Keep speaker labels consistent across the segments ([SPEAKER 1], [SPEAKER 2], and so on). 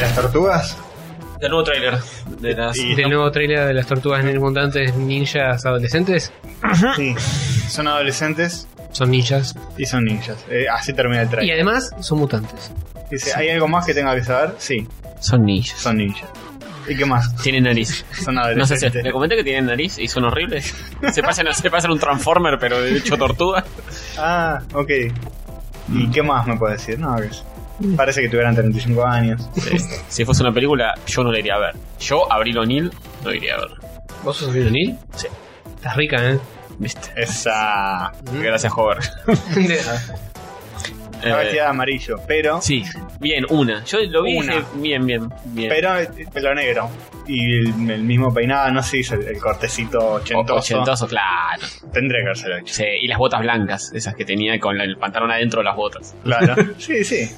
[SPEAKER 1] las tortugas?
[SPEAKER 2] Del nuevo tráiler de las...
[SPEAKER 3] ¿Y ¿Del nuevo tráiler de las tortugas mutantes ninjas adolescentes?
[SPEAKER 1] Sí. Son adolescentes
[SPEAKER 3] Son ninjas.
[SPEAKER 1] y son ninjas. Eh, así termina el
[SPEAKER 3] Y
[SPEAKER 1] trailer.
[SPEAKER 3] además son mutantes.
[SPEAKER 1] Dice, ¿hay algo más que tenga que saber? Sí,
[SPEAKER 2] Son ninjas.
[SPEAKER 1] son ninjas. ¿Y qué más?
[SPEAKER 2] Tienen nariz.
[SPEAKER 1] Son
[SPEAKER 2] No sé, si-
[SPEAKER 1] adolescentes.
[SPEAKER 2] le comenté que tienen nariz y son horribles. Se pasan, a- se pasan un Transformer, pero de hecho tortuga.
[SPEAKER 1] Ah, ok.
[SPEAKER 2] Mm.
[SPEAKER 1] ¿Y qué más me puede decir? No, que es- Parece que tuvieran 35 años.
[SPEAKER 2] Sí. Si fuese una película, yo no la iría a ver. Yo, Abril O'Neill, no iría a ver.
[SPEAKER 3] ¿Vos sos Vilonil?
[SPEAKER 2] Sí.
[SPEAKER 3] Estás rica, ¿eh?
[SPEAKER 2] ¿Viste?
[SPEAKER 1] Esa.
[SPEAKER 2] Gracias, Hover.
[SPEAKER 1] Una
[SPEAKER 2] Eh,
[SPEAKER 1] vestida de amarillo, pero.
[SPEAKER 2] sí, bien, una. Yo lo vi y
[SPEAKER 1] Una.
[SPEAKER 2] dije, bien, bien, bien.
[SPEAKER 1] Pero eh, pelo negro. Y el, el mismo peinado, no sé, el, el cortecito
[SPEAKER 2] O-
[SPEAKER 1] ochentoso.
[SPEAKER 2] ochentoso, claro.
[SPEAKER 1] Tendría que haberse hecho.
[SPEAKER 2] Sí, y las botas blancas, esas que tenía con la- el pantalón adentro de las botas.
[SPEAKER 1] Claro. sí, sí.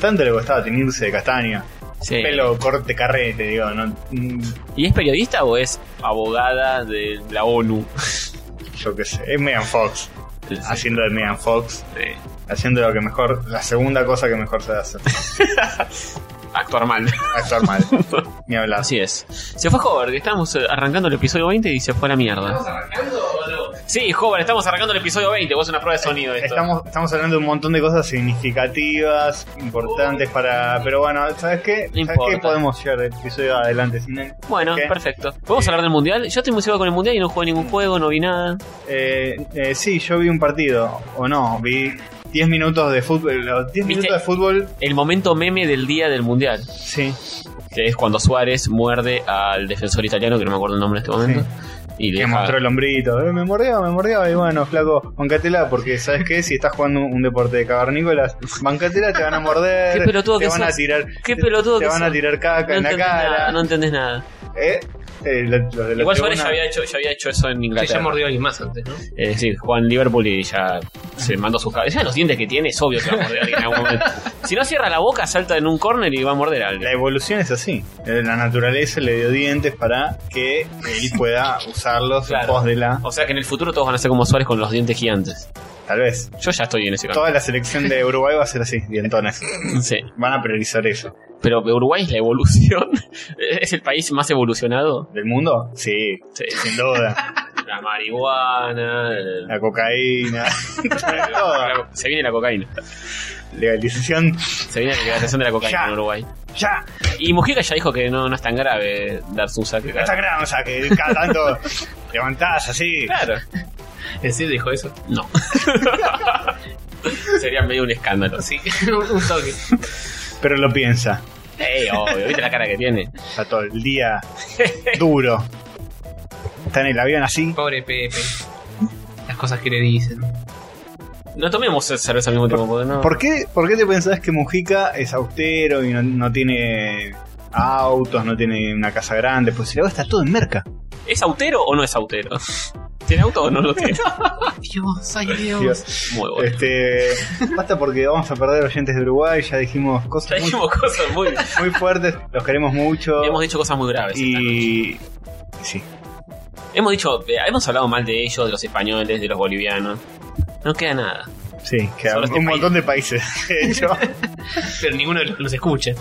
[SPEAKER 1] Tanto le gustaba teñirse de castaño.
[SPEAKER 2] Sí.
[SPEAKER 1] Pelo corte carrete, digo. No, mm,
[SPEAKER 2] ¿Y es periodista o es abogada de la ONU?
[SPEAKER 1] yo qué sé. Es Megan Fox.
[SPEAKER 2] Sí.
[SPEAKER 1] Haciendo de Megan Fox.
[SPEAKER 2] Sí.
[SPEAKER 1] Haciendo lo que mejor. La segunda cosa que mejor se hace.
[SPEAKER 2] Actuar mal.
[SPEAKER 1] Actuar mal. Ni hablar.
[SPEAKER 2] Así es. Se fue Hover, que estábamos eh, arrancando el episodio 20 y se fue a la mierda. ¿Estamos arrancando o no? Sí, Hover, estamos arrancando el episodio 20. Vos una prueba de sonido esto.
[SPEAKER 1] Estamos, estamos hablando de un montón de cosas significativas, importantes para. Pero bueno, ¿sabes qué?
[SPEAKER 2] No
[SPEAKER 1] ¿Sabes qué
[SPEAKER 2] importa.
[SPEAKER 1] podemos llevar el episodio adelante sin él?
[SPEAKER 2] Bueno,
[SPEAKER 1] ¿Qué?
[SPEAKER 2] perfecto. ¿Podemos hablar del mundial? Yo estoy muy emocionado con el mundial y no jugué ningún juego, no vi nada.
[SPEAKER 1] Eh, eh, sí, yo vi un partido, o no, vi 10 minutos de fútbol. Los 10
[SPEAKER 2] ¿Viste?
[SPEAKER 1] minutos de fútbol,
[SPEAKER 2] El momento meme del día del mundial,
[SPEAKER 1] sí.
[SPEAKER 2] que es cuando Suárez muerde al defensor italiano, que no me acuerdo el nombre en este momento. Y le
[SPEAKER 1] Que
[SPEAKER 2] deja-
[SPEAKER 1] mostró el hombrito. Eh, me mordió, me mordió. Y bueno, flaco, bancatela, porque ¿sabes qué? Si estás jugando un deporte de cavernícolas, bancatela, te van a morder.
[SPEAKER 2] Qué pelotudo
[SPEAKER 1] te
[SPEAKER 2] que
[SPEAKER 1] van a
[SPEAKER 2] sos.
[SPEAKER 1] tirar.
[SPEAKER 2] Qué pelotudo
[SPEAKER 1] Te
[SPEAKER 2] que
[SPEAKER 1] van a
[SPEAKER 2] sos.
[SPEAKER 1] tirar
[SPEAKER 2] no
[SPEAKER 1] caca en la
[SPEAKER 2] entendés
[SPEAKER 1] cara.
[SPEAKER 2] nada, no entendés nada.
[SPEAKER 1] ¿Eh? Eh, lo- lo de la
[SPEAKER 2] Igual Suárez ya
[SPEAKER 1] tribuna-
[SPEAKER 2] había, hecho, ya había hecho eso en
[SPEAKER 3] Que
[SPEAKER 2] Inglaterra.
[SPEAKER 3] ya mordió a alguien más antes, ¿no?
[SPEAKER 2] Eh, sí, Juan Liverpool y ya se mandó sus cabezas. Ya los dientes que tiene, es obvio que va a morder a alguien en algún momento. Si no cierra la boca, salta en un córner y va a morder a
[SPEAKER 1] La
[SPEAKER 2] alguien.
[SPEAKER 1] evolución es así. Eh, La naturaleza le dio dientes para que él pueda usarlos en
[SPEAKER 2] Claro.
[SPEAKER 1] pos de la.
[SPEAKER 2] O sea que en el futuro todos van a ser como Suárez con los dientes gigantes.
[SPEAKER 1] Tal vez.
[SPEAKER 2] Yo ya estoy en ese campo.
[SPEAKER 1] Toda la selección de Uruguay va a ser así, dientones.
[SPEAKER 2] Sí.
[SPEAKER 1] Van a priorizar eso.
[SPEAKER 2] Pero Uruguay es la evolución. ¿Es el país más evolucionado?
[SPEAKER 1] ¿Del mundo? Sí,
[SPEAKER 2] Sí.
[SPEAKER 1] sin duda.
[SPEAKER 2] La marihuana. el-
[SPEAKER 1] La cocaína. Todo.
[SPEAKER 2] la- Se viene la cocaína.
[SPEAKER 1] Legalización.
[SPEAKER 2] Se viene la legalización de la cocaína
[SPEAKER 1] Ya.
[SPEAKER 2] en Uruguay.
[SPEAKER 1] ¡Ya!
[SPEAKER 2] Y Mujica ya dijo que no, no es tan grave dar su saque.
[SPEAKER 1] No está grave, o sea, que cada tanto levantás así.
[SPEAKER 2] Claro.
[SPEAKER 3] ¿En serio dijo eso?
[SPEAKER 2] No. Sería medio un escándalo. Sí.
[SPEAKER 3] un toque.
[SPEAKER 1] Pero lo piensa.
[SPEAKER 2] Ey, obvio, ¿viste la cara que tiene?
[SPEAKER 1] Está todo el día duro. Está en el avión así.
[SPEAKER 3] Pobre Pepe. Las cosas que le dicen.
[SPEAKER 2] No tomemos cerveza al mismo tiempo, porque no.
[SPEAKER 1] ¿Por qué, ¿Por qué te pensás que Mujica es austero y no, no tiene autos, no tiene una casa grande? Pues si ahora está todo en merca.
[SPEAKER 2] ¿Es autero o no es autero? ¿Tiene auto o no lo tiene?
[SPEAKER 3] Dios, ay Dios.
[SPEAKER 1] Dios.
[SPEAKER 2] Muy bueno.
[SPEAKER 1] Este, basta porque vamos a perder oyentes de Uruguay, ya dijimos
[SPEAKER 2] Ya
[SPEAKER 1] cosas muy,
[SPEAKER 2] dijimos cosas muy.
[SPEAKER 1] muy fuertes, los queremos mucho.
[SPEAKER 2] Hemos dicho cosas muy graves.
[SPEAKER 1] Y... Sí,
[SPEAKER 2] Hemos dicho, eh, hemos hablado mal de ellos, de los españoles, de los bolivianos. No queda nada.
[SPEAKER 1] sí, queda
[SPEAKER 2] Solo
[SPEAKER 1] un
[SPEAKER 2] este país.
[SPEAKER 1] montón de países, de hecho.
[SPEAKER 3] Pero ninguno de los que nos escucha.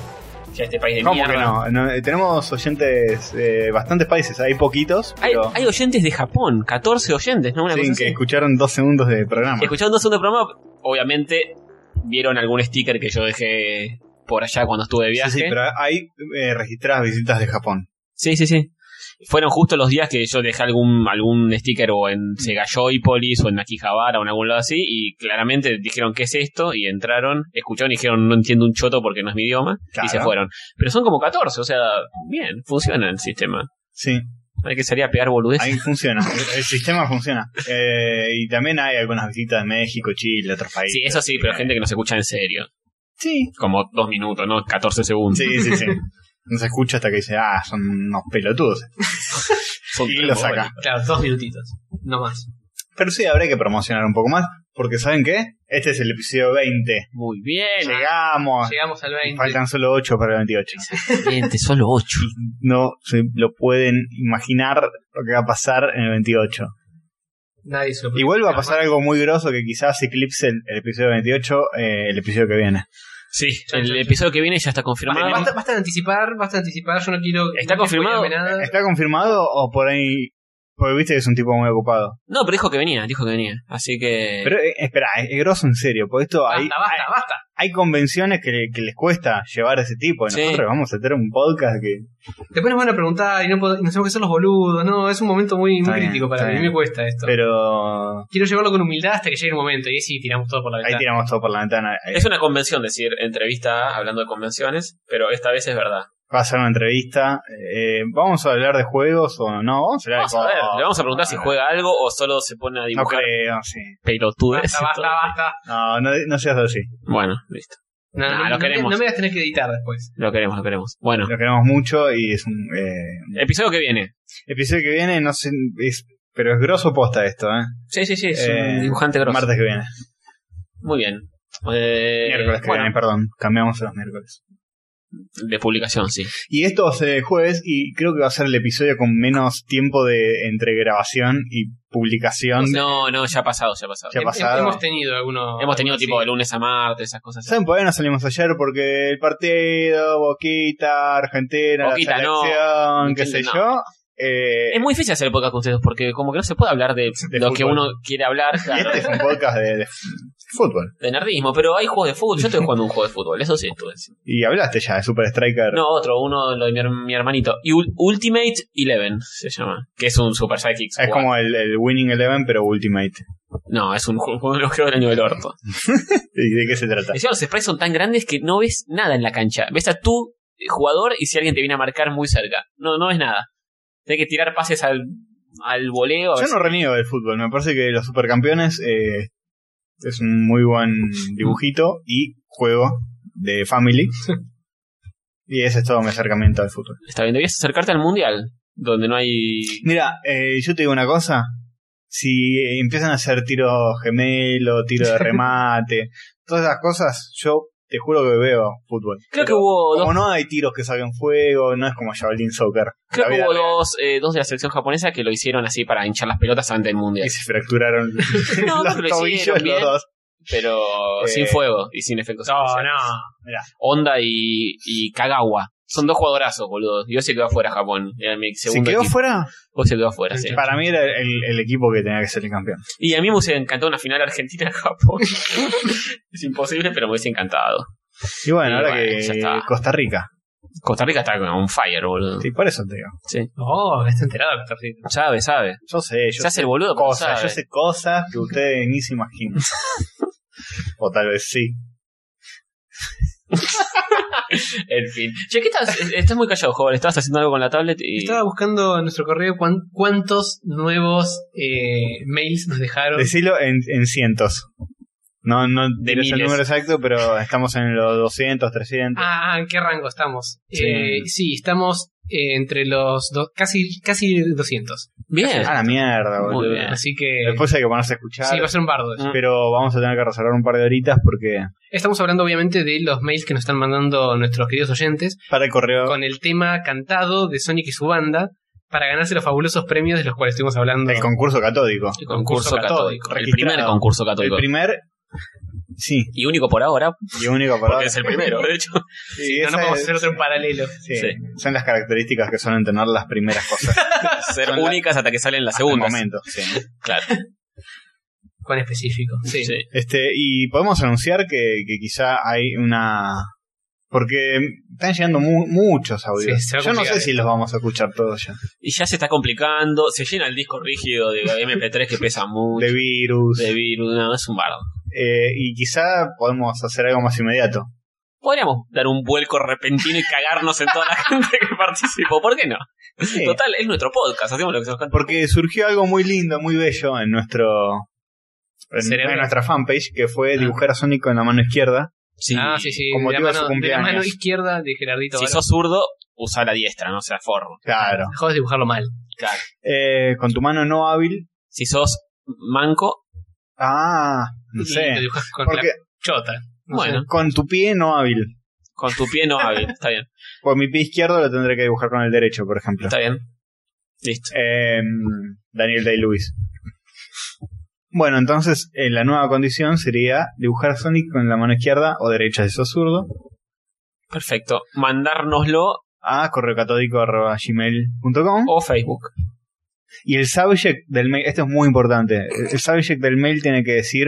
[SPEAKER 2] Ya este país de
[SPEAKER 1] ¿Cómo
[SPEAKER 2] mierda.
[SPEAKER 1] que no? No, eh, Tenemos oyentes, eh, bastantes países, hay poquitos,
[SPEAKER 2] Hay,
[SPEAKER 1] pero
[SPEAKER 2] hay oyentes de Japón, 14 oyentes, ¿no? Una
[SPEAKER 1] sí,
[SPEAKER 2] cosa
[SPEAKER 1] que
[SPEAKER 2] así.
[SPEAKER 1] escucharon dos segundos de programa.
[SPEAKER 2] Escuchando segundo programa, obviamente vieron algún sticker que yo dejé por allá cuando estuve de
[SPEAKER 1] Sí,
[SPEAKER 2] viaje.
[SPEAKER 1] sí, pero hay eh, registradas visitas de Japón.
[SPEAKER 2] Sí, sí, sí. Fueron justo los días que yo dejé algún, algún sticker o en Segayoipolis o en Akihabara o en algún lado así y claramente dijeron qué es esto y entraron, escucharon y dijeron no entiendo un choto porque no es mi idioma
[SPEAKER 1] Claro.
[SPEAKER 2] y se fueron. Pero son como 14, o sea, bien, funciona el sistema.
[SPEAKER 1] Sí,
[SPEAKER 2] Hay que salir a pegar boludez.
[SPEAKER 1] ahí funciona. El el sistema funciona. Eh, y también hay algunas visitas de México, Chile, otros países.
[SPEAKER 2] Sí, eso sí, pero gente que nos escucha en serio.
[SPEAKER 1] Sí.
[SPEAKER 2] Como dos minutos, ¿no? 14 segundos.
[SPEAKER 1] Sí, sí, sí. No se escucha hasta que dice, ah, son unos pelotudos.
[SPEAKER 2] Son
[SPEAKER 1] Y
[SPEAKER 2] tres
[SPEAKER 1] lo saca.
[SPEAKER 2] bolas.
[SPEAKER 3] Claro, dos minutitos. No más.
[SPEAKER 1] Pero sí, habría que promocionar un poco más, porque ¿saben qué? Este es el episodio 20.
[SPEAKER 2] Muy bien.
[SPEAKER 1] Llegamos.
[SPEAKER 3] Llegamos al 20.
[SPEAKER 1] Faltan solo 8 para el 28.
[SPEAKER 2] Gente, solo 8.
[SPEAKER 1] No se lo pueden imaginar lo que va a pasar en el 28.
[SPEAKER 3] Nadie se lo
[SPEAKER 1] Igual va a pasar algo muy grosso que quizás eclipse el, el episodio 28, eh, el episodio que viene.
[SPEAKER 2] Sí,
[SPEAKER 3] Chao,
[SPEAKER 2] el
[SPEAKER 3] chao, chao.
[SPEAKER 2] episodio que viene ya está confirmado.
[SPEAKER 3] Basta, basta de anticipar, basta de anticipar, yo no quiero...
[SPEAKER 2] ¿Está
[SPEAKER 3] no quiero
[SPEAKER 2] confirmado?
[SPEAKER 3] spoilearme Nada.
[SPEAKER 1] ¿Está confirmado o por ahí? Porque viste que es un tipo muy ocupado.
[SPEAKER 2] No, pero dijo que venía, dijo que venía. Así que.
[SPEAKER 1] Pero eh, espera, es, es grosso en serio, porque esto hay,
[SPEAKER 3] Basta, basta, basta.
[SPEAKER 1] hay convenciones que, le- que les cuesta llevar a ese tipo. y
[SPEAKER 2] Sí.
[SPEAKER 1] Nosotros vamos a tener un podcast que...
[SPEAKER 3] Después nos van a preguntar y no pod- y nos tenemos que hacer los boludos. No, es un momento muy,
[SPEAKER 1] Está
[SPEAKER 3] muy
[SPEAKER 1] bien,
[SPEAKER 3] crítico para
[SPEAKER 1] está
[SPEAKER 3] mí.
[SPEAKER 1] bien.
[SPEAKER 3] Me cuesta esto.
[SPEAKER 1] Pero
[SPEAKER 3] Quiero llevarlo con humildad hasta que llegue el momento. Y ahí sí tiramos todo por la
[SPEAKER 1] ahí
[SPEAKER 3] ventana.
[SPEAKER 1] tiramos todo por la ventana. Eh,
[SPEAKER 2] Es una convención decir entrevista hablando de convenciones, pero esta vez es verdad.
[SPEAKER 1] Va a ser una entrevista. eh, ¿Vamos a hablar de juegos o no? Vamos a hablar
[SPEAKER 2] Vamos
[SPEAKER 1] de
[SPEAKER 2] a ver,
[SPEAKER 1] juegos.
[SPEAKER 2] le vamos a preguntar si juega algo o solo se pone a
[SPEAKER 1] No
[SPEAKER 2] dibujar
[SPEAKER 1] creo, sí.
[SPEAKER 2] pelotudes.
[SPEAKER 3] Basta, basta, basta.
[SPEAKER 1] No, no, no seas así.
[SPEAKER 2] Bueno, listo.
[SPEAKER 3] No,
[SPEAKER 2] Nah,
[SPEAKER 3] no,
[SPEAKER 2] lo
[SPEAKER 3] no me-
[SPEAKER 2] queremos.
[SPEAKER 3] no me vas a tener que editar después.
[SPEAKER 2] Lo queremos, lo queremos. Bueno,
[SPEAKER 1] Lo queremos mucho y es un eh,
[SPEAKER 2] episodio que viene.
[SPEAKER 1] episodio que viene. No sé, es- pero es grosso posta esto, ¿eh?
[SPEAKER 2] Sí, sí, sí, es
[SPEAKER 1] Eh,
[SPEAKER 2] un dibujante grosso.
[SPEAKER 1] Martes que viene.
[SPEAKER 2] Muy bien. Eh,
[SPEAKER 1] Miércoles que
[SPEAKER 2] bueno,
[SPEAKER 1] viene, perdón. Cambiamos a los miércoles.
[SPEAKER 2] de publicación, sí.
[SPEAKER 1] Y esto es eh, jueves y creo que va a ser el episodio con menos tiempo de entre grabación y publicación.
[SPEAKER 2] No, no, ya ha pasado, ya ha pasado.
[SPEAKER 1] Ya
[SPEAKER 3] Hem-
[SPEAKER 1] ha pasado. Ah,
[SPEAKER 3] Hemos tenido algunos.
[SPEAKER 2] Hemos tenido
[SPEAKER 3] algunos,
[SPEAKER 2] tipo de
[SPEAKER 3] sí.
[SPEAKER 2] lunes a martes, esas cosas.
[SPEAKER 1] ¿Saben por qué no salimos ayer? Porque el partido, Boquita, Argentina,
[SPEAKER 2] Boquita,
[SPEAKER 1] la
[SPEAKER 2] no.
[SPEAKER 1] selección, qué sé
[SPEAKER 2] Argentina,
[SPEAKER 1] yo. Eh,
[SPEAKER 2] Es muy difícil hacer el podcast con ustedes porque como que no se puede hablar de,
[SPEAKER 1] De
[SPEAKER 2] lo que
[SPEAKER 1] fútbol.
[SPEAKER 2] uno quiere hablar, claro,
[SPEAKER 1] Este es un podcast de, de fútbol.
[SPEAKER 2] de nerdismo, pero hay juegos de fútbol, yo estoy jugando un juego de fútbol, eso sí estuve.
[SPEAKER 1] Y hablaste ya de Super Striker.
[SPEAKER 2] No, otro, uno lo de mi, her- mi hermanito. Y Ul- Ultimate Eleven se llama, que es un Super Sidekicks.
[SPEAKER 1] es como el, el Winning Eleven, pero Ultimate.
[SPEAKER 2] No, es un ju- juego de los juegos del año del orto.
[SPEAKER 1] ¿Y de qué se trata?
[SPEAKER 2] Encima los sprites son tan grandes que no ves nada en la cancha. Ves a tu jugador y si alguien te viene a marcar muy cerca. No, no ves nada. Tienes que tirar pases al, al voleo. a ver
[SPEAKER 1] Yo no reniego del fútbol. Me parece que los supercampeones eh, es un muy buen dibujito y juego de Family. y ese es todo mi acercamiento al fútbol.
[SPEAKER 2] si- Está bien, debías acercarte al mundial, donde no hay...
[SPEAKER 1] Mira, eh, yo te digo una cosa. Si eh, empiezan a hacer tiro gemelo, tiro de remate, todas esas cosas, yo te juro que veo fútbol.
[SPEAKER 2] Creo que
[SPEAKER 1] Pero
[SPEAKER 2] hubo dos,
[SPEAKER 1] Como no hay tiros que salgan fuego, no es como Javelin Soccer.
[SPEAKER 2] creo
[SPEAKER 1] La
[SPEAKER 2] que
[SPEAKER 1] vida
[SPEAKER 2] hubo
[SPEAKER 1] real.
[SPEAKER 2] dos, eh, dos de la selección japonesa que lo hicieron así para hinchar las pelotas antes del mundial.
[SPEAKER 1] Y se fracturaron
[SPEAKER 2] No,
[SPEAKER 1] los
[SPEAKER 2] no, lo hicieron
[SPEAKER 1] tobillos
[SPEAKER 2] bien.
[SPEAKER 1] los dos.
[SPEAKER 2] Pero
[SPEAKER 1] Eh,
[SPEAKER 2] sin fuego y sin efectos
[SPEAKER 3] No,
[SPEAKER 2] especiales.
[SPEAKER 3] no.
[SPEAKER 2] Honda y, y Kagawa. Son dos jugadorazos, boludo. Yo se quedó fuera Japón. Era mi
[SPEAKER 1] ¿Se
[SPEAKER 2] segundo
[SPEAKER 1] quedó
[SPEAKER 2] equipo.
[SPEAKER 1] fuera?
[SPEAKER 2] Vos se quedó fuera, sí.
[SPEAKER 1] Para mí era el, el equipo que tenía que ser el campeón.
[SPEAKER 2] Y a mí me hubiese encantado una final Argentina-Japón. es imposible, pero me hubiese encantado.
[SPEAKER 1] Y bueno,
[SPEAKER 2] Y
[SPEAKER 1] ahora
[SPEAKER 2] bueno, ya está.
[SPEAKER 1] que Costa Rica.
[SPEAKER 2] Costa Rica está on fire, boludo.
[SPEAKER 1] Sí, por eso te digo.
[SPEAKER 3] Oh, está enterado, Costa Rica.
[SPEAKER 2] Sabe, sabe.
[SPEAKER 1] Yo sé, yo
[SPEAKER 2] Se hace eh. el boludo, pero
[SPEAKER 1] cosas,
[SPEAKER 2] sabe.
[SPEAKER 1] yo sé cosas que ustedes ni se imaginan. o tal vez sí.
[SPEAKER 2] En fin. Che, ¿qué estás? Estás muy callado, joven. Estabas haciendo algo con la tablet y...
[SPEAKER 3] Estaba buscando en nuestro correo cuán- cuántos nuevos eh, mails nos dejaron.
[SPEAKER 1] Decilo en, en cientos. No, no
[SPEAKER 2] De
[SPEAKER 1] quiero el
[SPEAKER 2] miles.
[SPEAKER 1] número exacto, pero estamos en los 200, 300.
[SPEAKER 3] Ah, ¿en qué rango estamos?
[SPEAKER 1] Sí.
[SPEAKER 3] Eh, sí, estamos eh, entre los dos, casi, casi 200.
[SPEAKER 2] Bien.
[SPEAKER 1] A la mierda,
[SPEAKER 2] Muy
[SPEAKER 1] boludo.
[SPEAKER 2] bien.
[SPEAKER 3] Así que
[SPEAKER 1] Después hay que ponerse a escuchar.
[SPEAKER 3] sí, va a ser un bardo. eso.
[SPEAKER 2] Mm.
[SPEAKER 1] pero vamos a tener que reservar un par de horitas porque
[SPEAKER 3] Estamos hablando obviamente de los mails que nos están mandando nuestros queridos oyentes
[SPEAKER 1] para el correo
[SPEAKER 3] con el tema cantado de Sonic y su banda para ganarse los fabulosos premios de los cuales estuvimos hablando.
[SPEAKER 1] el concurso catódico.
[SPEAKER 2] El concurso
[SPEAKER 3] concurso católico,
[SPEAKER 2] católico. El
[SPEAKER 1] registrado.
[SPEAKER 2] primer concurso
[SPEAKER 1] El
[SPEAKER 2] católico.
[SPEAKER 1] primer, sí,
[SPEAKER 2] Y único por ahora,
[SPEAKER 1] y único para
[SPEAKER 2] porque es el primero, de hecho.
[SPEAKER 1] Sí,
[SPEAKER 3] no,
[SPEAKER 1] esa
[SPEAKER 3] no podemos
[SPEAKER 1] es-
[SPEAKER 3] hacer otro en paralelo.
[SPEAKER 1] sí,
[SPEAKER 2] sí.
[SPEAKER 1] Son las características que suelen tener las primeras cosas.
[SPEAKER 2] Ser
[SPEAKER 1] Son la-
[SPEAKER 2] únicas hasta que salen las
[SPEAKER 1] hasta el
[SPEAKER 2] segundas.
[SPEAKER 1] momento, sí.
[SPEAKER 2] Claro.
[SPEAKER 3] Con específico. Sí.
[SPEAKER 2] Sí.
[SPEAKER 1] Este, y podemos anunciar que, que quizá hay una. Porque están llegando mu- muchos audios.
[SPEAKER 3] Sí, se va a
[SPEAKER 1] Yo no
[SPEAKER 3] complicar,
[SPEAKER 1] sé si los vamos a escuchar todos ya.
[SPEAKER 2] Y ya se está complicando, se llena el disco rígido de MP3 que pesa mucho,
[SPEAKER 1] De virus.
[SPEAKER 2] de virus, no, es un bardo.
[SPEAKER 1] eh, y quizá podemos hacer algo más inmediato.
[SPEAKER 2] Podríamos dar un vuelco repentino y cagarnos en toda la gente que participó, ¿por qué no?
[SPEAKER 1] Sí,
[SPEAKER 2] Total, es nuestro podcast, hacemos lo que se nos canta.
[SPEAKER 1] porque surgió algo muy lindo, muy bello en nuestro. En,
[SPEAKER 3] Cerebro.
[SPEAKER 1] en nuestra fanpage, que fue
[SPEAKER 3] Ah.
[SPEAKER 1] dibujar a Sonic con la mano izquierda.
[SPEAKER 2] Sí.
[SPEAKER 3] Ah, sí, sí.
[SPEAKER 1] Con
[SPEAKER 3] de, la
[SPEAKER 1] motivo de su
[SPEAKER 3] mano, de la
[SPEAKER 1] cumpleaños.
[SPEAKER 3] mano izquierda de Gerardito.
[SPEAKER 2] Si
[SPEAKER 3] Barón.
[SPEAKER 2] sos zurdo, usa la diestra, no sea forro.
[SPEAKER 1] Claro.
[SPEAKER 3] Dejó de dibujarlo mal.
[SPEAKER 2] Claro.
[SPEAKER 1] Eh, con tu mano no hábil.
[SPEAKER 2] Si sos manco,
[SPEAKER 1] Ah, no
[SPEAKER 3] Y
[SPEAKER 1] sé.
[SPEAKER 3] Lo dibujas con
[SPEAKER 1] Porque
[SPEAKER 3] la chota. No
[SPEAKER 2] bueno,
[SPEAKER 3] sé.
[SPEAKER 1] con tu pie no hábil.
[SPEAKER 2] con tu pie no hábil, está bien,
[SPEAKER 1] Pues mi pie izquierdo lo tendré que dibujar con el derecho, por ejemplo.
[SPEAKER 2] está bien. Listo.
[SPEAKER 1] Eh, Daniel Day-Lewis. Em, Bueno, entonces eh, la nueva condición sería dibujar a Sonic con la mano izquierda o derecha si sos zurdo
[SPEAKER 2] Perfecto. Mandárnoslo
[SPEAKER 1] a correocatódico.gmail.com
[SPEAKER 2] o Facebook.
[SPEAKER 1] y el subject del mail, esto es muy importante, el- el subject del mail tiene que decir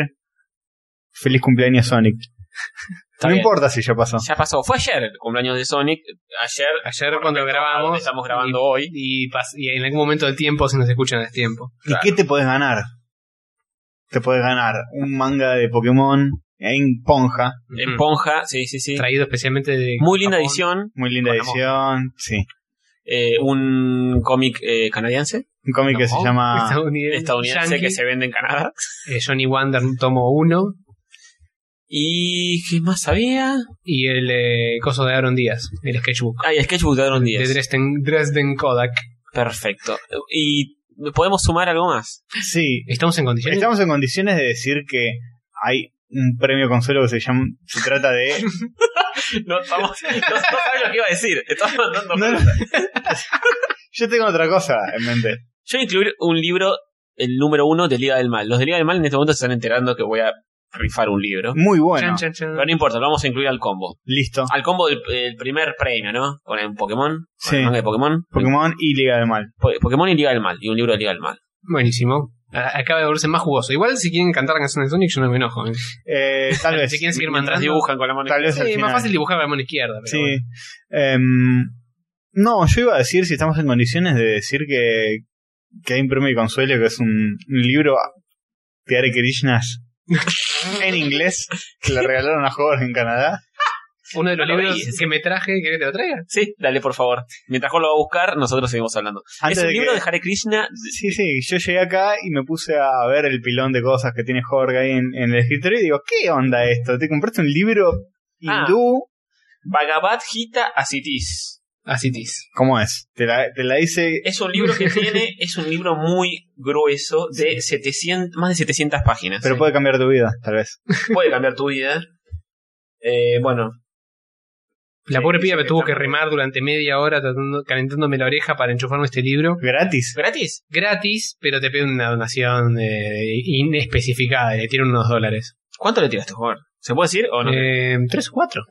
[SPEAKER 1] feliz cumpleaños Sonic.
[SPEAKER 2] Está
[SPEAKER 1] no
[SPEAKER 2] bien.
[SPEAKER 1] importa si ya pasó.
[SPEAKER 2] Ya pasó. Fue ayer el cumpleaños de Sonic. Ayer.
[SPEAKER 3] Ayer cuando grabamos.
[SPEAKER 2] Estamos grabando
[SPEAKER 3] y-
[SPEAKER 2] hoy.
[SPEAKER 3] Y, pas- y en algún momento del tiempo, si nos escuchan a tiempo.
[SPEAKER 2] Claro.
[SPEAKER 1] ¿Y qué te podés ganar? Te podés ganar un manga de Pokémon en Ponja,
[SPEAKER 2] En
[SPEAKER 3] Ujú.
[SPEAKER 2] Ponja. Sí, sí, sí.
[SPEAKER 3] Traído especialmente de.
[SPEAKER 2] Muy linda
[SPEAKER 3] Japón.
[SPEAKER 2] edición.
[SPEAKER 1] muy linda
[SPEAKER 2] Con
[SPEAKER 1] edición, sí.
[SPEAKER 2] eh, un cómic eh, canadiense,
[SPEAKER 1] Un cómic que
[SPEAKER 2] No,
[SPEAKER 1] se llama
[SPEAKER 3] Estadounidense.
[SPEAKER 2] estadounidense
[SPEAKER 3] Yankee,
[SPEAKER 2] que se vende en Canadá.
[SPEAKER 3] eh, Johnny Wander, tomo 1.
[SPEAKER 2] ¿Y qué más había?
[SPEAKER 3] Y el eh, coso de Aaron Díaz, el sketchbook.
[SPEAKER 2] Ah, y el Sketchbook de Aaron
[SPEAKER 3] De
[SPEAKER 2] 10.
[SPEAKER 3] Dresden, Dresden Kodak.
[SPEAKER 2] Perfecto. ¿Y podemos sumar algo más?
[SPEAKER 1] Sí,
[SPEAKER 3] ¿Estamos en condiciones?
[SPEAKER 1] estamos en condiciones de decir que hay un premio consuelo que se llama se trata de
[SPEAKER 2] No, vamos, no, no sabes lo que iba a decir. Estamos mandando
[SPEAKER 1] No, no. Yo tengo otra cosa en mente.
[SPEAKER 2] Yo voy a incluir un libro, el número uno de Liga del Mal. Los de Liga del Mal en este momento se están enterando que voy a rifar un libro.
[SPEAKER 1] Muy bueno.
[SPEAKER 3] Chan, chan, chan.
[SPEAKER 2] Pero no importa, lo vamos a incluir al combo.
[SPEAKER 1] Listo.
[SPEAKER 2] Al combo del el primer premio, ¿no? Con el Pokémon. con
[SPEAKER 1] Sí.
[SPEAKER 2] el manga de Pokémon.
[SPEAKER 1] Pokémon y Liga del Mal.
[SPEAKER 2] Po- Pokémon y Liga del Mal. Y un libro de Liga del Mal.
[SPEAKER 3] Buenísimo. A- Acaba de volverse más jugoso. Igual si quieren cantar canciones de Sonic, yo no me enojo. ¿eh?
[SPEAKER 1] Eh, tal vez.
[SPEAKER 3] Si quieren seguir
[SPEAKER 2] Mientras
[SPEAKER 3] mandando.
[SPEAKER 2] dibujan con la mano.
[SPEAKER 1] Tal vez al
[SPEAKER 3] Sí,
[SPEAKER 1] final.
[SPEAKER 3] más fácil dibujar con la mano izquierda. pero
[SPEAKER 1] Sí.
[SPEAKER 3] bueno.
[SPEAKER 1] Em, no, yo iba a decir si estamos en condiciones de decir que, que hay un premio de consuelo que es un, un libro de Hare Krishnas en inglés que le regalaron a Jorge en Canadá.
[SPEAKER 3] Uno de los
[SPEAKER 2] No lo
[SPEAKER 3] libros
[SPEAKER 2] veis.
[SPEAKER 3] que me traje, ¿querés que te lo traiga?
[SPEAKER 2] Sí, dale, por favor. Mientras Juan lo va a buscar, nosotros seguimos hablando.
[SPEAKER 1] Antes
[SPEAKER 2] es un
[SPEAKER 1] de
[SPEAKER 2] libro
[SPEAKER 1] que-
[SPEAKER 2] de Hare Krishna. de-
[SPEAKER 1] Sí, sí, yo llegué acá y me puse a ver el pilón de cosas que tiene Jorge ahí en, en el escritorio y digo, ¿qué onda esto? ¿Te compraste un libro
[SPEAKER 2] Ah.
[SPEAKER 1] hindú?
[SPEAKER 2] Bhagavad Gita Asitis.
[SPEAKER 3] Así tis.
[SPEAKER 1] ¿Cómo es? Te la, te la hice.
[SPEAKER 2] Es un libro que tiene, es un libro muy grueso de 700, más de 700 páginas.
[SPEAKER 1] Pero puede cambiar tu vida, tal vez.
[SPEAKER 2] Puede cambiar tu vida. Eh, bueno,
[SPEAKER 3] La
[SPEAKER 2] Sí,
[SPEAKER 3] pobre
[SPEAKER 2] dice
[SPEAKER 3] piba me
[SPEAKER 2] que
[SPEAKER 3] tuvo
[SPEAKER 2] está
[SPEAKER 3] que
[SPEAKER 2] muy
[SPEAKER 3] remar durante media hora tratando, calentándome la oreja para enchufarme este libro.
[SPEAKER 1] Gratis.
[SPEAKER 2] gratis.
[SPEAKER 3] Gratis, pero te piden una donación eh, inespecificada. y Le tiran unos dólares.
[SPEAKER 2] ¿Cuánto le tiraste, Juan? ¿Se puede decir o no?
[SPEAKER 3] Eh, ¿Tres o cuatro?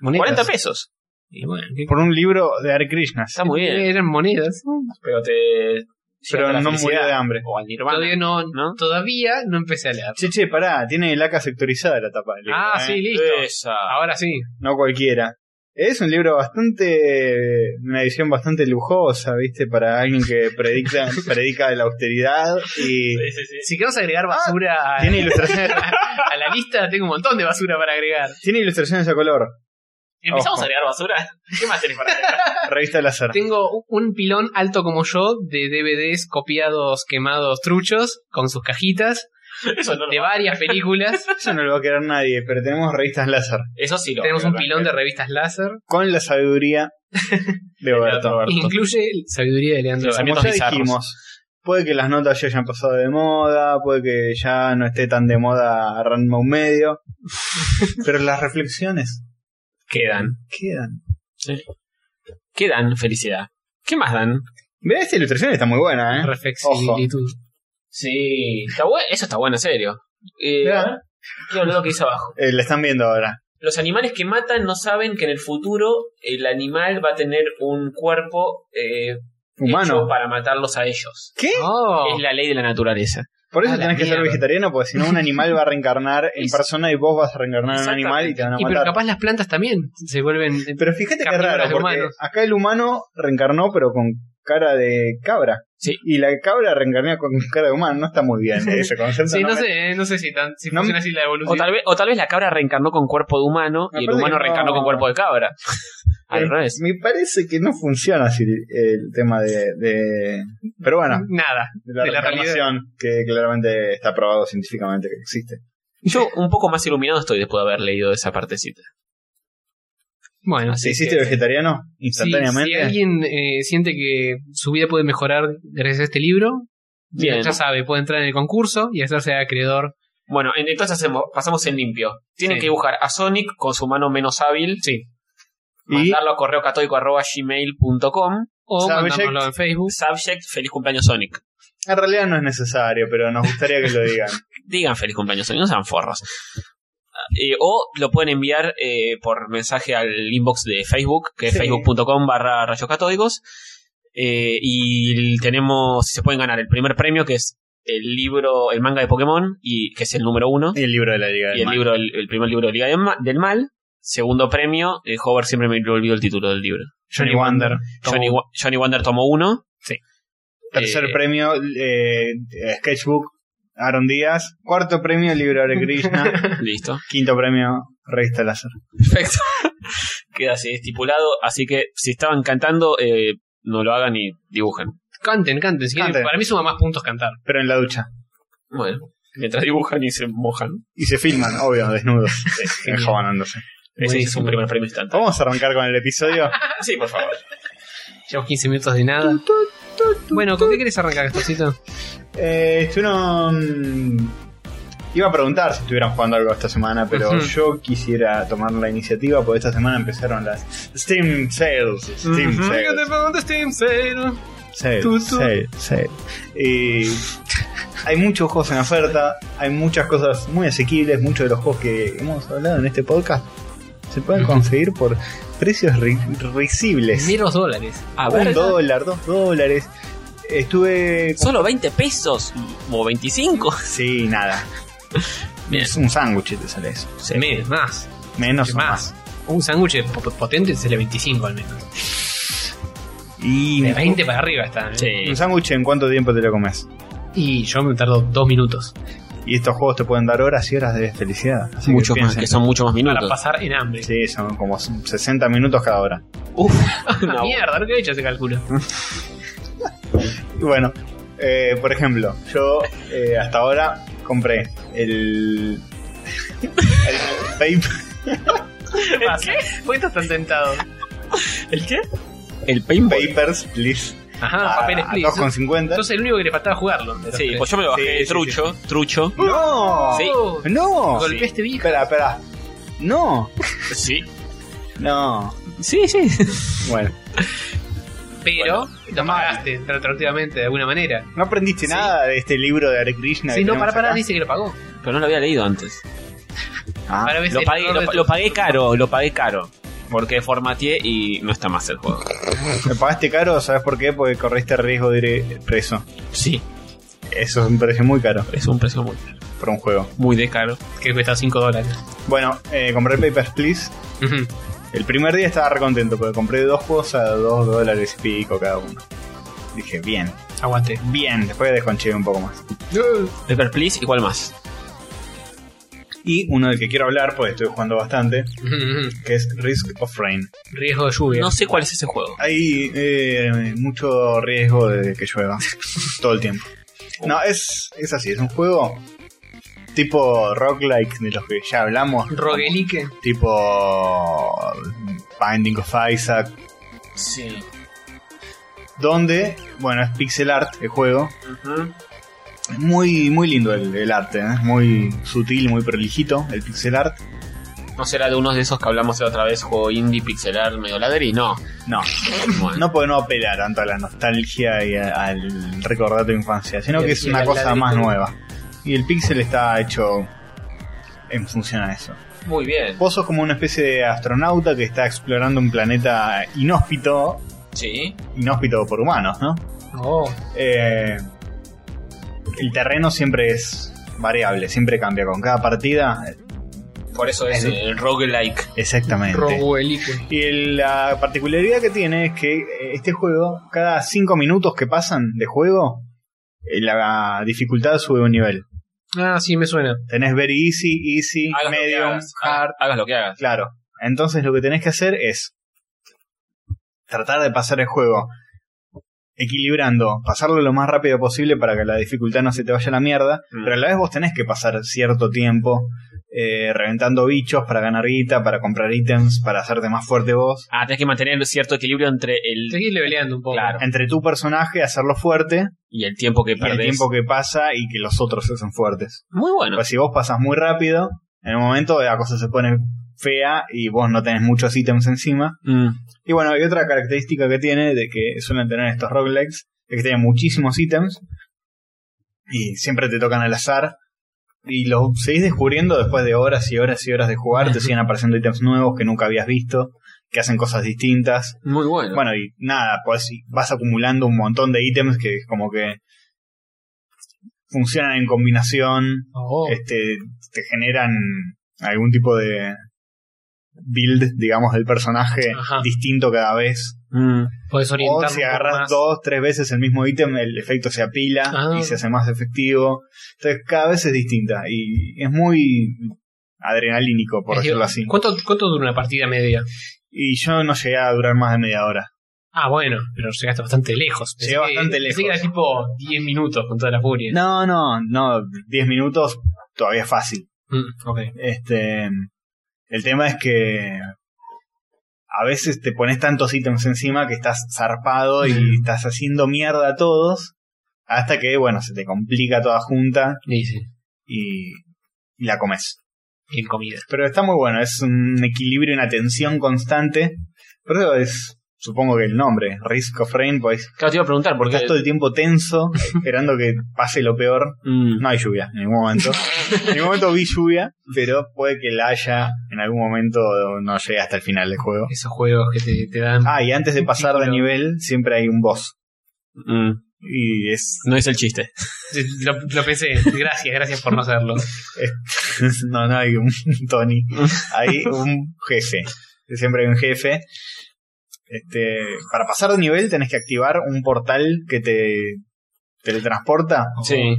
[SPEAKER 3] Monedas.
[SPEAKER 2] 40 pesos.
[SPEAKER 3] Y bueno, ¿qué-
[SPEAKER 1] Por un libro de Hare Krishna.
[SPEAKER 2] Está muy bien.
[SPEAKER 3] Eran monedas.
[SPEAKER 2] Pero te. llega a
[SPEAKER 1] Pero
[SPEAKER 2] la
[SPEAKER 1] no
[SPEAKER 2] felicidad.
[SPEAKER 1] murió de hambre.
[SPEAKER 2] O al Nirvana.
[SPEAKER 3] Todavía no,
[SPEAKER 2] ¿no?
[SPEAKER 3] todavía no empecé a leer.
[SPEAKER 1] Che, che, pará, tiene laca sectorizada la tapa del libro.
[SPEAKER 3] Ah,
[SPEAKER 1] ¿eh?
[SPEAKER 3] sí, listo.
[SPEAKER 2] Esa.
[SPEAKER 3] Ahora sí.
[SPEAKER 1] No cualquiera. Es un libro bastante. Una edición bastante lujosa, ¿viste? Para alguien que predica, predica la austeridad y.
[SPEAKER 2] Sí, sí, Ah, sí.
[SPEAKER 3] Si queremos agregar basura a,
[SPEAKER 1] Tiene ilustraciones,
[SPEAKER 3] a la lista, tengo un montón de basura para agregar.
[SPEAKER 1] tiene ilustraciones a color.
[SPEAKER 2] Empezamos
[SPEAKER 1] Ojo.
[SPEAKER 2] a agregar basura. ¿Qué más tenés para agregar?
[SPEAKER 1] Revista Láser.
[SPEAKER 3] Tengo u- un pilón alto como yo de DVDs copiados, quemados, truchos, con sus cajitas,
[SPEAKER 2] Eso no lo
[SPEAKER 3] de varias películas.
[SPEAKER 1] Eso no lo va a querer nadie, pero tenemos revistas Láser.
[SPEAKER 2] Eso sí lo.
[SPEAKER 3] Tenemos un
[SPEAKER 2] lo-
[SPEAKER 3] pilón de revistas láser.
[SPEAKER 1] Con la sabiduría de Roberto.
[SPEAKER 2] Roberto.
[SPEAKER 3] Incluye sabiduría de Leandro.
[SPEAKER 2] Sí,
[SPEAKER 3] Lamont.
[SPEAKER 1] Como
[SPEAKER 2] Pensamientos
[SPEAKER 1] ya
[SPEAKER 2] bizarros.
[SPEAKER 1] dijimos, puede que las notas ya hayan pasado de moda, puede que ya no esté tan de moda Random Medio, pero las reflexiones
[SPEAKER 2] Quedan.
[SPEAKER 1] quedan.
[SPEAKER 2] Quedan felicidad. ¿Qué más dan?
[SPEAKER 1] Mirá, esta ilustración está muy buena, ¿eh?
[SPEAKER 3] Reflexibilitud.
[SPEAKER 2] Sí, está bue- eso está bueno, en serio. Eh,
[SPEAKER 1] Ya.
[SPEAKER 2] a ver, quiero leer lo que dice abajo.
[SPEAKER 1] Eh, la están viendo ahora.
[SPEAKER 2] Los animales que matan no saben que en el futuro el animal va a tener un cuerpo eh, hecho
[SPEAKER 1] Humano.
[SPEAKER 2] para matarlos a ellos.
[SPEAKER 1] ¿Qué?
[SPEAKER 3] Oh,
[SPEAKER 2] Es la ley de la naturaleza.
[SPEAKER 1] Por
[SPEAKER 3] a
[SPEAKER 1] eso
[SPEAKER 3] Ah, la
[SPEAKER 1] tenés que ser
[SPEAKER 3] mierda.
[SPEAKER 1] vegetariano, porque si no un animal va a reencarnar en
[SPEAKER 2] Es-
[SPEAKER 1] persona y vos vas a reencarnar en un animal y te van a
[SPEAKER 3] y pero
[SPEAKER 1] matar.
[SPEAKER 3] capaz las plantas también se vuelven. eh,
[SPEAKER 1] Pero fíjate que
[SPEAKER 3] Carnívoros
[SPEAKER 1] raro, porque
[SPEAKER 3] humanos.
[SPEAKER 1] acá el humano reencarnó pero con cara de cabra.
[SPEAKER 2] Sí.
[SPEAKER 1] Y la cabra reencarnó con cara de humano. No está muy bien eh, ese concepto.
[SPEAKER 3] Sí,
[SPEAKER 1] no
[SPEAKER 3] no
[SPEAKER 1] me-
[SPEAKER 3] sé, eh, no sé si, tan, si
[SPEAKER 1] No me-
[SPEAKER 3] funciona así la
[SPEAKER 2] O
[SPEAKER 3] evolución.
[SPEAKER 2] tal, vez, o tal vez la cabra reencarnó con cuerpo de humano
[SPEAKER 1] Me
[SPEAKER 2] y el
[SPEAKER 1] parece
[SPEAKER 2] humano
[SPEAKER 1] que no.
[SPEAKER 2] reencarnó con cuerpo de cabra. Al
[SPEAKER 1] Eh,
[SPEAKER 2] revés.
[SPEAKER 1] Me parece que no funciona así el, el tema de, de- Pero bueno,
[SPEAKER 3] Nada.
[SPEAKER 1] de la,
[SPEAKER 3] de la
[SPEAKER 1] reencarnación, que claramente está probado científicamente que existe.
[SPEAKER 2] Yo un poco más iluminado estoy después de haber leído esa partecita.
[SPEAKER 3] Bueno,
[SPEAKER 1] ¿Se
[SPEAKER 3] sí.
[SPEAKER 1] hiciste
[SPEAKER 2] que-
[SPEAKER 1] vegetariano
[SPEAKER 3] Si, si
[SPEAKER 1] instantáneamente?
[SPEAKER 3] alguien eh, siente que su vida puede mejorar gracias a este libro,
[SPEAKER 2] Bien.
[SPEAKER 3] ya sabe, puede entrar en el concurso y hacerse acreedor.
[SPEAKER 2] Bueno, en- entonces hacemos, pasamos en limpio. Tienen
[SPEAKER 3] Sí.
[SPEAKER 2] que dibujar a Sonic con su mano menos hábil.
[SPEAKER 3] Sí.
[SPEAKER 1] Y
[SPEAKER 2] Mandarlo a correo católico arroba gmail punto com.
[SPEAKER 3] O
[SPEAKER 1] Subject.
[SPEAKER 3] mandándolo en Facebook.
[SPEAKER 2] Subject, feliz cumpleaños Sonic.
[SPEAKER 1] En realidad no es necesario, pero nos gustaría que lo digan.
[SPEAKER 2] Digan feliz cumpleaños, Sony, no sean forros. Eh, o lo pueden enviar eh, por mensaje al inbox de Facebook, que es
[SPEAKER 1] Sí.
[SPEAKER 2] facebook.com barra rayos catódicos. Eh, y tenemos, se pueden ganar el primer premio, que es el libro, el manga de Pokémon, y que es el número uno.
[SPEAKER 1] Y el libro de la Liga del
[SPEAKER 2] y el,
[SPEAKER 1] Mal.
[SPEAKER 2] libro, el, el primer libro de Liga del Ma- del Mal. Segundo premio, eh, Hover siempre me olvido el título del libro.
[SPEAKER 1] Johnny Wander.
[SPEAKER 2] Johnny, Wa- Johnny Wander tomo uno.
[SPEAKER 1] Sí. Tercer
[SPEAKER 2] Eh,
[SPEAKER 1] premio, eh, eh, Sketchbook, Aaron Díaz. Cuarto premio, Libro de Krishna.
[SPEAKER 2] Listo.
[SPEAKER 1] Quinto premio, Revista Láser.
[SPEAKER 2] Perfecto. Queda así estipulado. Así que si estaban cantando, eh, no lo hagan y dibujen.
[SPEAKER 3] Canten, canten. Si quieren,
[SPEAKER 1] Canten.
[SPEAKER 3] para mí suma más puntos cantar.
[SPEAKER 1] Pero en la ducha.
[SPEAKER 2] Bueno, mientras dibujan y se mojan.
[SPEAKER 1] Y se filman, obvio, desnudos, enjabonándose.
[SPEAKER 2] Ese es
[SPEAKER 3] Buenísimo.
[SPEAKER 2] un primer premio instantáneo. Ah,
[SPEAKER 1] Vamos a arrancar con el episodio.
[SPEAKER 2] Sí, por favor.
[SPEAKER 3] Llevamos 15 minutos de nada. Bueno, ¿con qué quieres arrancar, Castorcito?
[SPEAKER 1] Eh, esto no, mm, Iba a preguntar si estuvieran jugando algo esta semana, pero
[SPEAKER 3] Ujú.
[SPEAKER 1] yo quisiera tomar la iniciativa porque esta semana empezaron las Steam Sales. Steam
[SPEAKER 3] Ujú. Yo te
[SPEAKER 1] Sales.
[SPEAKER 3] pregunto, Steam Sale.
[SPEAKER 1] Sales,
[SPEAKER 3] Tú, tú.
[SPEAKER 1] sales, sales. Y hay muchos juegos en oferta, hay muchas cosas muy asequibles, muchos de los juegos que hemos hablado en este podcast se pueden conseguir por precios ri- risibles.
[SPEAKER 3] Meros dólares.
[SPEAKER 2] A
[SPEAKER 1] un dólar, dos dólares. Estuve.
[SPEAKER 2] Solo 20 pesos o 25.
[SPEAKER 1] Sí, nada.
[SPEAKER 2] Bien.
[SPEAKER 1] Es un sándwich, te sale eso.
[SPEAKER 2] Sí.
[SPEAKER 3] Menos, más.
[SPEAKER 1] Menos o
[SPEAKER 3] más.
[SPEAKER 1] más.
[SPEAKER 3] Un sándwich po- potente sale 25 al menos.
[SPEAKER 1] Y
[SPEAKER 3] De 20 para arriba está. ¿eh?
[SPEAKER 1] un sándwich, ¿en cuánto tiempo te lo comes?
[SPEAKER 3] Y yo me tardo dos minutos
[SPEAKER 1] Y estos juegos te pueden dar horas y horas de felicidad. Así que
[SPEAKER 2] Muchos más,
[SPEAKER 1] piensen.
[SPEAKER 2] que son muchos más
[SPEAKER 3] para
[SPEAKER 2] minutos.
[SPEAKER 3] pasar en hambre.
[SPEAKER 1] Sí, son como 60 minutos cada hora.
[SPEAKER 2] Uf,
[SPEAKER 3] Ah,
[SPEAKER 2] no.
[SPEAKER 3] mierda, lo que he hecho ese cálculo.
[SPEAKER 1] Y bueno, eh, por ejemplo, yo eh, hasta ahora compré el. el Paper-
[SPEAKER 3] ¿Qué pasa? ¿Por qué estás tan tentado?
[SPEAKER 2] ¿El qué? El paintball.
[SPEAKER 1] Papers, please.
[SPEAKER 3] Ajá, Ah,
[SPEAKER 2] Ah,
[SPEAKER 3] papeles, please.
[SPEAKER 1] 2,50.
[SPEAKER 3] Entonces el único que le faltaba jugarlo. de los
[SPEAKER 2] Sí,
[SPEAKER 3] tres.
[SPEAKER 2] pues yo me lo bajé
[SPEAKER 1] Sí,
[SPEAKER 2] de
[SPEAKER 1] sí,
[SPEAKER 2] trucho, trucho.
[SPEAKER 1] ¡No!
[SPEAKER 2] Sí.
[SPEAKER 3] Oh,
[SPEAKER 1] ¡No!
[SPEAKER 3] Golpeaste vieja.
[SPEAKER 1] Espera, espera. ¡No!
[SPEAKER 2] Sí.
[SPEAKER 1] No.
[SPEAKER 2] Sí, sí.
[SPEAKER 1] Bueno,
[SPEAKER 3] Pero
[SPEAKER 1] Bueno,
[SPEAKER 3] lo pagaste retroactivamente de alguna manera.
[SPEAKER 1] no aprendiste
[SPEAKER 3] Sí.
[SPEAKER 1] nada de este libro de Hare Krishna.
[SPEAKER 3] Si
[SPEAKER 1] que
[SPEAKER 3] no,
[SPEAKER 1] tenemos
[SPEAKER 3] para para
[SPEAKER 1] acá?
[SPEAKER 3] dice que lo pagó.
[SPEAKER 2] Pero no lo había leído antes.
[SPEAKER 1] Ah,
[SPEAKER 3] Para ver
[SPEAKER 2] Lo
[SPEAKER 3] si-
[SPEAKER 2] pagué, lo, lo pagué caro, lo pagué caro. Porque formateé y no está más el juego.
[SPEAKER 1] Me pagaste caro, ¿sabes por qué? Porque corriste riesgo de ir preso.
[SPEAKER 2] Sí,
[SPEAKER 1] Eso es un precio muy caro
[SPEAKER 2] es un precio muy,
[SPEAKER 1] por un juego.
[SPEAKER 2] muy de caro.
[SPEAKER 3] Que cuesta 5 dólares.
[SPEAKER 1] Bueno, eh, compré Papers, Please.
[SPEAKER 3] Ujú.
[SPEAKER 1] El primer día estaba recontento porque compré dos juegos a dos dólares y pico cada uno. Dije, bien,
[SPEAKER 3] Aguante.
[SPEAKER 1] bien, después desconché un poco más.
[SPEAKER 2] Paper Please y cuál más.
[SPEAKER 1] Y uno del que quiero hablar, porque estoy jugando bastante,
[SPEAKER 3] Ujú, ujú.
[SPEAKER 1] que es Risk of Rain.
[SPEAKER 3] Riesgo de lluvia.
[SPEAKER 2] No sé cuál es ese juego.
[SPEAKER 1] Hay eh, mucho riesgo de que llueva todo el tiempo. No, es, es así, es un juego tipo roguelike de los que ya hablamos.
[SPEAKER 3] Roguelique.
[SPEAKER 1] Tipo Binding of Isaac,
[SPEAKER 2] Sí.
[SPEAKER 1] donde, bueno, es pixel art el juego. Muy, muy lindo el, el arte, ¿eh? muy sutil, muy prolijito el pixel art.
[SPEAKER 2] No será de uno de esos que hablamos la otra vez, juego indie, pixelar, medio ladri. No.
[SPEAKER 1] No,
[SPEAKER 2] Bueno.
[SPEAKER 1] no porque no apela tanto a la nostalgia y a- al recordar tu infancia, sino
[SPEAKER 3] Y-
[SPEAKER 1] que es
[SPEAKER 3] y
[SPEAKER 1] una
[SPEAKER 3] al
[SPEAKER 1] cosa más
[SPEAKER 3] ladrillo.
[SPEAKER 1] nueva. Y el pixel está hecho en función a eso.
[SPEAKER 2] Muy bien.
[SPEAKER 1] Vos sos como una especie de astronauta que está explorando un planeta inhóspito,
[SPEAKER 2] Sí.
[SPEAKER 1] inhóspito por humanos, ¿no?
[SPEAKER 3] Oh,
[SPEAKER 1] Eh, el terreno siempre es variable, siempre cambia. Con cada partida,
[SPEAKER 2] Por eso es
[SPEAKER 1] El-
[SPEAKER 2] el roguelike.
[SPEAKER 1] exactamente.
[SPEAKER 3] roguelique.
[SPEAKER 1] Y el- la particularidad que tiene es que eh, este juego, cada 5 minutos que pasan de juego, eh, la dificultad sube un nivel.
[SPEAKER 3] Ah, sí, me suena.
[SPEAKER 1] Tenés very easy, easy,
[SPEAKER 2] Hagas lo que
[SPEAKER 1] medium,
[SPEAKER 2] hagas, Ah,
[SPEAKER 1] hard.
[SPEAKER 2] hagas- Hagas lo que hagas.
[SPEAKER 1] Claro. Entonces lo que tenés que hacer es tratar de pasar el juego equilibrando, pasarlo lo más rápido posible para que la dificultad no se te vaya a la mierda,
[SPEAKER 2] Mm.
[SPEAKER 1] pero a la vez vos tenés que pasar cierto tiempo eh, reventando bichos para ganar guita, para comprar ítems, para hacerte más fuerte vos.
[SPEAKER 2] Ah, tenés que mantener cierto equilibrio entre el
[SPEAKER 3] Seguí leveleando un poco.
[SPEAKER 2] Claro.
[SPEAKER 1] Entre tu personaje, hacerlo fuerte,
[SPEAKER 2] y el tiempo que
[SPEAKER 1] y el
[SPEAKER 2] perdés.
[SPEAKER 1] tiempo que pasa y que los otros se hacen fuertes.
[SPEAKER 2] Muy bueno.
[SPEAKER 1] Pues si vos pasas muy rápido, en un momento la cosa se pone fea y vos no tenés muchos ítems encima.
[SPEAKER 2] Mm.
[SPEAKER 1] Y bueno, hay otra característica que tiene de que suelen tener estos roguelikes, es que tienen muchísimos ítems y siempre te tocan al azar. Y los seguís descubriendo después de horas y horas y horas de jugar. Te siguen apareciendo ítems nuevos que nunca habías visto, que hacen cosas distintas.
[SPEAKER 2] Muy bueno.
[SPEAKER 1] Bueno, y nada, pues y vas acumulando un montón de ítems que es como que funcionan en combinación,
[SPEAKER 3] Oh.
[SPEAKER 1] este, te generan algún tipo de build, digamos, del personaje
[SPEAKER 3] Ajá.
[SPEAKER 1] distinto cada vez.
[SPEAKER 2] Mm.
[SPEAKER 3] Puedes orientar.
[SPEAKER 1] O si agarras dos, tres veces el mismo ítem, el efecto se apila
[SPEAKER 3] Ah.
[SPEAKER 1] y se hace más efectivo. Entonces cada vez es distinta y es muy adrenalínico, por decirlo así.
[SPEAKER 3] ¿Cuánto, ¿Cuánto dura una partida media?
[SPEAKER 1] Y yo no llegué a durar más de media hora.
[SPEAKER 3] Ah, bueno, pero llegaste bastante lejos.
[SPEAKER 1] Llegué bastante lejos.
[SPEAKER 3] Sí, era tipo 10 minutos con toda la furia.
[SPEAKER 1] No, no, no, 10 minutos todavía es fácil.
[SPEAKER 3] Mm, ok.
[SPEAKER 1] Este, el tema es que a veces te pones tantos ítems encima que estás zarpado y estás haciendo mierda a todos hasta que, bueno, se te complica toda junta
[SPEAKER 3] Y sí,
[SPEAKER 1] y, y la comes.
[SPEAKER 3] bien comida.
[SPEAKER 1] Pero está muy bueno, es un equilibrio y una tensión constante. Pero eso es, supongo que el nombre, Risk of Rain, pues
[SPEAKER 2] Claro, te iba a preguntar, porque.
[SPEAKER 1] estás todo el tiempo tenso, esperando que pase lo peor.
[SPEAKER 2] Mm.
[SPEAKER 1] No hay lluvia en ningún momento. en ningún momento vi lluvia, pero puede que la haya en algún momento, no llegue hasta el final del juego.
[SPEAKER 3] Esos juegos que te, te dan.
[SPEAKER 1] Ah, y antes de pasar de
[SPEAKER 3] Título.
[SPEAKER 1] nivel, siempre hay un boss.
[SPEAKER 2] Mm.
[SPEAKER 1] Y es.
[SPEAKER 2] No es el chiste.
[SPEAKER 3] Lo, lo pensé. Gracias, gracias por no hacerlo.
[SPEAKER 1] es- no, no hay un Tony. Hay un jefe. Siempre hay un jefe. Este, para pasar de nivel tenés que activar un portal que te teletransporta.
[SPEAKER 2] Sí.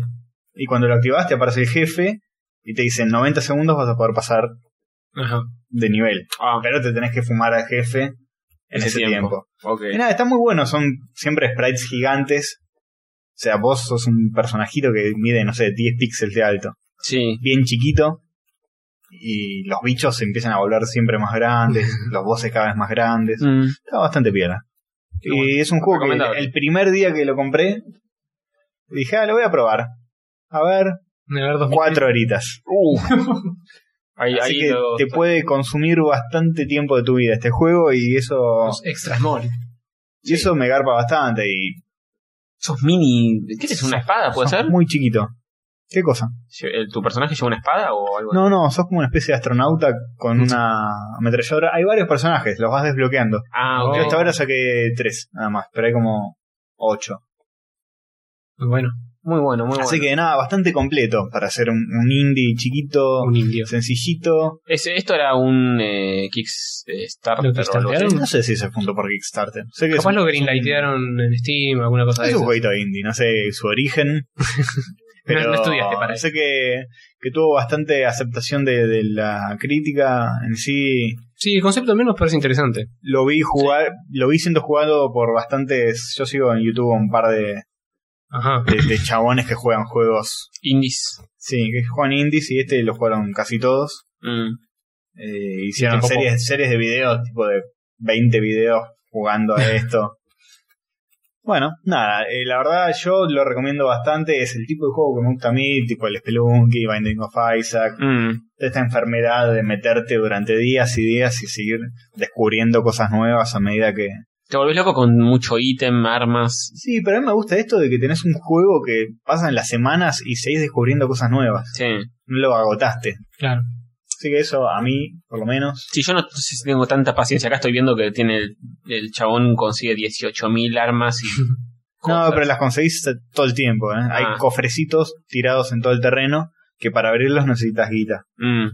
[SPEAKER 1] Y cuando lo activas te aparece el jefe y te dice en 90 segundos vas a poder pasar
[SPEAKER 3] Ajá.
[SPEAKER 1] de nivel.
[SPEAKER 2] Ah,
[SPEAKER 1] Pero te tenés que fumar al jefe en
[SPEAKER 2] Ese
[SPEAKER 1] ese,
[SPEAKER 2] tiempo.
[SPEAKER 1] tiempo.
[SPEAKER 2] ok.
[SPEAKER 1] Y nada, está muy bueno, son siempre sprites gigantes. O sea, vos sos un personajito que mide, no sé, 10 píxeles de alto.
[SPEAKER 2] Sí.
[SPEAKER 1] Bien chiquito. Y los bichos se empiezan a volver siempre más grandes, los voces cada vez más grandes.
[SPEAKER 2] Mm.
[SPEAKER 1] Está bastante piola.
[SPEAKER 2] Qué
[SPEAKER 1] Y
[SPEAKER 2] bueno.
[SPEAKER 1] es un juego que
[SPEAKER 2] Recomendable.
[SPEAKER 1] el primer día que lo compré, dije, ah, lo voy a probar. A ver,
[SPEAKER 3] De haber dos
[SPEAKER 1] cuatro horitas.
[SPEAKER 2] Uh. ahí
[SPEAKER 1] Así
[SPEAKER 2] ahí
[SPEAKER 1] que
[SPEAKER 2] lo-
[SPEAKER 1] te puede consumir bastante tiempo de tu vida este juego y eso,
[SPEAKER 3] minutos extra small.
[SPEAKER 1] y eso me garpa bastante y
[SPEAKER 2] Sos mini. ¿Qué es? ¿Una espada? ¿Puede
[SPEAKER 1] sos
[SPEAKER 2] ser?
[SPEAKER 1] muy chiquito. ¿Qué cosa?
[SPEAKER 2] Lle- el- ¿Tu personaje lleva una espada o algo?
[SPEAKER 1] No, no, sos como una especie de astronauta con
[SPEAKER 2] Mm.
[SPEAKER 1] una ametralladora. Hay varios personajes, los vas desbloqueando.
[SPEAKER 2] Ah, ok.
[SPEAKER 1] Yo hasta ahora saqué tres, nada más, pero hay como ocho.
[SPEAKER 3] Muy bueno.
[SPEAKER 2] Muy bueno, muy Ah, bueno.
[SPEAKER 1] Así que nada, bastante completo para ser un, un indie chiquito,
[SPEAKER 3] Un indio.
[SPEAKER 1] sencillito.
[SPEAKER 2] Ese- esto era un eh, Kickstarter. o algo
[SPEAKER 3] ¿Lo
[SPEAKER 2] así.
[SPEAKER 3] kickstartearon?
[SPEAKER 1] Eh, No sé si se punto por Kickstarter. Sé que es
[SPEAKER 3] Capaz
[SPEAKER 1] un-
[SPEAKER 3] lo
[SPEAKER 1] es
[SPEAKER 3] greenlightearon en Steam, alguna cosa
[SPEAKER 1] un-
[SPEAKER 3] de
[SPEAKER 1] Es un
[SPEAKER 3] eso.
[SPEAKER 1] jueguito indie, no sé su origen. pero
[SPEAKER 3] no estudiaste para
[SPEAKER 1] Sé que, que tuvo bastante aceptación de, de la crítica en sí.
[SPEAKER 3] Sí, el concepto al menos parece interesante.
[SPEAKER 1] Lo vi jugar, lo vi siendo jugado por bastantes. Yo sigo en YouTube a un par de,
[SPEAKER 3] Ajá.
[SPEAKER 1] de- de chabones que juegan juegos.
[SPEAKER 2] Indies.
[SPEAKER 1] Sí, que juegan indies y este lo jugaron casi todos.
[SPEAKER 2] Mm.
[SPEAKER 1] Eh, hicieron
[SPEAKER 3] te copó.
[SPEAKER 1] series, series de videos, tipo de 20 videos jugando a esto. bueno, nada, eh, la verdad yo lo recomiendo bastante. Es el tipo de juego que me gusta a mí, tipo el Spelunky, Binding of Isaac.
[SPEAKER 2] Mm.
[SPEAKER 1] Toda esta enfermedad de meterte durante días y días y seguir descubriendo cosas nuevas a medida que,
[SPEAKER 2] Te volvés loco con mucho ítem, armas.
[SPEAKER 1] Sí, pero a mí me gusta esto de que tenés un juego que pasan las semanas y seguís descubriendo cosas nuevas.
[SPEAKER 2] Sí.
[SPEAKER 1] No lo agotaste.
[SPEAKER 3] Claro.
[SPEAKER 1] Así que eso, a mí, por lo menos.
[SPEAKER 2] Sí, yo no sé si tengo tanta paciencia. Acá estoy viendo que tiene el, el chabón consigue 18.000 armas y.
[SPEAKER 1] No,
[SPEAKER 2] cosas.
[SPEAKER 1] pero las conseguís todo el tiempo. ¿eh? Hay
[SPEAKER 2] Ah.
[SPEAKER 1] cofrecitos tirados en todo el terreno que para abrirlos necesitas guita.
[SPEAKER 2] Mm,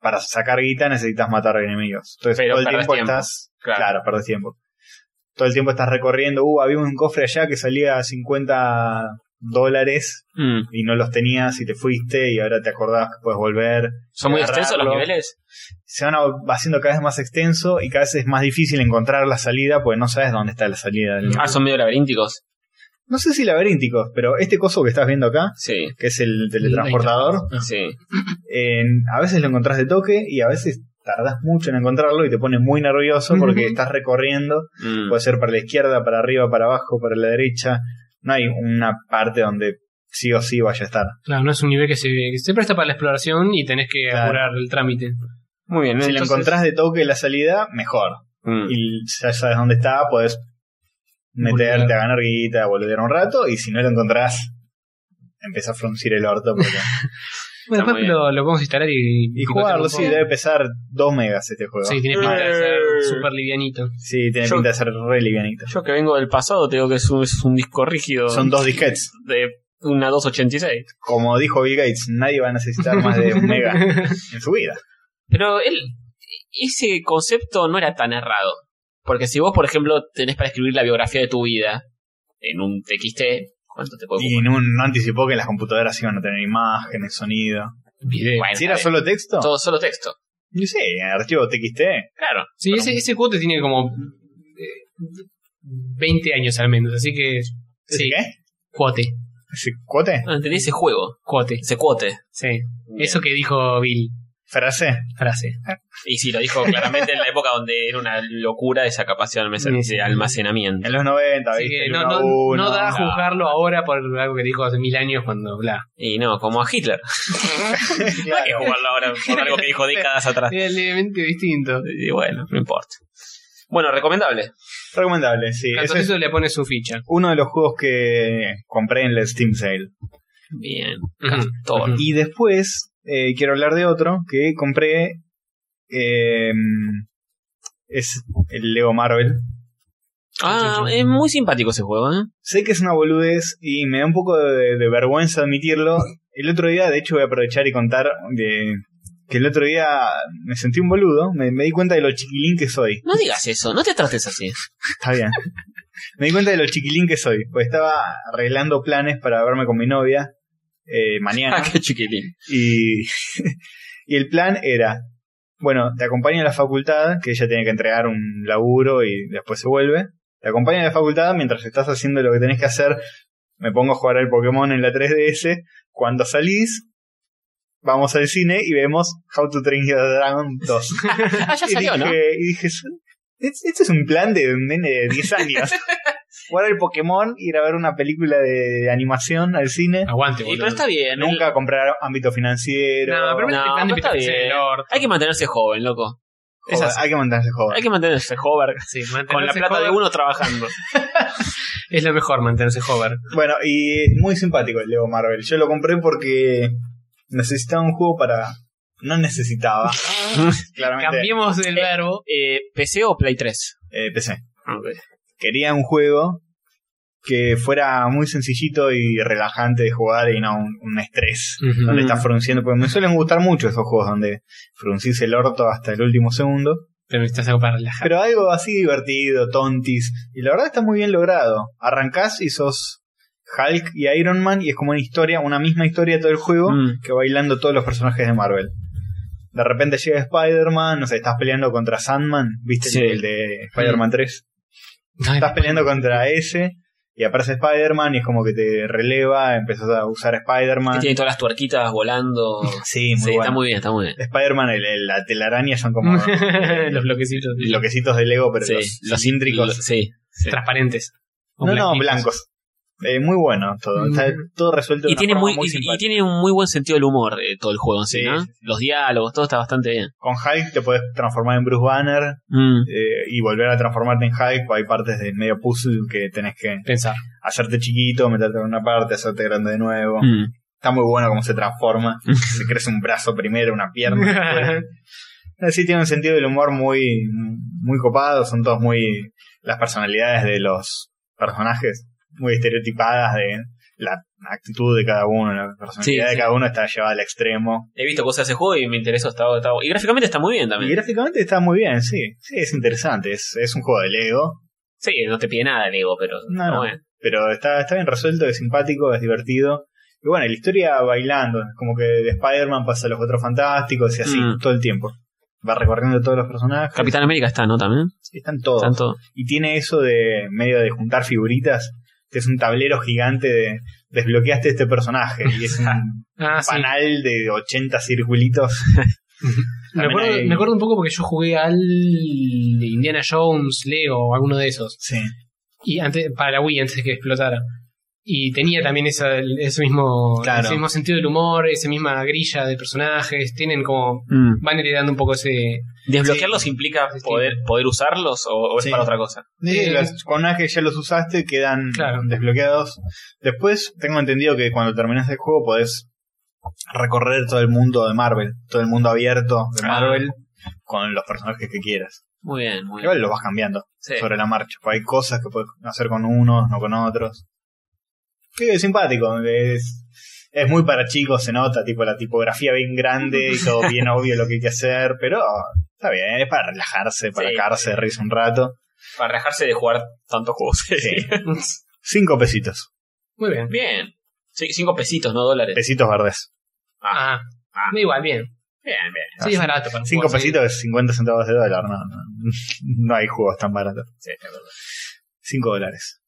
[SPEAKER 1] Para sacar guita necesitas matar enemigos. Entonces
[SPEAKER 2] Pero
[SPEAKER 1] todo el
[SPEAKER 2] perdés
[SPEAKER 1] tiempo,
[SPEAKER 2] tiempo.
[SPEAKER 1] estás...
[SPEAKER 2] claro.
[SPEAKER 1] Claro. perdés tiempo. Todo el tiempo estás recorriendo. Uh, había un cofre allá que salía a 50 dólares
[SPEAKER 2] Mm.
[SPEAKER 1] y no los tenías y te fuiste y ahora te acordás que puedes volver.
[SPEAKER 2] ¿Son muy extensos los
[SPEAKER 1] Agarrarlo.
[SPEAKER 2] niveles?
[SPEAKER 1] se van a- va haciendo cada vez más extenso y cada vez es más difícil encontrar la salida porque no sabes dónde está la salida. del-
[SPEAKER 2] Ah, son medio laberínticos.
[SPEAKER 1] No sé si laberínticos, pero este coso que estás viendo acá,
[SPEAKER 2] Sí,
[SPEAKER 1] que es el teletransportador,
[SPEAKER 3] Ah.
[SPEAKER 2] sí.
[SPEAKER 1] en- a veces lo encontrás de toque y a veces tardás mucho en encontrarlo y te pones muy nervioso porque
[SPEAKER 3] Ujú.
[SPEAKER 1] estás recorriendo.
[SPEAKER 2] Mm.
[SPEAKER 1] Puede ser para la izquierda, para arriba, para abajo, para la derecha. No hay una parte donde sí o sí vaya a estar.
[SPEAKER 3] Claro, no es un nivel que se, que se presta para la exploración y tenés que
[SPEAKER 1] Claro.
[SPEAKER 3] apurar el trámite.
[SPEAKER 2] Muy bien,
[SPEAKER 1] Si lo
[SPEAKER 2] entonces-
[SPEAKER 1] encontrás de toque la salida, mejor.
[SPEAKER 2] Mm.
[SPEAKER 1] y ya sabes dónde está, podés meterte
[SPEAKER 3] Boludear.
[SPEAKER 1] a ganar guita, volver un rato, y si no lo encontrás, empecé a fruncir el orto. Porque...
[SPEAKER 3] Bueno,
[SPEAKER 2] Está
[SPEAKER 3] después
[SPEAKER 2] muy
[SPEAKER 3] lo, lo podemos instalar y.
[SPEAKER 1] y jugarlo, sí, debe pesar 2 megas este juego.
[SPEAKER 3] Sí,
[SPEAKER 1] Sí,
[SPEAKER 3] tiene pinta de ser
[SPEAKER 2] Eh.
[SPEAKER 3] súper livianito.
[SPEAKER 1] tiene
[SPEAKER 2] Yo-
[SPEAKER 1] pinta de ser re livianito.
[SPEAKER 2] Yo que vengo del pasado, te digo que es un, es un disco rígido.
[SPEAKER 1] Son dos disquets.
[SPEAKER 2] De una 286.
[SPEAKER 1] Como dijo Bill Gates, nadie va a necesitar más de un mega en su vida.
[SPEAKER 2] Pero él, ese concepto no era tan errado. Porque si vos, por ejemplo, tenés para escribir la biografía de tu vida en un TXT, ¿cuánto te puede
[SPEAKER 1] Y no, no anticipó que las computadoras iban a tener imágenes, sonido.
[SPEAKER 2] Video. Bueno,
[SPEAKER 1] si era
[SPEAKER 2] está
[SPEAKER 1] solo texto,
[SPEAKER 2] bien. todo solo texto.
[SPEAKER 1] yo sé, archivo TXT.
[SPEAKER 2] Claro.
[SPEAKER 3] Sí,
[SPEAKER 2] Pero-
[SPEAKER 3] ese, ese juego te tiene como. eh, 20 años al menos, así que.
[SPEAKER 1] ¿Ese
[SPEAKER 3] Sí,
[SPEAKER 1] ¿Qué?
[SPEAKER 3] cuote,
[SPEAKER 1] ¿Ese cuote?
[SPEAKER 2] No entendí ese juego,
[SPEAKER 3] cuote.
[SPEAKER 2] ese cuote.
[SPEAKER 3] Sí, eso que dijo Bill,
[SPEAKER 1] ¿Frase?
[SPEAKER 3] frase.
[SPEAKER 2] Y sí, lo dijo claramente en la época donde era una locura esa capacidad de almac-
[SPEAKER 3] Sí, sí.
[SPEAKER 2] de almacenamiento.
[SPEAKER 1] En los 90,
[SPEAKER 3] Así
[SPEAKER 1] ¿viste?
[SPEAKER 3] que
[SPEAKER 1] El
[SPEAKER 3] no,
[SPEAKER 1] uno a
[SPEAKER 3] no,
[SPEAKER 1] uno.
[SPEAKER 3] no da a
[SPEAKER 2] no.
[SPEAKER 3] juzgarlo ahora por algo que dijo hace mil años cuando bla.
[SPEAKER 2] Y no, como a Hitler. No hay que
[SPEAKER 1] Claro.
[SPEAKER 2] jugarlo ahora por algo que dijo décadas atrás.
[SPEAKER 3] Era levemente distinto.
[SPEAKER 2] Y bueno, no importa. Bueno, recomendable.
[SPEAKER 1] Recomendable, sí. Eso
[SPEAKER 3] Entonces
[SPEAKER 1] es
[SPEAKER 3] eso le pone su ficha.
[SPEAKER 1] uno de los juegos que compré en la Steam Sale.
[SPEAKER 2] Bien.
[SPEAKER 3] Ujú.
[SPEAKER 2] Todo.
[SPEAKER 3] Ujú.
[SPEAKER 1] Y después eh, quiero hablar de otro que compré. eh, es el Lego Marvel.
[SPEAKER 2] Ah, es muy simpático ese juego, ¿eh?
[SPEAKER 1] Sé que es una boludez y me da un poco de, de vergüenza admitirlo. El otro día, de hecho, voy a aprovechar y contar de que el otro día me sentí un boludo. Me, me di cuenta de lo chiquilín que soy.
[SPEAKER 2] No digas eso, no te trates así.
[SPEAKER 1] Está bien. Me di cuenta de lo chiquilín que soy. Pues estaba arreglando planes para verme con mi novia eh, mañana.
[SPEAKER 2] Ah, qué chiquitín.
[SPEAKER 1] Y, y el plan era, bueno, te acompaña a la facultad, que ella tiene que entregar un laburo y después se vuelve. Te acompaña a la facultad mientras estás haciendo lo que tenés que hacer. Me pongo a jugar al Pokémon en la 3DS. Cuando salís, vamos al cine y vemos How to Train Your Dragon 2.
[SPEAKER 2] Ah, ya
[SPEAKER 1] y,
[SPEAKER 2] salió,
[SPEAKER 1] dije,
[SPEAKER 2] ¿no?
[SPEAKER 1] y dije, "Su- es- este es un plan de un nene de 10 años. jugar al Pokémon, ir a ver una película de animación al cine.
[SPEAKER 3] Aguante,
[SPEAKER 2] Y,
[SPEAKER 3] boludo.
[SPEAKER 2] pero está bien. Ah, el-
[SPEAKER 1] Nunca comprar ámbito financiero.
[SPEAKER 3] No, pero,
[SPEAKER 2] No,
[SPEAKER 3] están
[SPEAKER 2] pero
[SPEAKER 3] de
[SPEAKER 2] está
[SPEAKER 3] pitarse
[SPEAKER 2] bien.
[SPEAKER 3] el orto.
[SPEAKER 2] Hay que mantenerse joven, loco. Es
[SPEAKER 1] Joder,
[SPEAKER 2] así.
[SPEAKER 1] hay que mantenerse joven.
[SPEAKER 2] Hay que mantenerse joven
[SPEAKER 3] Sí,
[SPEAKER 2] con la
[SPEAKER 3] mantenerse
[SPEAKER 2] plata de
[SPEAKER 3] joven
[SPEAKER 2] uno trabajando.
[SPEAKER 3] Es lo mejor mantenerse hover.
[SPEAKER 1] Bueno, y muy simpático el Lego Marvel. Yo lo compré porque necesitaba un juego para. No necesitaba, claramente.
[SPEAKER 3] Cambiemos el
[SPEAKER 2] Eh.
[SPEAKER 3] verbo.
[SPEAKER 2] Eh, ¿PC o Play 3?
[SPEAKER 1] Eh, PC. Quería un juego que fuera muy sencillito y relajante de jugar y no un, un estrés. Donde
[SPEAKER 2] Mm.
[SPEAKER 1] estás frunciendo, porque me suelen gustar mucho esos juegos donde fruncís el orto hasta el último segundo.
[SPEAKER 3] Pero necesitas algo para relajar.
[SPEAKER 1] Pero algo así divertido, tontis. Y la verdad está muy bien logrado. Arrancás y sos Hulk y Iron Man y es como una historia, una misma historia todo el juego,
[SPEAKER 2] Mm.
[SPEAKER 1] que bailando todos los personajes de Marvel. De repente llega Spider-Man, no sé, estás peleando contra Sandman, ¿viste
[SPEAKER 2] Sí. Mm.
[SPEAKER 1] el de Spider-Man 3?
[SPEAKER 3] Ay,
[SPEAKER 1] Estás peleando contra ese y aparece Spider-Man y es como que te releva, empezás a usar a
[SPEAKER 2] Que
[SPEAKER 1] Spider-Man.
[SPEAKER 2] tiene todas las tuerquitas volando.
[SPEAKER 1] Sí, muy
[SPEAKER 2] sí,
[SPEAKER 1] bueno.
[SPEAKER 2] está muy bien, está muy bien.
[SPEAKER 1] Spider-Man, el- el- la telaraña son como
[SPEAKER 3] los bloquecitos
[SPEAKER 1] loquecitos de Lego, pero
[SPEAKER 2] Sí,
[SPEAKER 1] los, los cíndricos.
[SPEAKER 2] Lo- Sí.
[SPEAKER 3] transparentes. O
[SPEAKER 1] No, no,
[SPEAKER 3] blanquitos.
[SPEAKER 1] blancos. Eh, muy bueno todo. Está
[SPEAKER 3] Mm.
[SPEAKER 1] todo resuelto de
[SPEAKER 2] Y
[SPEAKER 1] una
[SPEAKER 2] tiene,
[SPEAKER 1] forma
[SPEAKER 2] muy,
[SPEAKER 1] muy
[SPEAKER 2] y- y,
[SPEAKER 1] simpática.
[SPEAKER 2] tiene un muy buen sentido del humor eh, todo el juego en sí,
[SPEAKER 1] Sí,
[SPEAKER 2] ¿no?
[SPEAKER 1] sí, sí.
[SPEAKER 2] Los diálogos, todo está bastante bien.
[SPEAKER 1] Con Hulk te puedes transformar en Bruce Banner
[SPEAKER 2] Mm.
[SPEAKER 1] eh, y volver a transformarte en Hulk. Hay partes de medio puzzle que tenés que
[SPEAKER 3] Pensar.
[SPEAKER 1] hacerte chiquito, meterte en una parte, hacerte grande de nuevo.
[SPEAKER 2] Mm.
[SPEAKER 1] Está muy bueno cómo se transforma. se crece un brazo primero, una
[SPEAKER 3] Ah,
[SPEAKER 1] pierna. después. Así Eh, tiene un sentido del humor muy, muy copado. Son todos muy. Las personalidades de los personajes muy estereotipadas de la actitud de cada uno, la personalidad
[SPEAKER 2] Sí,
[SPEAKER 1] de
[SPEAKER 2] sí.
[SPEAKER 1] cada uno está llevada al extremo.
[SPEAKER 2] He visto cosas de ese juego y me interesó. Está, está- y gráficamente está muy bien
[SPEAKER 1] Y
[SPEAKER 2] también.
[SPEAKER 1] gráficamente está muy bien, sí. Sí, es interesante. Es, es un juego de Lego,
[SPEAKER 2] Sí, no te pide nada, Lego, pero.
[SPEAKER 1] No,
[SPEAKER 2] está
[SPEAKER 1] no.
[SPEAKER 2] bueno.
[SPEAKER 1] pero está, está bien resuelto, es simpático, es divertido. Y bueno, la historia bailando, como que de Spider-Man pasa a los cuatro fantásticos y así
[SPEAKER 2] Mm.
[SPEAKER 1] todo el tiempo. Va recorriendo todos los personajes.
[SPEAKER 2] Capitán América está, ¿no? También.
[SPEAKER 1] Están todos.
[SPEAKER 2] Tanto.
[SPEAKER 1] Y tiene eso de medio de juntar figuritas, que es un tablero gigante de desbloqueaste este personaje. Y es un
[SPEAKER 3] Ah, sí.
[SPEAKER 1] panal de 80 circulitos.
[SPEAKER 3] Me
[SPEAKER 1] También
[SPEAKER 3] acuerdo,
[SPEAKER 1] hay-
[SPEAKER 3] me acuerdo un poco porque yo jugué al Indiana Jones, Lego o alguno de esos.
[SPEAKER 1] Sí.
[SPEAKER 3] Y antes, para la Wii, antes de que explotara. Y tenía también esa- ese, mismo,
[SPEAKER 1] Claro.
[SPEAKER 3] ese mismo sentido del humor, esa misma grilla de personajes. Tienen como.
[SPEAKER 2] Mm.
[SPEAKER 3] Van heredando un poco ese.
[SPEAKER 2] ¿Desbloquearlos implica
[SPEAKER 3] Sí.
[SPEAKER 2] poder, poder usarlos o, o es
[SPEAKER 1] Sí.
[SPEAKER 2] para otra cosa?
[SPEAKER 1] Sí,
[SPEAKER 3] Eh,
[SPEAKER 1] las- con una vez que ya los usaste, quedan
[SPEAKER 3] Claro.
[SPEAKER 1] desbloqueados. Después, tengo entendido que cuando terminas el juego podés recorrer todo el mundo de Marvel, todo el mundo abierto de
[SPEAKER 2] Ah.
[SPEAKER 1] Marvel, con los personajes que quieras.
[SPEAKER 2] Muy bien, muy bien.
[SPEAKER 1] Igual los vas cambiando
[SPEAKER 2] Sí.
[SPEAKER 1] sobre la marcha, porque hay cosas que puedes hacer con unos, no con otros. Sí, es simpático, es, es muy para chicos, se nota, tipo la tipografía bien grande y todo bien obvio lo que hay que hacer, pero está bien, es para relajarse, para
[SPEAKER 2] Sí.
[SPEAKER 1] caerse de risa un rato.
[SPEAKER 2] Para dejarse de jugar tantos juegos.
[SPEAKER 1] Sí. Cinco pesitos.
[SPEAKER 3] Muy bien.
[SPEAKER 2] bien. Sí, cinco pesitos, no dólares.
[SPEAKER 1] Pesitos verdes.
[SPEAKER 3] Ah,
[SPEAKER 2] Ah.
[SPEAKER 3] igual, bien.
[SPEAKER 2] Bien, bien.
[SPEAKER 3] Sí, es barato para un
[SPEAKER 1] Ah, Cinco
[SPEAKER 3] juego, sí.
[SPEAKER 1] pesitos es 50 centavos de dólar. No, no, no hay juegos tan baratos.
[SPEAKER 2] Sí, es verdad.
[SPEAKER 1] 5 dólares.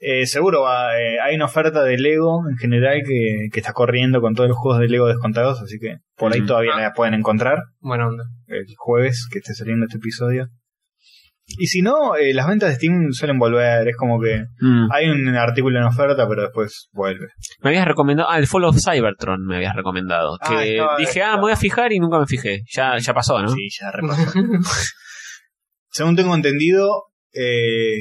[SPEAKER 1] Eh, seguro va, eh, hay una oferta de Lego en general que, que está corriendo con todos los juegos de Lego descontados, así que por ahí
[SPEAKER 2] Ujú.
[SPEAKER 1] todavía
[SPEAKER 3] Ah.
[SPEAKER 1] la pueden encontrar
[SPEAKER 3] Buena onda.
[SPEAKER 1] el jueves que esté saliendo este episodio. Y si no, eh, las ventas de Steam suelen volver, es como que hay un artículo en oferta, pero después vuelve.
[SPEAKER 2] Me habías recomendado. Ah, el Fall of Cybertron me habías recomendado. Que
[SPEAKER 1] Ah, estaba-
[SPEAKER 2] dije, ah, me voy a fijar y nunca me fijé. Ya, ya pasó, ¿no?
[SPEAKER 1] Sí, ya repasó. Según tengo entendido, eh,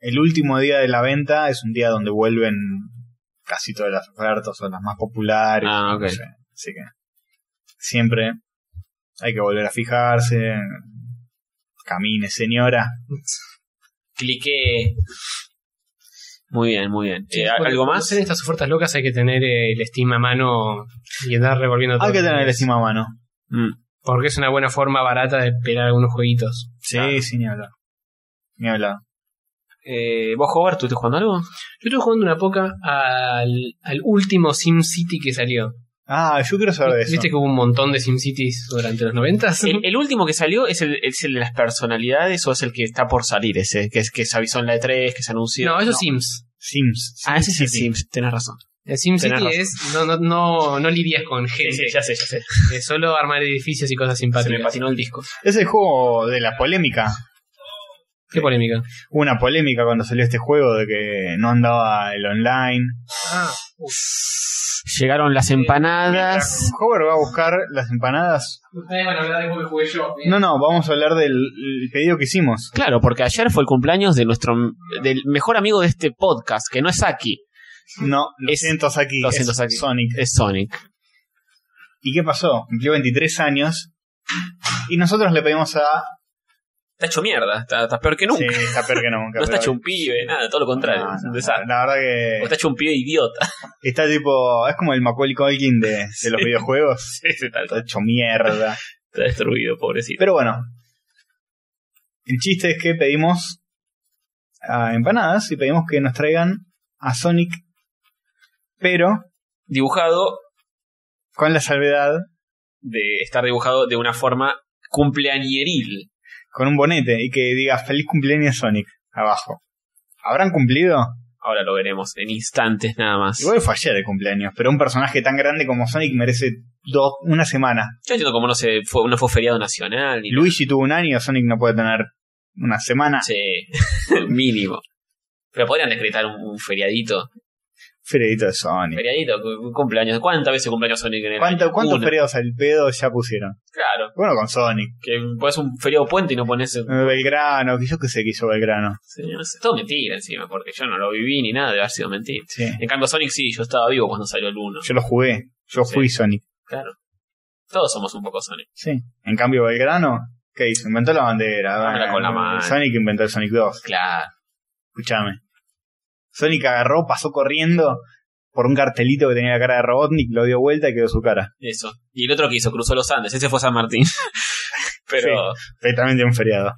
[SPEAKER 1] el último día de la venta es un día donde vuelven casi todas las ofertas o las más populares.
[SPEAKER 2] Ah, ok.
[SPEAKER 1] no sé. Así que siempre hay que volver a fijarse. Camine, señora.
[SPEAKER 2] Cliqué. Muy bien, muy bien. Eh,
[SPEAKER 3] Bueno,
[SPEAKER 2] ¿Algo
[SPEAKER 3] cuando
[SPEAKER 2] más?
[SPEAKER 3] hacen estas ofertas locas hay que tener eh, el Steam a mano y andar revolviendo todo.
[SPEAKER 1] Hay que tener el estima a mano.
[SPEAKER 2] Mm.
[SPEAKER 3] Porque es una buena forma barata de pegar algunos jueguitos.
[SPEAKER 1] Sí,
[SPEAKER 2] Ah.
[SPEAKER 1] sí, ni hablar. Ni hablar.
[SPEAKER 2] Eh, ¿Vos, Hobart, tú estás jugando algo?
[SPEAKER 3] Yo estuve jugando una poca al, al último SimCity que salió.
[SPEAKER 1] Ah, yo quiero saber de eso.
[SPEAKER 3] ¿Viste que hubo un montón de SimCities durante los noventas?
[SPEAKER 2] El, el último que salió es el, es el de las personalidades o es el que está por salir ese, que, es- que se avisó en la E3, que se anunció.
[SPEAKER 3] No, eso es Sims.
[SPEAKER 1] Sims.
[SPEAKER 2] Ah, ese es el
[SPEAKER 1] City.
[SPEAKER 2] Sims, tenés razón.
[SPEAKER 3] El
[SPEAKER 2] Tenés
[SPEAKER 3] SimCity
[SPEAKER 2] razón.
[SPEAKER 3] es... No, no, no, no lidias con gente.
[SPEAKER 2] sé, ya sé.
[SPEAKER 3] Es solo armar edificios y cosas
[SPEAKER 2] Se me
[SPEAKER 3] simpáticas.
[SPEAKER 2] patinó el disco.
[SPEAKER 1] Es el juego de la polémica.
[SPEAKER 3] Qué polémica.
[SPEAKER 1] Hubo una polémica cuando salió este juego de que no andaba el online.
[SPEAKER 3] Ah,
[SPEAKER 2] Llegaron las empanadas.
[SPEAKER 1] Mientras Hover va a buscar las empanadas.
[SPEAKER 3] bueno, la verdad es que jugué yo.
[SPEAKER 1] No, no, vamos a hablar del el pedido que hicimos.
[SPEAKER 2] Claro, porque ayer fue el cumpleaños de nuestro del mejor amigo de este podcast, que no es Saki,
[SPEAKER 1] No, lo
[SPEAKER 2] Es-
[SPEAKER 1] siento aquí.
[SPEAKER 2] lo siento, Saki.
[SPEAKER 1] Sonic.
[SPEAKER 2] es Sonic.
[SPEAKER 1] ¿Y qué pasó? Cumplió 23 años y nosotros le pedimos a...
[SPEAKER 2] Está hecho mierda, está, está peor que nunca.
[SPEAKER 1] Sí, está peor que nunca.
[SPEAKER 2] no está
[SPEAKER 1] pero-
[SPEAKER 2] hecho un pibe, nada, todo lo contrario.
[SPEAKER 1] No,
[SPEAKER 2] es un
[SPEAKER 1] no,
[SPEAKER 2] desastre.
[SPEAKER 1] La verdad
[SPEAKER 2] O está
[SPEAKER 1] que
[SPEAKER 2] hecho un pibe idiota.
[SPEAKER 1] está tipo... Es como el Macaulay Culkin de, de los videojuegos.
[SPEAKER 2] está,
[SPEAKER 1] Está hecho mierda.
[SPEAKER 2] está destruido, pobrecito.
[SPEAKER 1] Pero bueno. El chiste es que pedimos ah, empanadas y pedimos que nos traigan a Sonic, pero
[SPEAKER 2] Dibujado
[SPEAKER 1] con la salvedad
[SPEAKER 2] de estar dibujado de una forma cumpleañeril.
[SPEAKER 1] con un bonete y que diga feliz cumpleaños Sonic abajo. ¿Habrán cumplido?
[SPEAKER 2] Ahora lo veremos en instantes nada más.
[SPEAKER 1] Igual fue ayer el cumpleaños, pero un personaje tan grande como Sonic merece dos, una semana.
[SPEAKER 2] Yo entiendo como no se fue, no fue feriado nacional ni
[SPEAKER 1] Luigi tuvo un año, Sonic no puede tener una semana.
[SPEAKER 2] Sí, mínimo. Pero podrían decretar un, un feriadito.
[SPEAKER 1] Feriadito de Sonic.
[SPEAKER 2] Feriadito, cu- cu- cumpleaños. ¿Cuántas veces cumpleaños Sonic en el
[SPEAKER 1] ¿Cuánto-
[SPEAKER 2] año?
[SPEAKER 1] ¿Cuántos
[SPEAKER 2] Uno.
[SPEAKER 1] feriados al pedo ya pusieron?
[SPEAKER 2] Claro,
[SPEAKER 1] Bueno, con Sonic.
[SPEAKER 2] que pones un feriado puente y no pones.
[SPEAKER 1] Eh, Belgrano, que yo qué sé que hizo Belgrano.
[SPEAKER 2] sí, no sé, todo mentira encima, porque yo no lo viví ni nada, debe haber sido mentira.
[SPEAKER 1] Sí.
[SPEAKER 2] En cambio, Sonic sí, yo estaba vivo cuando salió el 1.
[SPEAKER 1] Yo lo jugué. Yo
[SPEAKER 2] Sí.
[SPEAKER 1] fui Sonic.
[SPEAKER 2] Claro. Todos somos un poco Sonic.
[SPEAKER 1] Sí. En cambio, Belgrano, ¿qué hizo? Inventó la bandera.
[SPEAKER 2] Dámela Ah, con la mano.
[SPEAKER 1] Sonic inventó el Sonic 2.
[SPEAKER 2] Claro.
[SPEAKER 1] Escúchame. Sonic agarró, pasó corriendo por un cartelito que tenía la cara de Robotnik, lo dio vuelta y quedó su cara.
[SPEAKER 2] Eso. Y el otro que hizo, cruzó los Andes, ese fue San Martín. Pero
[SPEAKER 1] Perfectamente un feriado.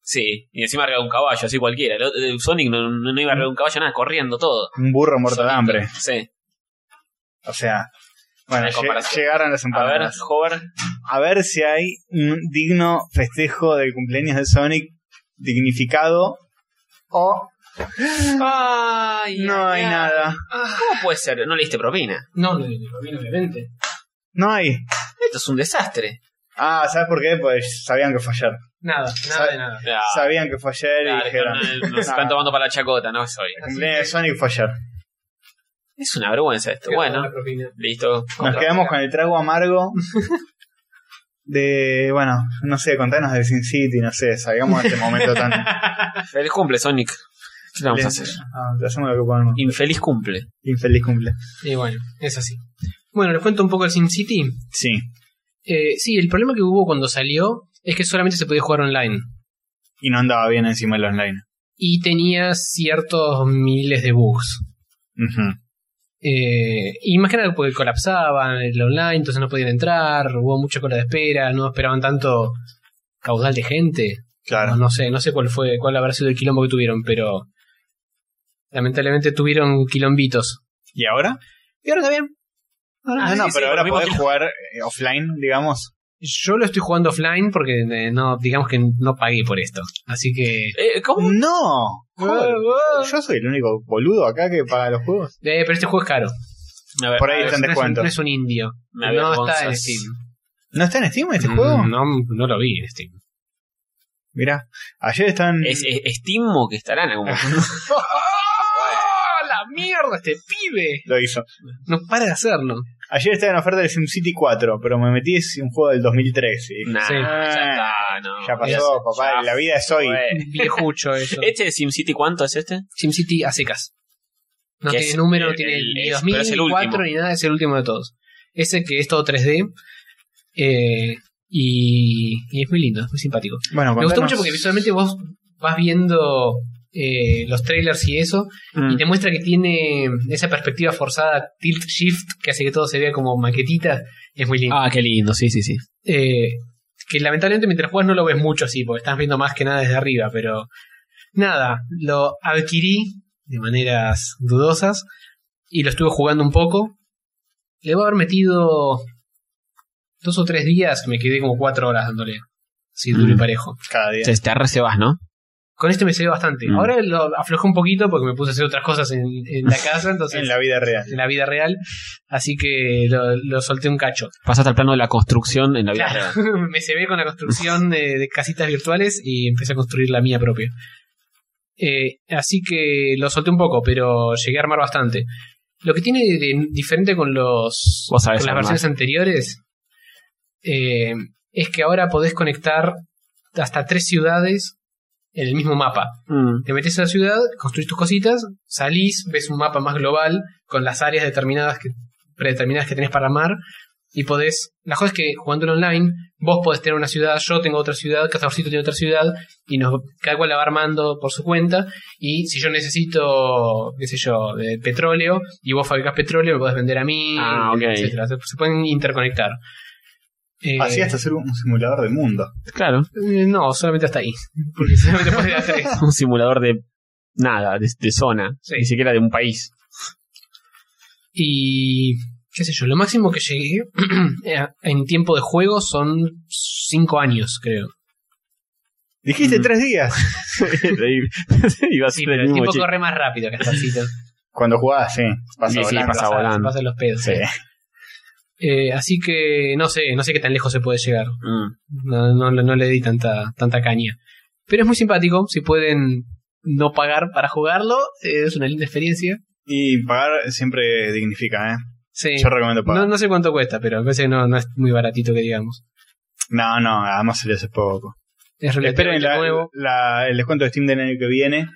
[SPEAKER 2] sí. y encima arriba de un caballo, así cualquiera. El otro- el Sonic no, no- no iba arriba de un caballo, nada, corriendo todo.
[SPEAKER 1] Un burro muerto de hambre.
[SPEAKER 2] Sí.
[SPEAKER 1] O sea, bueno,
[SPEAKER 2] Hay
[SPEAKER 1] lle-
[SPEAKER 2] comparación.
[SPEAKER 1] llegaron las
[SPEAKER 2] A ver,
[SPEAKER 1] empanadas.
[SPEAKER 2] Hover.
[SPEAKER 1] A ver, si hay un digno festejo del cumpleaños de Sonic dignificado o
[SPEAKER 2] Ay,
[SPEAKER 1] no hay
[SPEAKER 2] ay,
[SPEAKER 1] nada.
[SPEAKER 2] ¿Cómo puede ser? No le diste propina.
[SPEAKER 3] No, no, no, no, obviamente.
[SPEAKER 1] No hay.
[SPEAKER 2] Esto es un desastre.
[SPEAKER 1] Ah, ¿sabes por qué? Pues sabían que fue ayer.
[SPEAKER 3] Nada, nada de nada.
[SPEAKER 2] Ah,
[SPEAKER 1] Sabían que fue ayer
[SPEAKER 2] ah,
[SPEAKER 1] y dijeron.
[SPEAKER 2] no, nos están tomando para la chacota, no soy.
[SPEAKER 1] El cumpleaños de Sonic fue ayer.
[SPEAKER 2] Es una vergüenza esto. Bueno,
[SPEAKER 3] La propina.
[SPEAKER 2] listo.
[SPEAKER 1] Nos quedamos con el trago amargo de, bueno, no sé, contanos de Sin City, no sé, salgamos de este momento tan...
[SPEAKER 2] Feliz cumple, Sonic. ¿Qué le vamos a hacer?
[SPEAKER 1] Ah, hacemos lo que podemos.
[SPEAKER 2] Infeliz cumple.
[SPEAKER 1] Infeliz cumple.
[SPEAKER 3] Y bueno, es así. Bueno, les cuento un poco el SimCity.
[SPEAKER 1] Sí.
[SPEAKER 3] Eh, sí, el problema que hubo cuando salió es que solamente se podía jugar online.
[SPEAKER 1] Y no andaba bien encima del online.
[SPEAKER 3] Y tenía ciertos miles de bugs.
[SPEAKER 1] Ujú.
[SPEAKER 3] Eh, y más que nada porque colapsaba el online, entonces no podían entrar, hubo mucha cola de espera, no esperaban tanto caudal de gente.
[SPEAKER 1] Claro.
[SPEAKER 3] No, no sé, no sé cuál fue, cuál habrá sido el quilombo que tuvieron, pero lamentablemente tuvieron quilombitos.
[SPEAKER 1] ¿Y ahora? Y ahora está bien.
[SPEAKER 2] Ah,
[SPEAKER 1] no, no,
[SPEAKER 2] sí, sí,
[SPEAKER 1] pero ahora
[SPEAKER 2] lo mismo
[SPEAKER 1] podés
[SPEAKER 2] que-
[SPEAKER 1] jugar eh, offline, digamos.
[SPEAKER 3] Yo lo estoy jugando offline porque eh, no, digamos que no pagué por esto. Así que.
[SPEAKER 2] Eh, ¿Cómo? Oh,
[SPEAKER 1] ¡No! Joder,
[SPEAKER 3] Eh,
[SPEAKER 1] Yo soy el único boludo acá que paga los juegos.
[SPEAKER 3] pero este juego es caro.
[SPEAKER 2] A ver,
[SPEAKER 1] Por ahí
[SPEAKER 2] a ver,
[SPEAKER 1] está en
[SPEAKER 3] no, es un,
[SPEAKER 1] descuento.
[SPEAKER 3] no es un indio.
[SPEAKER 2] me
[SPEAKER 3] no
[SPEAKER 2] avergonzas.
[SPEAKER 3] está en Steam.
[SPEAKER 1] ¿No está en Steam este
[SPEAKER 3] Mm,
[SPEAKER 1] juego?
[SPEAKER 3] No, no lo vi en Steam.
[SPEAKER 1] Mirá, ayer están...
[SPEAKER 2] Es, es Steam o que estarán algún
[SPEAKER 1] Ah,
[SPEAKER 2] momento.
[SPEAKER 3] ¡Oh, la mierda este pibe!
[SPEAKER 1] Lo hizo.
[SPEAKER 3] No para de hacerlo.
[SPEAKER 1] Ayer estaba en oferta el SimCity 4, pero me metí es un juego del 2013. y dije,
[SPEAKER 2] Nah,
[SPEAKER 3] Sí.
[SPEAKER 2] ya está, no.
[SPEAKER 1] Ya
[SPEAKER 2] Ya
[SPEAKER 1] pasó,
[SPEAKER 2] se-
[SPEAKER 1] papá,
[SPEAKER 2] ya
[SPEAKER 1] la vida es hoy.
[SPEAKER 2] fue.
[SPEAKER 3] Viejucho eso.
[SPEAKER 2] Eh, ¿Este de SimCity cuánto es este?
[SPEAKER 3] SimCity a secas. No
[SPEAKER 2] Que
[SPEAKER 3] tiene
[SPEAKER 2] es
[SPEAKER 3] número, no
[SPEAKER 2] el-
[SPEAKER 3] tiene
[SPEAKER 2] el-
[SPEAKER 3] ni
[SPEAKER 2] es-
[SPEAKER 3] 2000,
[SPEAKER 2] pero es el
[SPEAKER 3] ni 4,
[SPEAKER 2] último.
[SPEAKER 3] ni nada, es el último de todos. Ese que es todo 3D. eh, y, y es muy lindo, es muy simpático.
[SPEAKER 1] Bueno,
[SPEAKER 3] Me gustó
[SPEAKER 1] contanos-
[SPEAKER 3] mucho porque visualmente vos vas viendo eh, los trailers y eso,
[SPEAKER 2] Mm.
[SPEAKER 3] y te muestra que tiene esa perspectiva forzada tilt shift que hace que todo se vea como maquetita. Es muy lindo.
[SPEAKER 2] Ah, qué lindo, sí, sí, sí.
[SPEAKER 3] Eh, que lamentablemente mientras juegas no lo ves mucho así, porque estás viendo más que nada desde arriba, pero nada, lo adquirí de maneras dudosas y lo estuve jugando un poco. Le voy a haber metido dos o tres días, me quedé como cuatro horas dándole, así duro y
[SPEAKER 2] Mm.
[SPEAKER 3] parejo.
[SPEAKER 1] Cada día.
[SPEAKER 2] Te, te arrecebas, ¿no?
[SPEAKER 3] Con este me sirvió bastante.
[SPEAKER 2] Mm.
[SPEAKER 3] Ahora lo aflojé un poquito porque me puse a hacer otras cosas en, en la casa, entonces
[SPEAKER 1] En la vida real.
[SPEAKER 3] en la vida real, así que lo- lo solté un cacho.
[SPEAKER 2] Pasaste al plano de la construcción en la vida real.
[SPEAKER 3] Claro, me ve con la construcción de, de casitas virtuales y empecé a construir la mía propia. Eh, así que lo solté un poco, pero llegué a armar bastante. Lo que tiene de diferente con los
[SPEAKER 2] Vos sabés
[SPEAKER 3] con las
[SPEAKER 2] armar.
[SPEAKER 3] versiones anteriores eh, es que ahora podés conectar hasta tres ciudades en el mismo mapa.
[SPEAKER 2] Mm.
[SPEAKER 3] Te metes a la ciudad, construís tus cositas, salís, ves un mapa más global con las áreas determinadas que, predeterminadas que tenés para armar y podés. La cosa es que jugándolo online, vos podés tener una ciudad, yo tengo otra ciudad, Cazadorcito tiene otra ciudad y nos, cada cual la va armando por su cuenta. Y si yo necesito, qué sé yo, de petróleo y vos fabricás petróleo, me podés vender a mí,
[SPEAKER 2] Ah, ok.
[SPEAKER 3] etcétera. Se, se pueden interconectar. Eh,
[SPEAKER 1] Así hasta ser un simulador de mundo.
[SPEAKER 2] Claro,
[SPEAKER 3] eh, No, solamente hasta ahí. Porque solamente podés ir a tres.
[SPEAKER 2] un simulador de nada, de, de zona,
[SPEAKER 3] Sí.
[SPEAKER 2] ni siquiera de un país.
[SPEAKER 3] Y qué sé yo, lo máximo que llegué eh, en tiempo de juego son 5 años, creo.
[SPEAKER 1] Dijiste
[SPEAKER 2] Mm.
[SPEAKER 1] tres días.
[SPEAKER 2] Iba a
[SPEAKER 3] Sí,
[SPEAKER 2] ser
[SPEAKER 3] pero
[SPEAKER 2] el
[SPEAKER 3] el
[SPEAKER 2] mismo
[SPEAKER 3] tiempo
[SPEAKER 2] chiste.
[SPEAKER 3] corre más rápido que Castorcito.
[SPEAKER 1] Cuando jugabas, sí. Pasa
[SPEAKER 2] Sí, sí,
[SPEAKER 1] volando.
[SPEAKER 2] pasa. volando.
[SPEAKER 3] Pasa los pedos.
[SPEAKER 1] Sí.
[SPEAKER 3] Eh, así que no sé, no sé qué tan lejos se puede llegar.
[SPEAKER 2] Mm.
[SPEAKER 3] No, no, no le di tanta, tanta caña. Pero es muy simpático, si pueden no pagar para jugarlo, eh, es una linda experiencia.
[SPEAKER 1] Y pagar siempre dignifica, ¿eh?
[SPEAKER 3] Sí.
[SPEAKER 1] Yo recomiendo pagar.
[SPEAKER 3] No, no sé cuánto cuesta, pero me parece que no, no es muy baratito que digamos.
[SPEAKER 1] No, no, además se le hace poco.
[SPEAKER 3] Es
[SPEAKER 1] Esperen
[SPEAKER 3] relativamente
[SPEAKER 1] la-
[SPEAKER 3] nuevo.
[SPEAKER 1] la- el descuento de Steam del año que viene.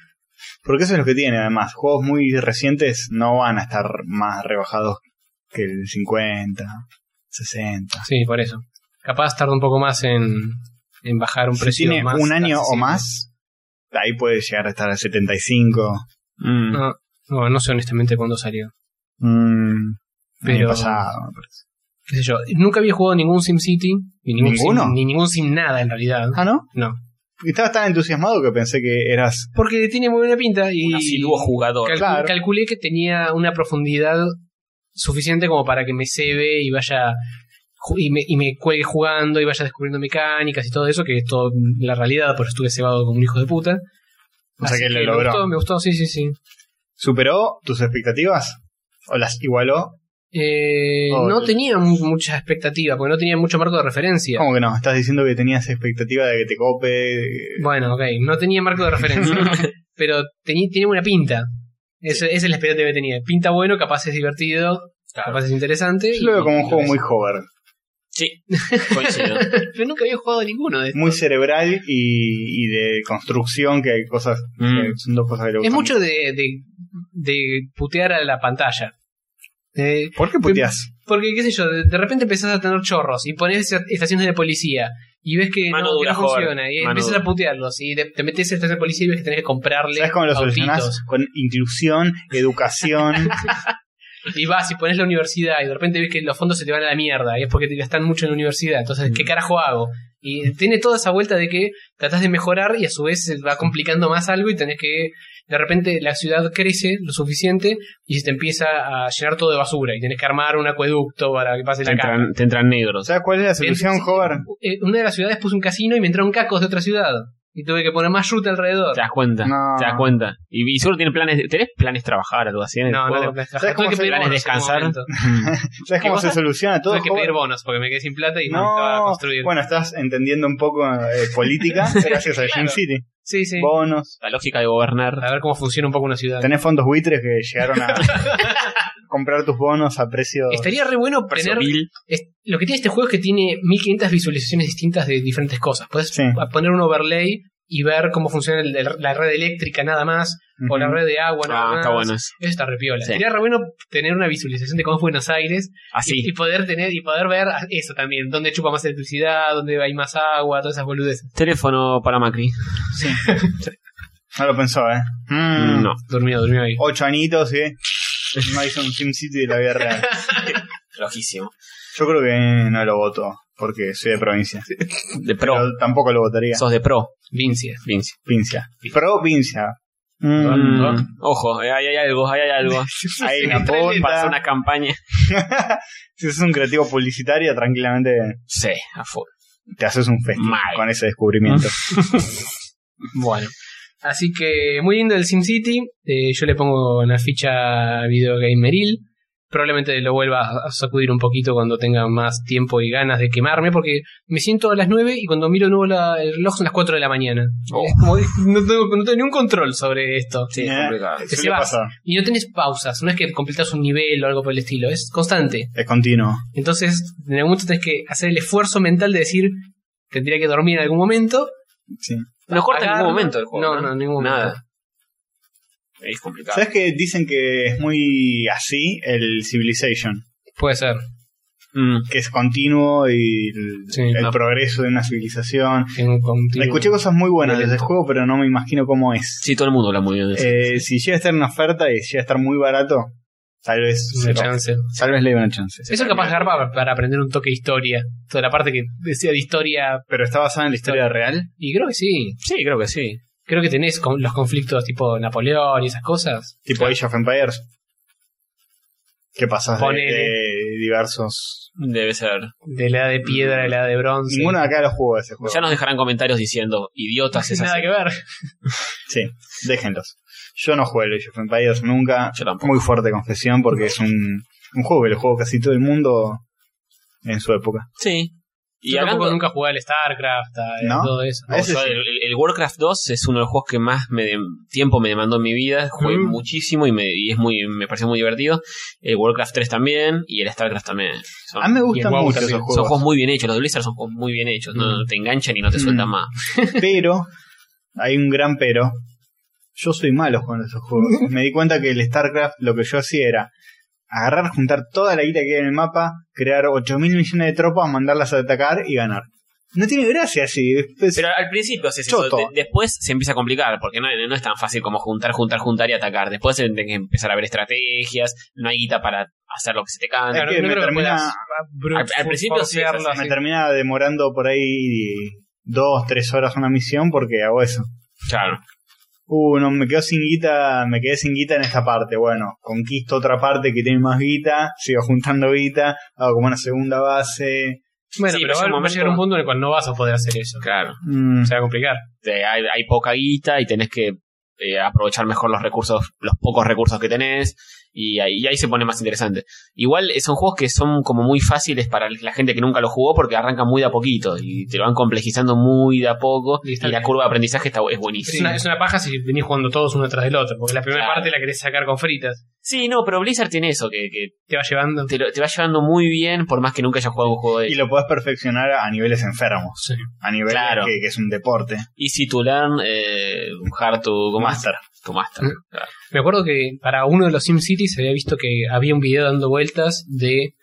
[SPEAKER 1] Porque eso es lo que tiene, además. Juegos muy recientes no van a estar más rebajados que el 50, 60.
[SPEAKER 3] Sí, por eso. Capaz tarda un poco más en, en bajar un
[SPEAKER 1] Si
[SPEAKER 3] precio.
[SPEAKER 1] tiene
[SPEAKER 3] más
[SPEAKER 1] un año o
[SPEAKER 3] accesible.
[SPEAKER 1] más, ahí puede llegar a estar a 75.
[SPEAKER 2] Mm.
[SPEAKER 3] No, no, no sé honestamente cuándo salió.
[SPEAKER 1] Mm,
[SPEAKER 3] Pero-
[SPEAKER 1] año pasado, me parece.
[SPEAKER 3] Qué sé yo. Nunca había jugado ningún SimCity. Ni ningún
[SPEAKER 1] ¿Ninguno?
[SPEAKER 3] Sim, ni ningún Sim nada en realidad.
[SPEAKER 1] Ah, ¿no?
[SPEAKER 3] No.
[SPEAKER 1] Estabas tan entusiasmado que pensé que eras...
[SPEAKER 3] Porque tiene muy buena pinta y
[SPEAKER 2] Un asiduo jugador.
[SPEAKER 3] calcu-
[SPEAKER 1] claro.
[SPEAKER 3] calculé que tenía una profundidad suficiente como para que me cebe y vaya ju- y me, y me cuelgue jugando y vaya descubriendo mecánicas y todo eso, que es todo la realidad, por eso estuve cebado como un hijo de puta.
[SPEAKER 1] O sea
[SPEAKER 3] Así
[SPEAKER 1] que lo
[SPEAKER 3] Me
[SPEAKER 1] logró.
[SPEAKER 3] gustó, me gustó, sí, sí, sí.
[SPEAKER 1] ¿Superó tus expectativas? ¿O las igualó?
[SPEAKER 3] Eh,
[SPEAKER 1] Oh,
[SPEAKER 3] no
[SPEAKER 1] el-
[SPEAKER 3] tenía mu- mucha expectativa, porque no tenía mucho marco de referencia.
[SPEAKER 1] ¿Cómo que no? Estás diciendo que tenías expectativa de que te cope.
[SPEAKER 3] Bueno, ok, no tenía marco de referencia, pero teni- tiene buena pinta. Ese, esa es la expectativa que tenía. Pinta bueno, capaz es divertido, capaz es interesante.
[SPEAKER 1] Yo lo veo
[SPEAKER 3] y-
[SPEAKER 1] como
[SPEAKER 3] y
[SPEAKER 1] un juego
[SPEAKER 3] es.
[SPEAKER 1] muy joven,
[SPEAKER 2] Sí, coincido.
[SPEAKER 3] Pero nunca había jugado a ninguno de estos.
[SPEAKER 1] muy cerebral y, y de construcción, que hay cosas.
[SPEAKER 2] Mm.
[SPEAKER 1] que son dos cosas que le
[SPEAKER 3] Es
[SPEAKER 1] gustan.
[SPEAKER 3] mucho de, de, de putear a la pantalla. Eh,
[SPEAKER 1] ¿Por qué puteás?
[SPEAKER 3] porque, qué sé yo, de, de repente empezás a tener chorros y pones estaciones de policía y ves que,
[SPEAKER 2] Mano
[SPEAKER 3] no, que
[SPEAKER 2] dura,
[SPEAKER 3] no
[SPEAKER 2] joven.
[SPEAKER 3] funciona y
[SPEAKER 2] Mano
[SPEAKER 3] empiezas
[SPEAKER 2] dura.
[SPEAKER 3] a putearlos y te, te metes a estaciones de policía y ves que tenés que comprarle
[SPEAKER 1] ¿Sabes cómo lo
[SPEAKER 3] autitos.
[SPEAKER 1] solucionás? Con inclusión, educación.
[SPEAKER 3] Y vas y pones la universidad y de repente ves que los fondos se te van a la mierda y es porque te gastan mucho en la universidad. Entonces, ¿qué
[SPEAKER 2] Mm.
[SPEAKER 3] carajo hago? Y tiene toda esa vuelta de que tratás de mejorar y a su vez se va complicando más algo y tenés que. De repente la ciudad crece lo suficiente y se te empieza a llenar todo de basura y tenés que armar un acueducto para que pase
[SPEAKER 2] Te
[SPEAKER 3] la caca.
[SPEAKER 2] entran, te entran negros.
[SPEAKER 1] ¿Sabes cuál es la solución,
[SPEAKER 3] Entonces,
[SPEAKER 1] Hover?
[SPEAKER 3] eh, Una de las ciudades puso un casino y me entraron cacos de otra ciudad. Y tuve que poner más ruta alrededor.
[SPEAKER 2] Te das cuenta.
[SPEAKER 1] No.
[SPEAKER 2] Te das cuenta. Y, y seguro tiene planes. de- ¿Tenés planes trabajar algo así en el
[SPEAKER 3] No, no
[SPEAKER 2] juego?
[SPEAKER 3] tengo planes de
[SPEAKER 1] ¿Sabes
[SPEAKER 3] trabajar. Tuve
[SPEAKER 1] cómo
[SPEAKER 3] que
[SPEAKER 1] se
[SPEAKER 3] pedir
[SPEAKER 2] planes
[SPEAKER 3] bonos en un
[SPEAKER 2] descansar?
[SPEAKER 3] momento.
[SPEAKER 1] ¿Sabes
[SPEAKER 3] ¿Qué
[SPEAKER 1] cómo
[SPEAKER 3] cosa?
[SPEAKER 1] se soluciona todo?
[SPEAKER 3] Tuve que
[SPEAKER 1] Hover?
[SPEAKER 3] pedir bonos porque me quedé sin plata y no, necesitaba
[SPEAKER 1] No,
[SPEAKER 3] construir.
[SPEAKER 1] bueno, estás entendiendo un poco eh, política gracias a Jim
[SPEAKER 3] Claro.
[SPEAKER 1] City.
[SPEAKER 3] sí, sí.
[SPEAKER 1] Bonos.
[SPEAKER 2] La lógica de gobernar.
[SPEAKER 3] A ver cómo funciona un poco una ciudad.
[SPEAKER 1] Tenés fondos buitres que llegaron a comprar tus bonos a precio.
[SPEAKER 3] Estaría re bueno
[SPEAKER 2] precio
[SPEAKER 3] tener.
[SPEAKER 2] vil.
[SPEAKER 3] es- lo que tiene este juego es que tiene 1500 visualizaciones distintas de diferentes cosas. Puedes
[SPEAKER 1] Sí.
[SPEAKER 3] poner un overlay y ver cómo funciona el- el- la red eléctrica nada más,
[SPEAKER 1] Ujú.
[SPEAKER 3] o la red de agua nada
[SPEAKER 2] Ah,
[SPEAKER 3] más.
[SPEAKER 2] está bueno eso.
[SPEAKER 3] Eso está repiola.
[SPEAKER 2] Sí.
[SPEAKER 3] Sería re bueno tener una visualización de cómo es Buenos Aires
[SPEAKER 2] Así.
[SPEAKER 3] y, y poder tener y poder ver eso también, dónde chupa más electricidad, dónde hay más agua, todas esas boludeces.
[SPEAKER 2] Teléfono para Macri.
[SPEAKER 1] No lo pensó, ¿eh? Mm.
[SPEAKER 2] No.
[SPEAKER 3] Dormido, dormido ahí.
[SPEAKER 1] Ocho añitos, ¿eh? No hizo un Jim City de la vida real.
[SPEAKER 2] Lojísimo.
[SPEAKER 1] Yo creo que no lo voto, porque soy de provincia.
[SPEAKER 2] De pro.
[SPEAKER 1] Pero tampoco lo votaría.
[SPEAKER 2] Sos de pro,
[SPEAKER 3] Vincia.
[SPEAKER 2] Vinci.
[SPEAKER 1] Provincia. Provincia. Mm.
[SPEAKER 2] Mm, Ojo, eh, ahí hay algo, ahí hay algo.
[SPEAKER 1] Ahí en
[SPEAKER 2] Pon, pasó
[SPEAKER 1] apunta.
[SPEAKER 2] una campaña.
[SPEAKER 1] Si sos un creativo publicitario, tranquilamente
[SPEAKER 2] Sí, a full.
[SPEAKER 1] te haces un festín
[SPEAKER 2] Mal.
[SPEAKER 1] con ese descubrimiento.
[SPEAKER 3] Bueno. Así que muy lindo el SimCity. Eh, yo le pongo una ficha videogameril. Probablemente lo vuelva a sacudir un poquito cuando tenga más tiempo y ganas de quemarme, porque me siento a las 9 y cuando miro de nuevo la- el reloj son las 4 de la mañana.
[SPEAKER 2] Oh.
[SPEAKER 3] Es como, es- no, tengo, no tengo ningún control sobre esto.
[SPEAKER 2] Sí,
[SPEAKER 1] Eh,
[SPEAKER 2] es complicado.
[SPEAKER 1] suele
[SPEAKER 3] Se va.
[SPEAKER 1] pasar.
[SPEAKER 3] Y no tenés pausas, no es que completas un nivel o algo por el estilo, es constante.
[SPEAKER 1] Es continuo.
[SPEAKER 3] Entonces, en algún momento tenés que hacer el esfuerzo mental de decir, tendría que dormir en algún momento.
[SPEAKER 1] Sí.
[SPEAKER 2] No corta en
[SPEAKER 3] agarro-
[SPEAKER 2] ningún momento el juego.
[SPEAKER 3] No, no, en ningún
[SPEAKER 2] Nada.
[SPEAKER 3] momento.
[SPEAKER 2] Es complicado.
[SPEAKER 1] ¿Sabes que dicen que es muy así el Civilization?
[SPEAKER 3] Puede ser.
[SPEAKER 2] Mm.
[SPEAKER 1] Que es continuo y el,
[SPEAKER 3] Sí,
[SPEAKER 1] el
[SPEAKER 3] no.
[SPEAKER 1] progreso de una civilización.
[SPEAKER 3] Tengo un continuo-
[SPEAKER 1] Escuché cosas muy buenas del
[SPEAKER 3] Violento.
[SPEAKER 1] juego, pero no me imagino cómo es.
[SPEAKER 2] Sí, todo el mundo habla muy bien de eso.
[SPEAKER 1] Eh, si llega a estar en oferta y llega a estar muy barato, tal vez,
[SPEAKER 3] Una chance.
[SPEAKER 1] tal vez le dé una chance.
[SPEAKER 3] Eso capaz garpa para, para aprender un toque de historia. Toda la parte que decía de historia.
[SPEAKER 1] Pero está basada en la historia real.
[SPEAKER 3] Y creo que sí.
[SPEAKER 2] Sí, creo que sí.
[SPEAKER 3] Creo que tenés con- los conflictos tipo Napoleón y esas cosas.
[SPEAKER 1] Tipo Age of Empires. Que pasas de-
[SPEAKER 3] Ponele.
[SPEAKER 1] de diversos.
[SPEAKER 2] Debe ser.
[SPEAKER 3] De la edad de piedra, de la edad de bronce.
[SPEAKER 1] Ninguno de acá lo jugó ese juego.
[SPEAKER 2] Ya nos dejarán comentarios diciendo, idiotas esas.
[SPEAKER 3] Nada que ver.
[SPEAKER 1] Sí, déjenlos. Yo no jugué el Age of Empires nunca.
[SPEAKER 2] Yo tampoco.
[SPEAKER 1] Muy fuerte confesión porque es un, un juego que lo jugó casi todo el mundo en su época.
[SPEAKER 2] Sí. Y
[SPEAKER 3] Yo tampoco
[SPEAKER 2] hablando,
[SPEAKER 3] nunca jugué al StarCraft, a
[SPEAKER 1] ¿No?
[SPEAKER 3] todo eso.
[SPEAKER 1] A ese
[SPEAKER 2] yo
[SPEAKER 1] sí.
[SPEAKER 2] el, el- el Warcraft 2 es uno de los juegos que más me de- tiempo me demandó en mi vida. Jugué
[SPEAKER 3] Mm.
[SPEAKER 2] muchísimo y, me, y es muy, me pareció muy divertido. El Warcraft 3 también y el StarCraft también. Son,
[SPEAKER 1] A mí me
[SPEAKER 3] y el
[SPEAKER 1] gustan
[SPEAKER 3] WoW
[SPEAKER 1] mucho
[SPEAKER 3] también.
[SPEAKER 1] esos
[SPEAKER 2] son juegos
[SPEAKER 1] juegos.
[SPEAKER 2] muy bien hechos. Los de Blizzard son juegos muy bien hechos. No
[SPEAKER 3] Mm.
[SPEAKER 2] te enganchan y no te sueltan
[SPEAKER 1] Mm.
[SPEAKER 2] más.
[SPEAKER 1] Pero, hay un gran pero. Yo soy malo con esos juegos. Me di cuenta que el StarCraft lo que yo hacía era agarrar, juntar toda la guita que hay en el mapa, crear 8 mil millones de tropas, mandarlas a atacar y ganar. No tiene gracia así. Es-
[SPEAKER 2] Pero al principio haces eso.
[SPEAKER 1] Choto.
[SPEAKER 2] de- después se empieza a complicar porque no, no es tan fácil como juntar, juntar, juntar y atacar. Después tenés que empezar a ver estrategias. No hay guita para hacer lo que se te canta.
[SPEAKER 1] Claro, que me termina-
[SPEAKER 3] puedas brute
[SPEAKER 2] Al- al principio sí,
[SPEAKER 3] forcearlo
[SPEAKER 2] sí, sí,
[SPEAKER 1] me
[SPEAKER 3] así.
[SPEAKER 1] termina demorando por ahí dos, tres horas una misión porque hago eso.
[SPEAKER 2] Claro.
[SPEAKER 1] Uh, no, me quedo sin guita, me quedé sin guita en esta parte. Bueno, conquisto otra parte que tiene más guita, sigo juntando guita, hago como una segunda base.
[SPEAKER 3] Bueno,
[SPEAKER 2] Sí, pero
[SPEAKER 3] pero va,
[SPEAKER 2] llega un
[SPEAKER 3] va a llegar
[SPEAKER 2] momento-
[SPEAKER 3] un punto en el cual no vas a poder hacer eso.
[SPEAKER 2] Claro.
[SPEAKER 1] Mm,
[SPEAKER 3] Se va a complicar.
[SPEAKER 2] Te- hay, hay poca guita y tenés que eh, aprovechar mejor los recursos, los pocos recursos que tenés. Y ahí, y ahí se pone más interesante. Igual eh, son juegos que son como muy fáciles para la gente que nunca lo jugó porque arrancan muy de a poquito y te lo van complejizando muy de a poco
[SPEAKER 3] Y
[SPEAKER 2] y,
[SPEAKER 3] está
[SPEAKER 2] la
[SPEAKER 3] bien.
[SPEAKER 2] curva de aprendizaje está, es
[SPEAKER 3] Es,
[SPEAKER 2] buenísima.
[SPEAKER 3] una, es una paja si venís jugando todos uno tras del otro, porque la primera
[SPEAKER 2] Claro.
[SPEAKER 3] parte la querés sacar con fritas.
[SPEAKER 2] Sí, no, pero Blizzard tiene eso, que, que
[SPEAKER 3] Te va llevando.
[SPEAKER 2] te, lo- te va llevando muy bien por más que nunca hayas jugado un juego de
[SPEAKER 1] Y lo podés perfeccionar a niveles enfermos.
[SPEAKER 3] Sí.
[SPEAKER 1] A niveles
[SPEAKER 2] Claro.
[SPEAKER 1] que, que es un deporte.
[SPEAKER 2] Easy to learn, eh, hard to go master.
[SPEAKER 1] Master.
[SPEAKER 2] To master.
[SPEAKER 3] Mm.
[SPEAKER 2] claro.
[SPEAKER 3] Me acuerdo que para uno de los SimCities había visto que había un video dando vueltas de.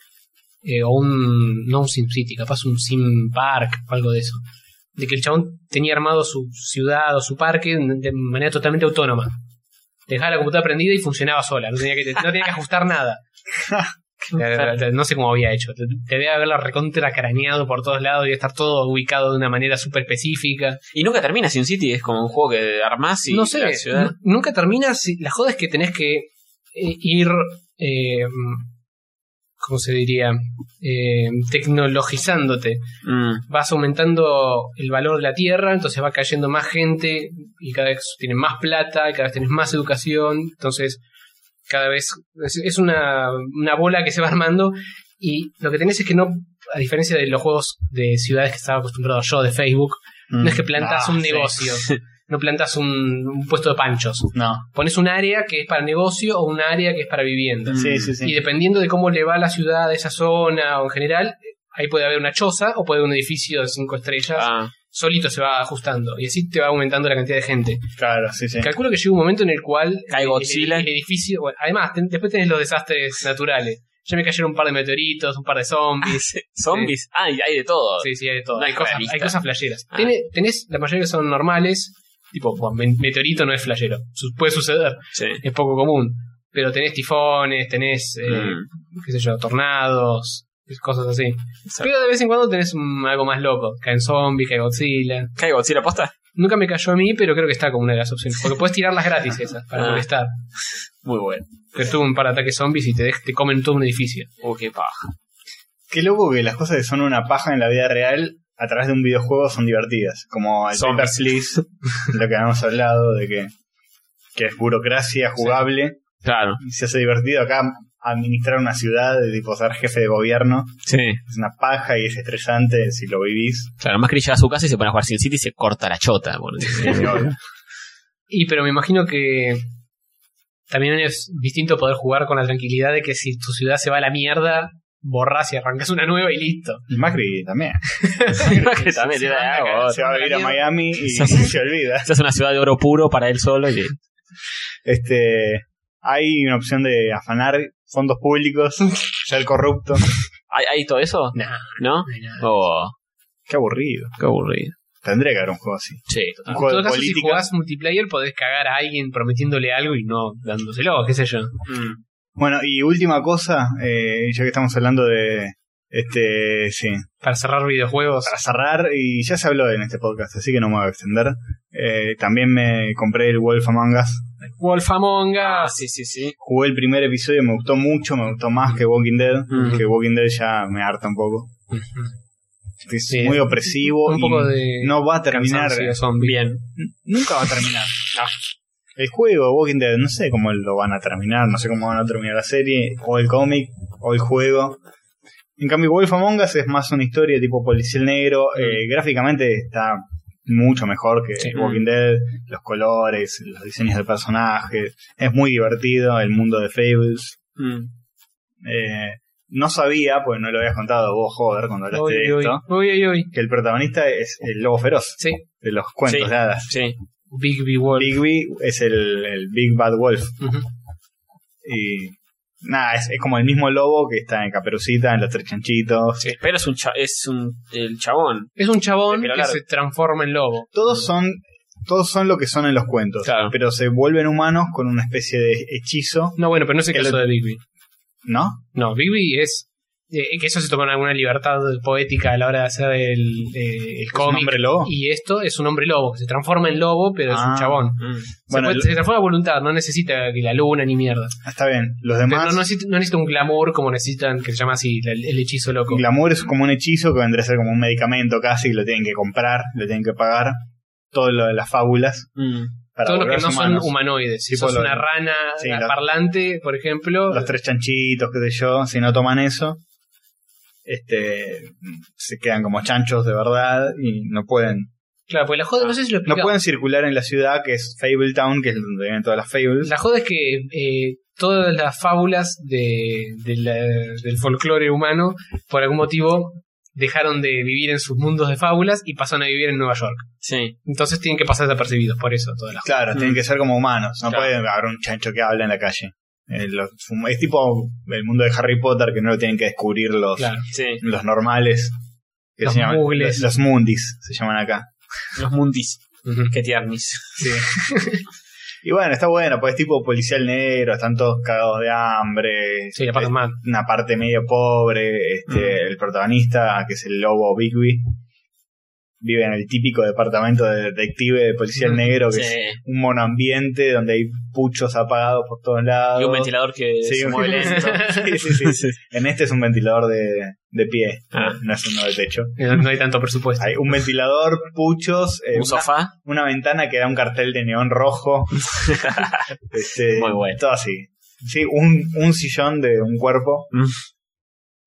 [SPEAKER 3] eh, o un. No un SimCity, capaz un Sim Park o algo de eso. De que el chabón tenía armado su ciudad o su parque de de manera totalmente autónoma. Dejaba la computadora prendida y funcionaba sola. No tenía que, no tenía que ajustar nada. La- la- la- Eh, No sé cómo había hecho. Te- te Debía haberla recontra craneado por todos lados y estar todo ubicado de una manera súper específica.
[SPEAKER 2] Y nunca termina Sin City, es como un juego que armás y
[SPEAKER 3] no sé,
[SPEAKER 2] la ciudad.
[SPEAKER 3] nu- nunca terminas. y La joda es que tenés que eh, ir, eh, ¿cómo se diría? Eh, tecnologizándote.
[SPEAKER 2] Mm.
[SPEAKER 3] Vas aumentando el valor de la tierra, entonces va cayendo más gente y cada vez tienen más plata, y cada vez tenés más educación, entonces cada vez es, es una, una bola que se va armando y lo que tenés es que no, a diferencia de los juegos de ciudades que estaba acostumbrado yo de Facebook, no es que plantás
[SPEAKER 1] Ah,
[SPEAKER 3] un
[SPEAKER 1] sí.
[SPEAKER 3] negocio, no plantás un, un puesto de panchos.
[SPEAKER 1] No.
[SPEAKER 3] Pones un área que es para negocio o un área que es para vivienda.
[SPEAKER 2] Mm.
[SPEAKER 1] Sí, sí, sí.
[SPEAKER 3] Y dependiendo de cómo le va a la ciudad, a esa zona o en general, ahí puede haber una choza o puede haber un edificio de cinco estrellas.
[SPEAKER 2] Ah,
[SPEAKER 3] Solito se va ajustando y así te va aumentando la cantidad de gente.
[SPEAKER 1] Claro, sí, sí.
[SPEAKER 3] Calculo que llega un momento en el cual
[SPEAKER 2] Cae
[SPEAKER 3] el-
[SPEAKER 2] Godzilla.
[SPEAKER 3] el, edificio... bueno, además, ten- después tenés los desastres naturales. Ya me cayeron un par de meteoritos, un par de zombies.
[SPEAKER 2] zombies. Ah, y hay de todo.
[SPEAKER 3] Sí, sí, hay de todo.
[SPEAKER 2] No
[SPEAKER 3] hay,
[SPEAKER 2] es
[SPEAKER 3] cosas,
[SPEAKER 2] realista.
[SPEAKER 3] hay cosas flasheras.
[SPEAKER 2] Ah.
[SPEAKER 3] Tiene- tenés, la mayoría son normales. Tipo, bueno, men- meteorito no es flashero. Su- puede suceder,
[SPEAKER 2] Sí.
[SPEAKER 3] es poco común. Pero tenés tifones, tenés, eh,
[SPEAKER 2] Mm.
[SPEAKER 3] qué sé yo, tornados, cosas así.
[SPEAKER 2] Exacto.
[SPEAKER 3] Pero de vez en cuando tenés mm, algo más loco. Caen zombies, cae Godzilla.
[SPEAKER 2] ¿Cae Godzilla posta?
[SPEAKER 3] Nunca me cayó a mí, pero creo que está como una de las opciones. Porque puedes tirarlas gratis esas para
[SPEAKER 2] Ah.
[SPEAKER 3] molestar.
[SPEAKER 2] Muy bueno.
[SPEAKER 3] Pero tuvo un par de ataques zombies y te, dej- te comen todo un edificio.
[SPEAKER 2] Uh, qué paja.
[SPEAKER 1] Qué loco que las cosas que son una paja en la vida real a través de un videojuego son divertidas. Como el Paper
[SPEAKER 2] Zombies.
[SPEAKER 1] Please, lo que habíamos hablado de que, que es burocracia jugable.
[SPEAKER 2] Claro.
[SPEAKER 1] Y se hace divertido acá administrar una ciudad, de tipo ser jefe de gobierno.
[SPEAKER 2] Sí.
[SPEAKER 1] Es una paja y es estresante si lo vivís.
[SPEAKER 2] Claro, más que llega a su casa y se pone a jugar Sin City y se corta la chota. boludo.
[SPEAKER 3] Y pero me imagino que también es distinto poder jugar con la tranquilidad de que si tu ciudad se va a la mierda, borrás y arrancas una nueva y listo.
[SPEAKER 1] Y Macri también.
[SPEAKER 2] Que también te da agua.
[SPEAKER 1] se va a vivir a Miami y
[SPEAKER 2] Oh, Sí.
[SPEAKER 1] se olvida.
[SPEAKER 2] Esa es una ciudad de oro puro para él solo. Y...
[SPEAKER 1] Este, hay una opción de afanar fondos públicos, ser corrupto.
[SPEAKER 2] ¿Hay, hay todo eso?
[SPEAKER 3] Nah,
[SPEAKER 2] ¿No?
[SPEAKER 3] no hay nada.
[SPEAKER 2] Oh,
[SPEAKER 1] Qué aburrido.
[SPEAKER 2] qué aburrido.
[SPEAKER 1] Tendría que haber un juego así.
[SPEAKER 2] Sí,
[SPEAKER 1] Un
[SPEAKER 2] total.
[SPEAKER 3] En
[SPEAKER 1] juego
[SPEAKER 3] todo
[SPEAKER 1] de
[SPEAKER 3] caso, si
[SPEAKER 1] política.
[SPEAKER 3] jugás multiplayer, podés cagar a alguien prometiéndole algo y no dándoselo, qué sé yo.
[SPEAKER 2] Mm,
[SPEAKER 1] Bueno, y última cosa, eh, ya que estamos hablando de. Este, sí,
[SPEAKER 3] Para cerrar videojuegos.
[SPEAKER 1] para cerrar, y ya se habló en este podcast, así que no me voy a extender. Eh, también me compré el Wolf Among Us.
[SPEAKER 3] Wolf Among Us.
[SPEAKER 2] Ah, sí, sí, sí.
[SPEAKER 1] Jugué el primer episodio, me gustó mucho, me gustó más que Walking Dead,
[SPEAKER 2] Mm.
[SPEAKER 1] que Walking Dead ya me harta un poco. Es
[SPEAKER 3] Sí. eh,
[SPEAKER 1] muy opresivo.
[SPEAKER 3] Un
[SPEAKER 1] y
[SPEAKER 3] poco de
[SPEAKER 1] No va a terminar. eh.
[SPEAKER 3] cansancio zombie.
[SPEAKER 2] Bien.
[SPEAKER 1] N- Nunca va a terminar. El juego Walking Dead, no sé cómo lo van a terminar, no sé cómo van a terminar la serie, o el cómic, o el juego. En cambio, Wolf Among Us es más una historia tipo policial negro. eh, gráficamente está mucho mejor que
[SPEAKER 3] Mm. Sí. Mm.
[SPEAKER 1] Walking Dead. Los colores, los diseños de personajes. Es muy divertido el mundo de Fables.
[SPEAKER 2] Mm.
[SPEAKER 1] Eh, no sabía, pues no lo habías contado vos, joder, cuando hablaste
[SPEAKER 3] Uy,
[SPEAKER 1] de
[SPEAKER 3] uy,
[SPEAKER 1] esto,
[SPEAKER 3] uy, uy, uy.
[SPEAKER 1] que el protagonista es el lobo feroz
[SPEAKER 3] Sí,
[SPEAKER 1] de los cuentos
[SPEAKER 2] Sí.
[SPEAKER 1] de hadas.
[SPEAKER 2] Sí.
[SPEAKER 3] Big B Wolf.
[SPEAKER 1] Bigby es el, el Big Bad Wolf.
[SPEAKER 3] Ujú.
[SPEAKER 1] Y nada, es, es como el mismo lobo que está en Caperucita, en los tres chanchitos.
[SPEAKER 2] Sí, Pero es un, cha- es un el chabón.
[SPEAKER 3] Es un chabón
[SPEAKER 2] Pero
[SPEAKER 3] que
[SPEAKER 2] largo.
[SPEAKER 3] se transforma en lobo.
[SPEAKER 1] Todos son todos son lo que son en los cuentos,
[SPEAKER 2] Claro.
[SPEAKER 1] pero se vuelven humanos con una especie de hechizo,
[SPEAKER 3] No, bueno, pero no es el
[SPEAKER 1] El-
[SPEAKER 3] caso de Big B.
[SPEAKER 1] ¿no?
[SPEAKER 3] No, Bigby es. eh, que eso se toman alguna libertad poética a la hora de hacer el, eh, el
[SPEAKER 1] Es un
[SPEAKER 3] cómic.
[SPEAKER 1] hombre lobo.
[SPEAKER 3] Y esto es un hombre lobo, que se transforma en lobo, pero es un
[SPEAKER 1] Ah.
[SPEAKER 3] chabón.
[SPEAKER 2] Mm.
[SPEAKER 3] Se,
[SPEAKER 1] Bueno,
[SPEAKER 3] puede-
[SPEAKER 1] el-
[SPEAKER 3] se transforma a voluntad, no necesita que la luna ni mierda.
[SPEAKER 1] Está bien. Los
[SPEAKER 3] Pero
[SPEAKER 1] demás,
[SPEAKER 3] no, necesita, no necesita un glamour como necesitan, que se llama así, la- el, hechizo loco.
[SPEAKER 1] glamour es como un hechizo que vendría a ser como un medicamento casi, que lo tienen que comprar, lo tienen que pagar. Todo lo de las fábulas.
[SPEAKER 2] Mm.
[SPEAKER 1] Para
[SPEAKER 3] Todos los que
[SPEAKER 1] volverse
[SPEAKER 3] no
[SPEAKER 1] humanos.
[SPEAKER 3] son humanoides. Si
[SPEAKER 1] Tipo
[SPEAKER 3] sos
[SPEAKER 1] los-
[SPEAKER 3] una rana
[SPEAKER 1] sí,
[SPEAKER 3] la
[SPEAKER 1] los-
[SPEAKER 3] parlante, por ejemplo,
[SPEAKER 1] Los tres chanchitos, qué sé yo, si no toman eso, este se quedan como chanchos de verdad y no pueden
[SPEAKER 3] claro, pues la joda, no sé si lo
[SPEAKER 1] Ah, no
[SPEAKER 3] explicamos.
[SPEAKER 1] pueden circular en la ciudad que es Fable Town, que es donde vienen todas las fables.
[SPEAKER 3] La joda es que eh, todas las fábulas de, de la- del folclore humano, por algún motivo, dejaron de vivir en sus mundos de fábulas y pasaron a vivir en Nueva York.
[SPEAKER 2] Sí.
[SPEAKER 3] Entonces tienen que pasar desapercibidos por eso todas las
[SPEAKER 1] Claro,
[SPEAKER 2] Mm.
[SPEAKER 1] tienen que ser como humanos, no
[SPEAKER 2] Claro.
[SPEAKER 1] pueden haber un chancho que habla en la calle. Eh, los fum- es tipo el mundo de Harry Potter que no lo tienen que descubrir los,
[SPEAKER 3] Claro.
[SPEAKER 2] Sí.
[SPEAKER 1] los normales. que
[SPEAKER 3] Los
[SPEAKER 1] se llaman-
[SPEAKER 3] mugles.
[SPEAKER 1] los, los mundis se llaman acá.
[SPEAKER 2] Los mundis.
[SPEAKER 3] Ujú.
[SPEAKER 2] Que tiernis.
[SPEAKER 1] Sí. y bueno, está bueno, pues es tipo policial negro, están todos cagados de hambre.
[SPEAKER 3] Sí, la pasan
[SPEAKER 1] es
[SPEAKER 3] mal.
[SPEAKER 1] una parte medio pobre, este,
[SPEAKER 2] Mm.
[SPEAKER 1] el protagonista, que es el lobo Bigby, vive en el típico departamento de detective de policial
[SPEAKER 3] Mm.
[SPEAKER 1] negro, que
[SPEAKER 2] Sí.
[SPEAKER 1] es un monoambiente donde hay puchos apagados por todos lados.
[SPEAKER 2] Y un ventilador que
[SPEAKER 1] Sí,
[SPEAKER 2] se
[SPEAKER 1] un-
[SPEAKER 2] mueve lento.
[SPEAKER 1] Sí, sí, sí. En este es un ventilador de, de pie,
[SPEAKER 2] Ah.
[SPEAKER 1] no es uno de techo.
[SPEAKER 3] Eh, No no hay tanto presupuesto.
[SPEAKER 1] Hay un ventilador, puchos, eh,
[SPEAKER 2] un
[SPEAKER 1] una-
[SPEAKER 2] sofá.
[SPEAKER 1] una ventana que da un cartel de neón rojo. Este,
[SPEAKER 2] Muy bueno.
[SPEAKER 1] Todo así. Sí, un, un sillón de un cuerpo,
[SPEAKER 2] Mm.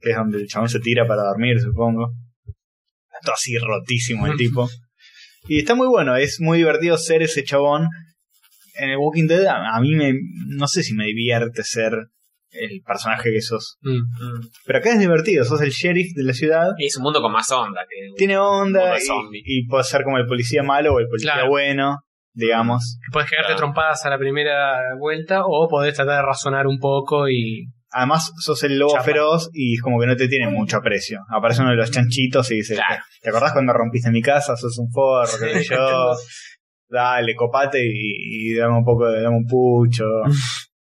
[SPEAKER 1] que es donde el chabón se tira para dormir, supongo. Todo así rotísimo el
[SPEAKER 3] Mm.
[SPEAKER 1] tipo. Y está muy bueno, es muy divertido ser ese chabón. En el Walking Dead a, a mí me... No sé si me divierte ser el personaje que sos.
[SPEAKER 3] Mm.
[SPEAKER 1] Pero acá es divertido, sos el sheriff de la ciudad.
[SPEAKER 2] Y es un mundo con más onda. Que
[SPEAKER 1] Tiene
[SPEAKER 2] Modo
[SPEAKER 1] onda
[SPEAKER 2] zombie.
[SPEAKER 1] y, y puedes ser como el policía malo o el policía
[SPEAKER 3] Claro.
[SPEAKER 1] bueno, digamos.
[SPEAKER 3] Que Podés quedarte
[SPEAKER 2] Claro.
[SPEAKER 3] trompadas a la primera vuelta o podés tratar de razonar un poco y.
[SPEAKER 1] Además, sos el lobo
[SPEAKER 3] Chapa.
[SPEAKER 1] feroz y es como que no te tiene mucho aprecio. Aparece uno de los chanchitos y dice: "Eh,
[SPEAKER 2] Claro.
[SPEAKER 1] ¿Te acordás cuando rompiste mi casa? Sos un forro, qué sé yo. Dale, copate y, y dame un poco de dame un pucho.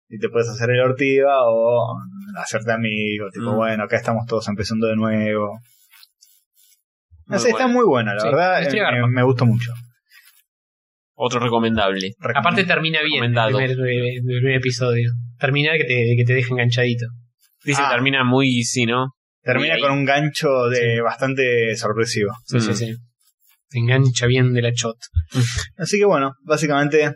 [SPEAKER 1] y te puedes hacer el ortiva o mm, hacerte amigo. Tipo,
[SPEAKER 2] Mm.
[SPEAKER 1] bueno, acá estamos todos empezando de nuevo. No
[SPEAKER 2] Muy
[SPEAKER 1] sé, está
[SPEAKER 2] bueno.
[SPEAKER 1] muy buena, la
[SPEAKER 3] Sí,
[SPEAKER 1] verdad.
[SPEAKER 3] estoy
[SPEAKER 1] eh,
[SPEAKER 3] garpa.
[SPEAKER 1] Me, me gustó mucho.
[SPEAKER 2] Otro recomendable.
[SPEAKER 3] Aparte termina bien el
[SPEAKER 2] Recomendado.
[SPEAKER 3] primer, eh, el primer episodio. Terminar que te, que te deja enganchadito.
[SPEAKER 2] Dice
[SPEAKER 1] Ah.
[SPEAKER 2] que termina muy sí, ¿no?
[SPEAKER 1] termina
[SPEAKER 2] ahí-
[SPEAKER 1] con un gancho de bastante sorpresivo.
[SPEAKER 3] Sí,
[SPEAKER 2] Mm.
[SPEAKER 3] sí, sí. Te engancha bien de la chot.
[SPEAKER 1] Así que bueno, básicamente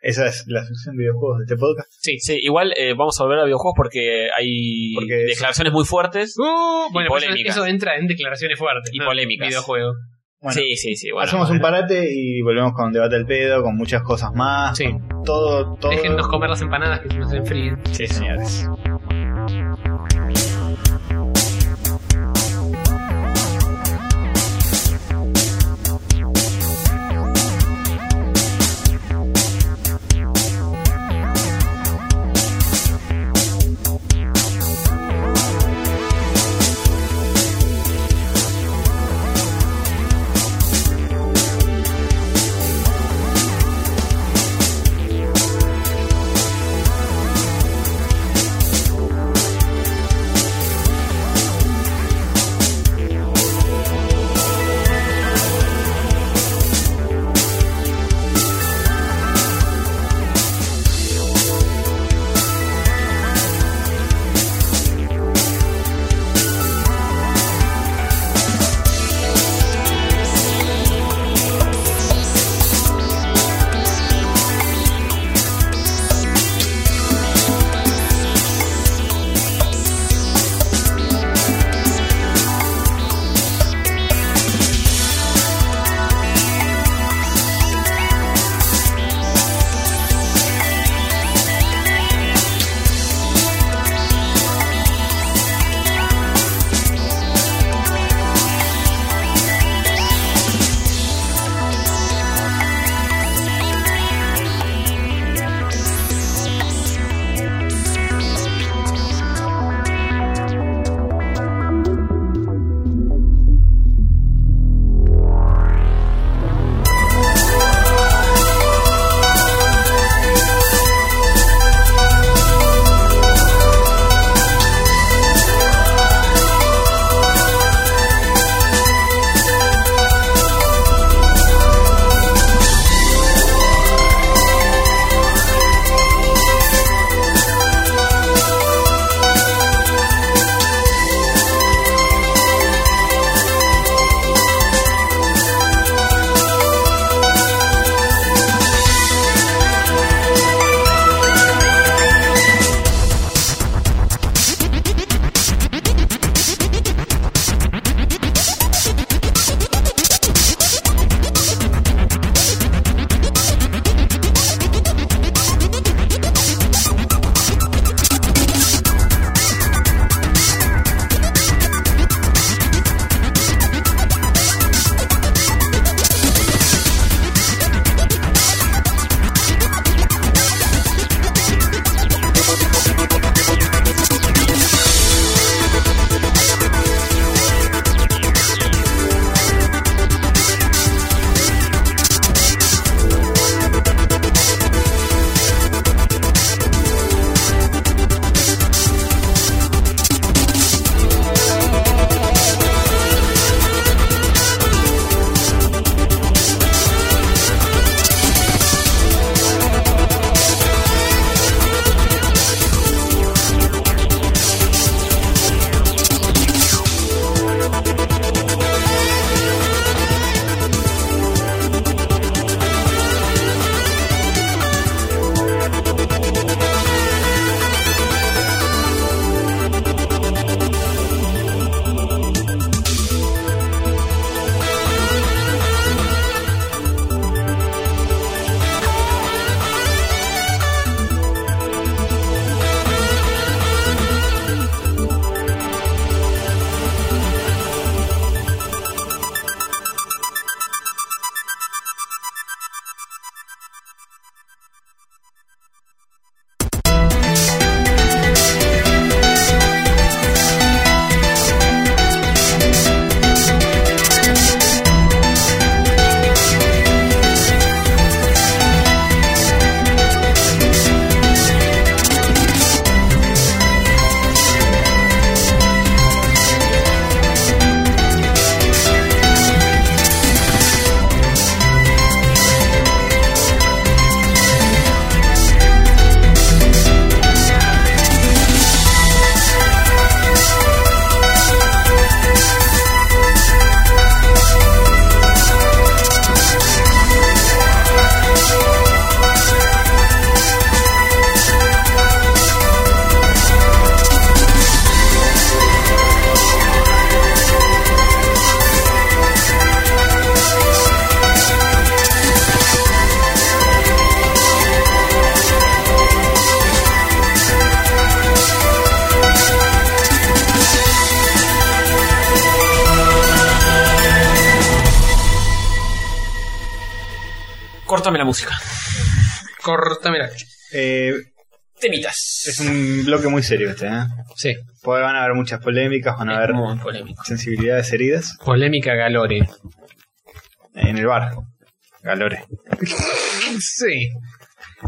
[SPEAKER 1] esa es la sección de videojuegos de este podcast.
[SPEAKER 2] Sí, sí. Igual eh, vamos a volver a videojuegos porque hay
[SPEAKER 1] Porque es-
[SPEAKER 2] declaraciones muy fuertes.
[SPEAKER 3] Uh,
[SPEAKER 2] Y
[SPEAKER 3] bueno, pues
[SPEAKER 2] polémicas.
[SPEAKER 3] eso entra en declaraciones fuertes.
[SPEAKER 2] Y
[SPEAKER 3] ¿no?
[SPEAKER 2] polémicas.
[SPEAKER 3] Videojuego.
[SPEAKER 1] Bueno,
[SPEAKER 2] sí, sí, sí. Bueno,
[SPEAKER 1] Hacemos un parate y volvemos con debate al pedo, con muchas cosas más.
[SPEAKER 3] Sí.
[SPEAKER 1] con Todo, todo.
[SPEAKER 3] Déjennos comer las empanadas que se nos enfríen.
[SPEAKER 1] Sí, señores.
[SPEAKER 2] Córtame la música.
[SPEAKER 3] Córtame la
[SPEAKER 1] Eh,
[SPEAKER 2] Temitas.
[SPEAKER 1] es un bloque muy serio este, ¿eh?
[SPEAKER 3] Sí.
[SPEAKER 1] Porque van a haber muchas polémicas, van a haber
[SPEAKER 2] muy polémico.
[SPEAKER 1] sensibilidades heridas
[SPEAKER 3] Polémica Galore.
[SPEAKER 1] en el bar. Galore.
[SPEAKER 3] Sí.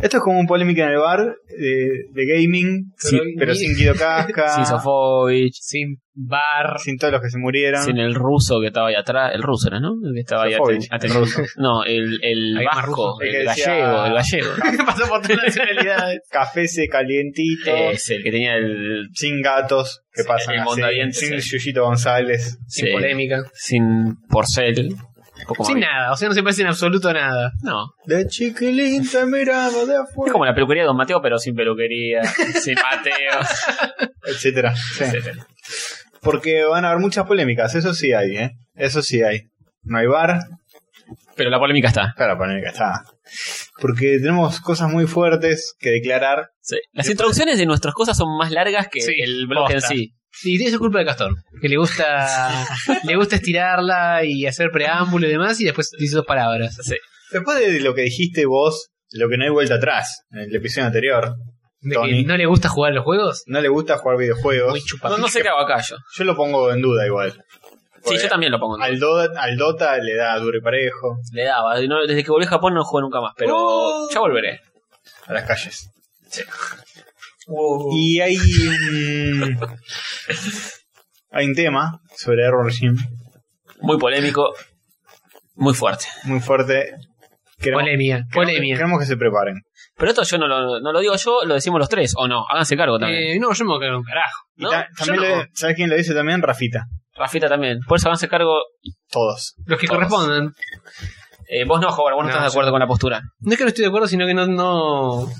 [SPEAKER 1] Esto es como un polémica en el bar eh, de gaming,
[SPEAKER 3] Pero
[SPEAKER 1] sin-
[SPEAKER 3] hoy-
[SPEAKER 1] pero sin Guido Casca,
[SPEAKER 2] Sin Sofovich.
[SPEAKER 3] Sin bar.
[SPEAKER 1] sin todos los que se murieron.
[SPEAKER 2] Sin el ruso que estaba ahí atrás. El ruso era, ¿no? El que estaba ahí
[SPEAKER 1] Sofovich,
[SPEAKER 2] aten- aten-
[SPEAKER 1] el ruso.
[SPEAKER 2] No, el, el
[SPEAKER 3] Hay más
[SPEAKER 2] vasco.
[SPEAKER 3] rusos.
[SPEAKER 1] El que
[SPEAKER 2] El
[SPEAKER 1] decía-
[SPEAKER 2] gallego. El gallego.
[SPEAKER 3] Pasó por todas las nacionalidades.
[SPEAKER 1] Café se calientito,
[SPEAKER 2] Es el que tenía el.
[SPEAKER 1] sin gatos que
[SPEAKER 2] Eh, Sí,
[SPEAKER 1] pasan
[SPEAKER 2] el
[SPEAKER 1] así,
[SPEAKER 2] mondadientes,
[SPEAKER 1] sin
[SPEAKER 2] eh.
[SPEAKER 1] Yuyito González.
[SPEAKER 3] Sin
[SPEAKER 2] sí,
[SPEAKER 3] polémica.
[SPEAKER 2] Sin porcel. un poco
[SPEAKER 3] Sin
[SPEAKER 2] más-
[SPEAKER 3] nada. O sea, no se parece en absoluto a nada.
[SPEAKER 2] No.
[SPEAKER 1] La chiquilita miraba de
[SPEAKER 2] Es
[SPEAKER 1] afuera.
[SPEAKER 2] como la peluquería de Don Mateo, pero sin peluquería. sin Mateo.
[SPEAKER 1] Etcétera. Sí.
[SPEAKER 2] etcétera.
[SPEAKER 1] Porque van a haber muchas polémicas, eso sí hay, ¿eh? Eso sí hay. No hay bar,
[SPEAKER 2] Pero la polémica está.
[SPEAKER 1] claro, polémica está. Porque tenemos cosas muy fuertes que declarar.
[SPEAKER 2] Sí. Las introducciones de nuestras cosas son más largas que
[SPEAKER 3] Sí,
[SPEAKER 2] el blog en
[SPEAKER 3] posta.
[SPEAKER 2] sí.
[SPEAKER 3] Y eso es culpa de Castor. Que le gusta, le gusta estirarla y hacer preámbulo y demás. Y después dice dos palabras.
[SPEAKER 1] Después de lo que dijiste vos, lo que no hay vuelta atrás, en el episodio anterior,
[SPEAKER 3] De
[SPEAKER 1] Tony.
[SPEAKER 3] que no le gusta jugar a los juegos.
[SPEAKER 1] no le gusta jugar videojuegos.
[SPEAKER 3] Muy
[SPEAKER 2] No,
[SPEAKER 3] chupado.
[SPEAKER 2] no sé qué hago acá yo.
[SPEAKER 1] Yo lo pongo en duda igual.
[SPEAKER 2] Sí,
[SPEAKER 1] Porque
[SPEAKER 2] yo también lo pongo. en duda.
[SPEAKER 1] Al, Do- al Dota le da duro y parejo
[SPEAKER 2] Le daba. y no- desde que volví a Japón no jugué nunca más, pero ya volveré.
[SPEAKER 1] a las calles.
[SPEAKER 2] Y
[SPEAKER 1] Y hay un, hay un tema sobre Error Jim
[SPEAKER 2] muy polémico, muy fuerte.
[SPEAKER 1] muy fuerte. Queremos,
[SPEAKER 3] Polemia.
[SPEAKER 1] queremos-
[SPEAKER 3] Polemia.
[SPEAKER 1] queremos que se preparen.
[SPEAKER 2] Pero esto yo no lo, no lo digo yo, lo decimos los tres, o no. Háganse cargo también.
[SPEAKER 3] Eh, no, yo me voy a cagar un carajo.
[SPEAKER 1] Y
[SPEAKER 2] ¿no?
[SPEAKER 1] ta-
[SPEAKER 2] Yo
[SPEAKER 1] también
[SPEAKER 2] no.
[SPEAKER 1] le- ¿Sabes quién lo dice también? Rafita.
[SPEAKER 2] Rafita también. Por eso háganse cargo.
[SPEAKER 1] Todos.
[SPEAKER 3] Los que
[SPEAKER 2] Todos.
[SPEAKER 3] correspondan.
[SPEAKER 2] Eh, vos no, Howard, vos no,
[SPEAKER 3] No,
[SPEAKER 2] estás de
[SPEAKER 3] yo
[SPEAKER 2] acuerdo con la postura.
[SPEAKER 3] No es que no estoy de acuerdo, sino que no. No,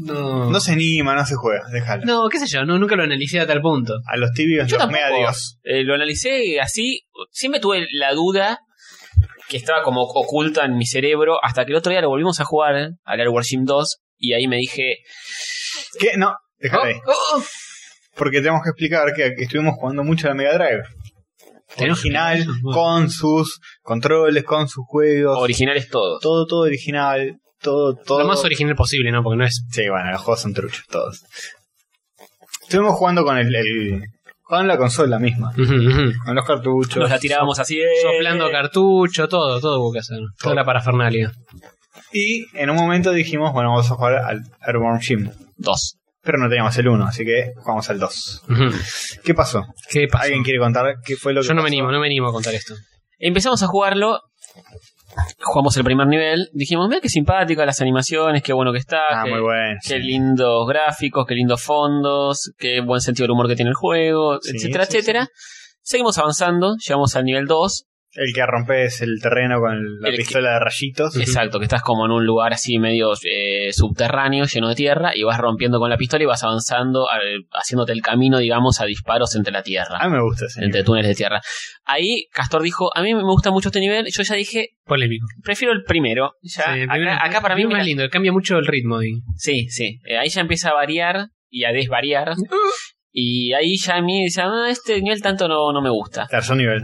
[SPEAKER 3] no,
[SPEAKER 1] No se anima, no se juega, déjalo.
[SPEAKER 3] No, qué sé yo, no, nunca lo analicé a tal punto.
[SPEAKER 1] A los tibios
[SPEAKER 2] Yo
[SPEAKER 1] los
[SPEAKER 2] tampoco.
[SPEAKER 1] mea Dios.
[SPEAKER 2] Eh, lo analicé así, siempre tuve la duda que estaba como oculta en mi cerebro, hasta que el otro día lo volvimos a jugar eh, al Airwar Gym 2, y ahí me dije,
[SPEAKER 1] ¿Qué? No, déjalo ahí.
[SPEAKER 3] Oh, oh, oh.
[SPEAKER 1] Porque tenemos que explicar que que estuvimos jugando mucho a la Mega Drive.
[SPEAKER 3] Tenemos que-
[SPEAKER 1] Original, con sus controles, con sus juegos.
[SPEAKER 2] original es todo.
[SPEAKER 1] todo, todo original. Todo, todo.
[SPEAKER 3] oh. Lo más original posible, ¿no? Porque no es.
[SPEAKER 1] Sí, bueno, los juegos son truchos todos. Estuvimos jugando con el, el- con la consola misma,
[SPEAKER 3] Ujú, ujú.
[SPEAKER 1] con los cartuchos.
[SPEAKER 2] Nos la tirábamos así de...
[SPEAKER 3] Soplando cartucho, todo, todo hubo que hacer.
[SPEAKER 1] Todo.
[SPEAKER 3] Toda la parafernalia.
[SPEAKER 1] Y en un momento dijimos, bueno, vamos a jugar al Airborne Gym.
[SPEAKER 2] Dos.
[SPEAKER 1] Pero no teníamos el 1, así que jugamos al 2.
[SPEAKER 3] Ujú.
[SPEAKER 1] ¿Qué pasó?
[SPEAKER 3] ¿Qué pasó?
[SPEAKER 1] ¿Alguien quiere contar qué fue lo que
[SPEAKER 3] Yo no me
[SPEAKER 1] pasó?
[SPEAKER 3] animo, no me animo a contar esto.
[SPEAKER 2] Empezamos a jugarlo. Jugamos el primer nivel. Dijimos, mira qué simpática las animaciones, qué bueno que está.
[SPEAKER 1] Ah,
[SPEAKER 2] qué,
[SPEAKER 1] muy bueno.
[SPEAKER 2] qué
[SPEAKER 1] sí.
[SPEAKER 2] lindos gráficos, qué lindos fondos, qué buen sentido del humor que tiene el juego,
[SPEAKER 1] Sí,
[SPEAKER 2] etcétera,
[SPEAKER 1] sí,
[SPEAKER 2] etcétera. Seguimos avanzando, llegamos al nivel 2.
[SPEAKER 1] El que rompes el terreno con el- la
[SPEAKER 2] El que-
[SPEAKER 1] pistola de rayitos.
[SPEAKER 2] Exacto, que estás como en un lugar así medio eh, subterráneo, lleno de tierra, y vas rompiendo con la pistola y vas avanzando, al- haciéndote el camino, digamos, a disparos entre la tierra.
[SPEAKER 3] Ah,
[SPEAKER 1] A mí me gusta ese.
[SPEAKER 2] entre
[SPEAKER 1] nivel.
[SPEAKER 2] túneles de tierra. Ahí Castor dijo, a mí me gusta mucho este nivel, yo ya dije,
[SPEAKER 3] Polémico.
[SPEAKER 2] prefiero el primero. Ya,
[SPEAKER 3] Sí,
[SPEAKER 2] acá,
[SPEAKER 3] Eh, primero-
[SPEAKER 2] acá para mí
[SPEAKER 3] primero
[SPEAKER 2] me
[SPEAKER 3] es lindo, cambia mucho el ritmo. ahí.
[SPEAKER 2] Sí, sí. Eh, ahí ya empieza a variar y a desvariar. Y ahí ya a mí dice, ah, este nivel tanto no, no me gusta.
[SPEAKER 1] Tercer nivel.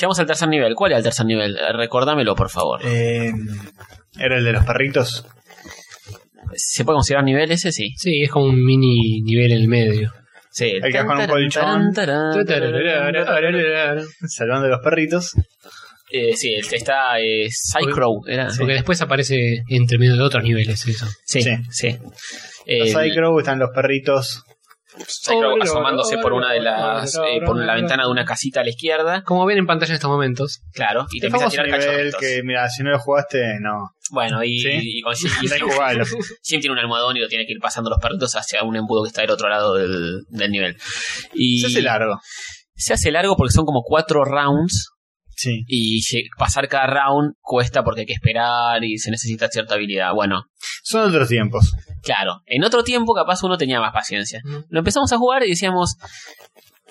[SPEAKER 2] Llegamos al tercer nivel. ¿Cuál es el tercer nivel? Eh, Recordámelo, por favor.
[SPEAKER 1] Eh, era el de los perritos.
[SPEAKER 2] ¿Se puede considerar nivel ese? Sí.
[SPEAKER 3] Sí, es como un mini nivel en el medio.
[SPEAKER 2] Sí.
[SPEAKER 1] El que va con un colchón.
[SPEAKER 2] Ah,
[SPEAKER 1] Salvando de los perritos.
[SPEAKER 2] Eh, sí, el que está eh, Psychrow. Era. Sí,
[SPEAKER 3] Porque después aparece entre medio de otros niveles eso.
[SPEAKER 2] sí.
[SPEAKER 1] Sí.
[SPEAKER 2] El-
[SPEAKER 1] Los Psychrow están los perritos.
[SPEAKER 2] Psychrow asomándose por una de las eh, por la ventana de una casita a la izquierda,
[SPEAKER 3] Como ven en pantalla en estos momentos,
[SPEAKER 2] claro, y te
[SPEAKER 1] El
[SPEAKER 2] empieza a
[SPEAKER 1] famoso
[SPEAKER 2] tirar
[SPEAKER 1] nivel
[SPEAKER 2] cachorritos.
[SPEAKER 1] que, mira, si no lo jugaste, no.
[SPEAKER 2] Bueno, y,
[SPEAKER 1] Sí.
[SPEAKER 2] y con Jim,
[SPEAKER 1] Hay que jugarlo.
[SPEAKER 2] Jim tiene un almohadón y lo tiene que ir pasando los perritos hacia un embudo que está del otro lado del, del nivel. Y
[SPEAKER 1] Se hace largo.
[SPEAKER 2] se hace largo porque son como cuatro rounds
[SPEAKER 1] Sí.
[SPEAKER 2] y lle- pasar cada round cuesta porque hay que esperar y se necesita cierta habilidad. Bueno,
[SPEAKER 1] Son otros tiempos.
[SPEAKER 2] claro, en otro tiempo capaz uno tenía más paciencia.
[SPEAKER 3] Ujú.
[SPEAKER 2] Lo empezamos a jugar y decíamos,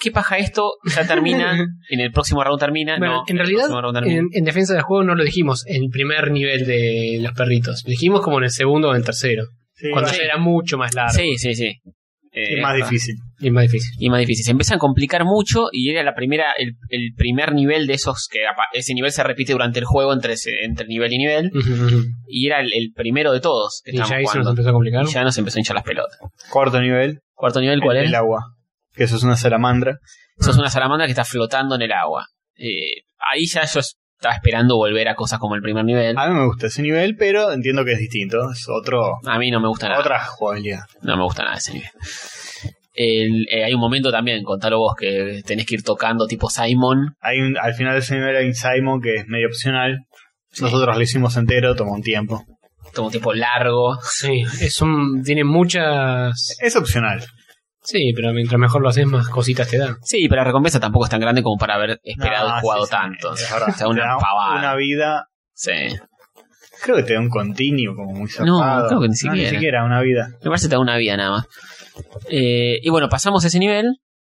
[SPEAKER 2] ¿qué paja esto? Ya termina, en el próximo round termina. Ah,
[SPEAKER 3] Bueno,
[SPEAKER 2] no,
[SPEAKER 3] en
[SPEAKER 2] el
[SPEAKER 3] realidad,
[SPEAKER 2] próximo round termina.
[SPEAKER 3] en, en defensa del juego no lo dijimos en el primer nivel de los perritos. Lo dijimos como en el segundo o en el tercero. cuando
[SPEAKER 2] sí.
[SPEAKER 3] ya era mucho más largo.
[SPEAKER 2] Sí, sí, sí. Eh,
[SPEAKER 1] Es más difícil.
[SPEAKER 3] Y más difícil.
[SPEAKER 2] y más difícil. Se empiezan a complicar mucho y era la primera, el, el primer nivel de esos que apa- ese nivel se repite durante el juego entre, ese- entre nivel y nivel. Y era el, el primero de todos que
[SPEAKER 3] Y ya
[SPEAKER 2] estaban
[SPEAKER 3] ahí se nos
[SPEAKER 2] jugando.
[SPEAKER 3] empezó a complicar.
[SPEAKER 2] Y ya nos empezó a hinchar las pelotas.
[SPEAKER 1] Cuarto nivel.
[SPEAKER 2] Cuarto nivel, ¿cuál
[SPEAKER 1] el,
[SPEAKER 2] es?
[SPEAKER 1] del agua. Que eso es una salamandra. Mm.
[SPEAKER 2] Sos una salamandra que está flotando en el agua. Eh, ahí ya yo estaba esperando volver a cosas como el primer nivel.
[SPEAKER 1] A mí me gusta ese nivel, pero entiendo que es distinto. Es otro,
[SPEAKER 2] A mí no me gusta nada.
[SPEAKER 1] otra jugabilidad.
[SPEAKER 2] No me gusta nada ese nivel. El- eh, hay un momento también, contalo vos, que tenés que ir tocando tipo Simon.
[SPEAKER 1] Hay un- al final de ese nivel hay un Simon que es medio opcional. Nosotros lo hicimos entero, tomó un tiempo.
[SPEAKER 2] Como tipo largo.
[SPEAKER 3] Sí, es un, tiene muchas...
[SPEAKER 1] Es opcional.
[SPEAKER 3] Sí, pero mientras mejor lo haces, más cositas te da.
[SPEAKER 2] Sí, pero la recompensa tampoco es tan grande como para haber esperado
[SPEAKER 1] No,
[SPEAKER 2] y jugado
[SPEAKER 1] sí, sí,
[SPEAKER 2] tanto.
[SPEAKER 1] es verdad.
[SPEAKER 2] O sea, una
[SPEAKER 1] Te da
[SPEAKER 2] pavada.
[SPEAKER 1] una vida.
[SPEAKER 2] Sí.
[SPEAKER 1] Creo que te da un continuo como muy
[SPEAKER 2] No,
[SPEAKER 1] zarpado.
[SPEAKER 2] creo que ni siquiera.
[SPEAKER 1] una vida.
[SPEAKER 2] Me parece que te da una vida nada más. Eh, y bueno, pasamos ese nivel.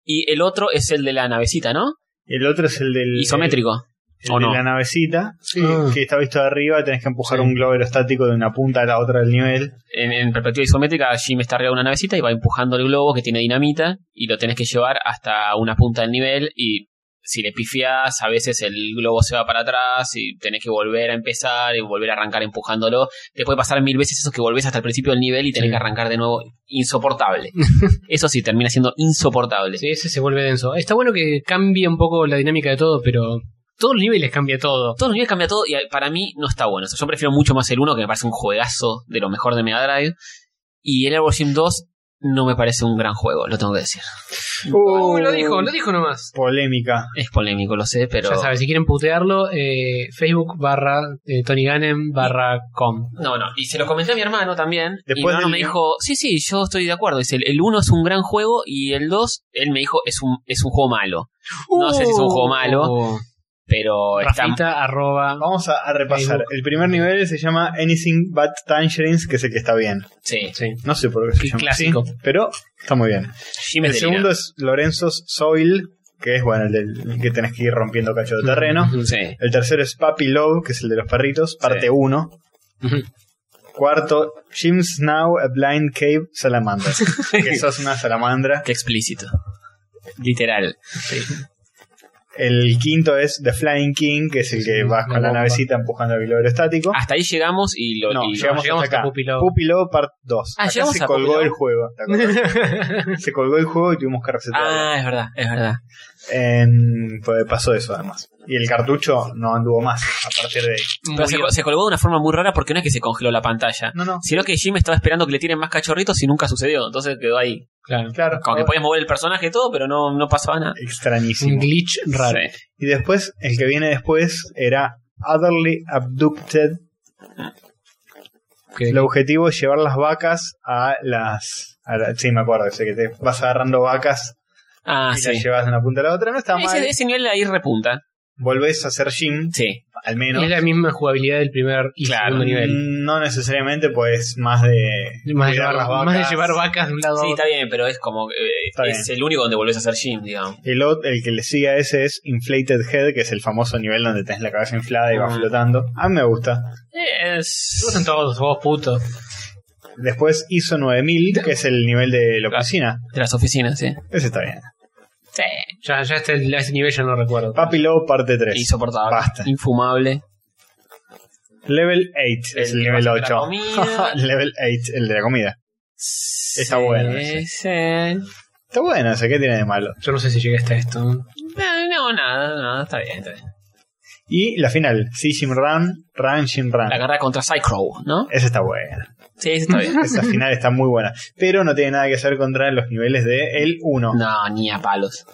[SPEAKER 2] Y el otro es el de la navecita, ¿no?
[SPEAKER 1] El otro es el del.
[SPEAKER 2] Isométrico.
[SPEAKER 1] el
[SPEAKER 2] ¿O
[SPEAKER 1] de
[SPEAKER 2] no?
[SPEAKER 1] la navecita.
[SPEAKER 3] Ah.
[SPEAKER 1] Que está visto de arriba. Tenés que empujar
[SPEAKER 3] Sí.
[SPEAKER 1] un globo aerostático de una punta a la otra del nivel.
[SPEAKER 2] En, en perspectiva isométrica, Jim está arriba de una navecita y va empujando el globo que tiene dinamita. Y lo tenés que llevar hasta una punta del nivel. Y si le pifias, a veces el globo se va para atrás y tenés que volver a empezar y volver a arrancar empujándolo. Te puede pasar mil veces eso que volvés hasta el principio del nivel y tenés
[SPEAKER 3] Sí.
[SPEAKER 2] que arrancar de nuevo. Insoportable. eso sí, termina siendo insoportable.
[SPEAKER 3] Sí, ese se vuelve denso. Está bueno que cambie un poco la dinámica de todo, pero todos los niveles cambia todo.
[SPEAKER 2] Todos los niveles cambia todo y a- para mí no está bueno. O sea, yo prefiero mucho más el 1, que me parece un juegazo de lo mejor de Mega Drive. Y el Airborne Sim 2 no me parece un gran juego, lo tengo que decir.
[SPEAKER 3] Uh, lo dijo, lo dijo nomás.
[SPEAKER 1] Polémica.
[SPEAKER 2] Es polémico, lo sé, pero...
[SPEAKER 3] Ya sabes, si quieren putearlo, eh, Facebook barra eh, Tony Gannem barra com.
[SPEAKER 2] No, no. Y se lo comenté a mi hermano también.
[SPEAKER 1] Después
[SPEAKER 2] y mi hermano
[SPEAKER 1] del-
[SPEAKER 2] me dijo, sí, sí, yo estoy de acuerdo. Dice, el 1 es un gran juego y el 2, él me dijo, es un, es un juego malo. No sé si es un juego malo,
[SPEAKER 3] Uh,
[SPEAKER 2] Pero está...
[SPEAKER 3] Rafita arroba.
[SPEAKER 1] Vamos a, a repasar.
[SPEAKER 3] Facebook.
[SPEAKER 1] El primer nivel se llama Anything But Tangerines, que es el que está bien.
[SPEAKER 2] Sí.
[SPEAKER 3] Sí.
[SPEAKER 1] No sé por qué se
[SPEAKER 3] Qué
[SPEAKER 1] llama
[SPEAKER 3] clásico.
[SPEAKER 1] así, pero está muy bien.
[SPEAKER 2] Jim
[SPEAKER 1] El
[SPEAKER 2] es delirante.
[SPEAKER 1] segundo es Lorenzo's Soil, que es bueno, el, del- el que tenés que ir rompiendo cacho de terreno.
[SPEAKER 3] Ujú.
[SPEAKER 2] Sí.
[SPEAKER 1] El tercero es Papi Love, que es el de los perritos, parte
[SPEAKER 2] Sí.
[SPEAKER 1] 1.
[SPEAKER 3] Ujú.
[SPEAKER 1] Cuarto, Jim's Now a Blind Cave Salamander. que sos una salamandra.
[SPEAKER 2] Qué explícito. Literal.
[SPEAKER 1] El quinto es The Flying King, que es el que
[SPEAKER 3] Sí,
[SPEAKER 1] vas
[SPEAKER 3] una
[SPEAKER 1] con la
[SPEAKER 3] bomba.
[SPEAKER 1] navecita empujando el globo aerostático.
[SPEAKER 2] Hasta ahí llegamos y lo...
[SPEAKER 1] no,
[SPEAKER 2] y-
[SPEAKER 1] llegamos,
[SPEAKER 3] llegamos
[SPEAKER 1] hasta
[SPEAKER 3] hasta
[SPEAKER 1] acá.
[SPEAKER 3] Puppy Love.
[SPEAKER 1] Puppy Love Part 2.
[SPEAKER 2] Ah,
[SPEAKER 1] Acá
[SPEAKER 2] llegamos
[SPEAKER 1] se
[SPEAKER 2] a Puppy
[SPEAKER 1] colgó
[SPEAKER 2] Love.
[SPEAKER 1] el juego. ¿te acordás? se colgó el juego y tuvimos que resetearlo.
[SPEAKER 2] Ah, es verdad, es verdad.
[SPEAKER 1] En- pues pasó eso además. Y el cartucho no anduvo más a partir de ahí.
[SPEAKER 2] Pero se,
[SPEAKER 3] Murió.
[SPEAKER 2] se colgó de una forma muy rara porque no es que se congeló la pantalla,
[SPEAKER 1] No, no,
[SPEAKER 2] sino que Jim estaba esperando que le tiren más cachorritos y nunca sucedió. Entonces quedó ahí.
[SPEAKER 3] Claro.
[SPEAKER 1] claro.
[SPEAKER 2] Como que podías mover el personaje y todo, pero no, no pasaba nada.
[SPEAKER 3] Un
[SPEAKER 1] Extrañísimo.
[SPEAKER 3] glitch raro.
[SPEAKER 2] Sí.
[SPEAKER 1] Y después, el que viene después era Utterly Abducted.
[SPEAKER 3] Que-
[SPEAKER 1] El objetivo es llevar las vacas a las. a la- sí, me acuerdo, sé que te vas agarrando vacas
[SPEAKER 2] Ah,
[SPEAKER 1] y
[SPEAKER 2] sí.
[SPEAKER 1] las llevas de una punta a la otra. No está mal.
[SPEAKER 2] Ese, ese nivel ahí repunta.
[SPEAKER 1] Volvés a hacer gym,
[SPEAKER 2] Sí.
[SPEAKER 1] al menos.
[SPEAKER 3] Es la misma jugabilidad del primer y
[SPEAKER 2] Claro.
[SPEAKER 3] segundo nivel.
[SPEAKER 1] No necesariamente, pues más de.
[SPEAKER 2] Mm,
[SPEAKER 3] Más de,
[SPEAKER 1] cuidar
[SPEAKER 3] llevar,
[SPEAKER 1] las vacas.
[SPEAKER 3] más de llevar vacas de un lado
[SPEAKER 2] Sí,
[SPEAKER 3] a
[SPEAKER 2] está
[SPEAKER 3] otro.
[SPEAKER 2] bien, pero es como. eh,
[SPEAKER 1] Está
[SPEAKER 2] es el único donde volvés a hacer Jim, digamos.
[SPEAKER 1] El, ot- el que le sigue a ese es Inflated Head, que es el famoso nivel donde tenés la cabeza inflada y va
[SPEAKER 2] Mm.
[SPEAKER 1] flotando. A mí me gusta.
[SPEAKER 2] Es.
[SPEAKER 3] Vos son todos vos, puto.
[SPEAKER 1] Después ISO 9000, que es el nivel de la
[SPEAKER 2] Claro.
[SPEAKER 1] oficina.
[SPEAKER 2] De las oficinas, sí.
[SPEAKER 1] Ese está bien.
[SPEAKER 2] Sí.
[SPEAKER 3] Ya, ya este, este nivel ya no recuerdo.
[SPEAKER 1] Papi Lobo, parte 3.
[SPEAKER 2] Insoportable.
[SPEAKER 1] Basta.
[SPEAKER 2] Infumable.
[SPEAKER 1] Level 8 es el,
[SPEAKER 2] El que
[SPEAKER 1] nivel
[SPEAKER 2] vas a la
[SPEAKER 1] 8.
[SPEAKER 2] comida.
[SPEAKER 1] Level 8, el de la comida. Está bueno ese.
[SPEAKER 2] Sí. Eh,
[SPEAKER 1] Está bueno ese, ¿qué tiene de malo?
[SPEAKER 3] Yo no sé si llegué hasta esto.
[SPEAKER 2] No, no, nada, nada, está bien, está bien.
[SPEAKER 1] Y la final, Si Jim Run, Run Jim Run.
[SPEAKER 2] La carrera contra Psychrow, ¿no?
[SPEAKER 1] Esa está buena.
[SPEAKER 2] Sí, ese está bien.
[SPEAKER 1] Esa final está muy buena. Pero no tiene nada que hacer contra los niveles de el 1.
[SPEAKER 2] No, ni a palos.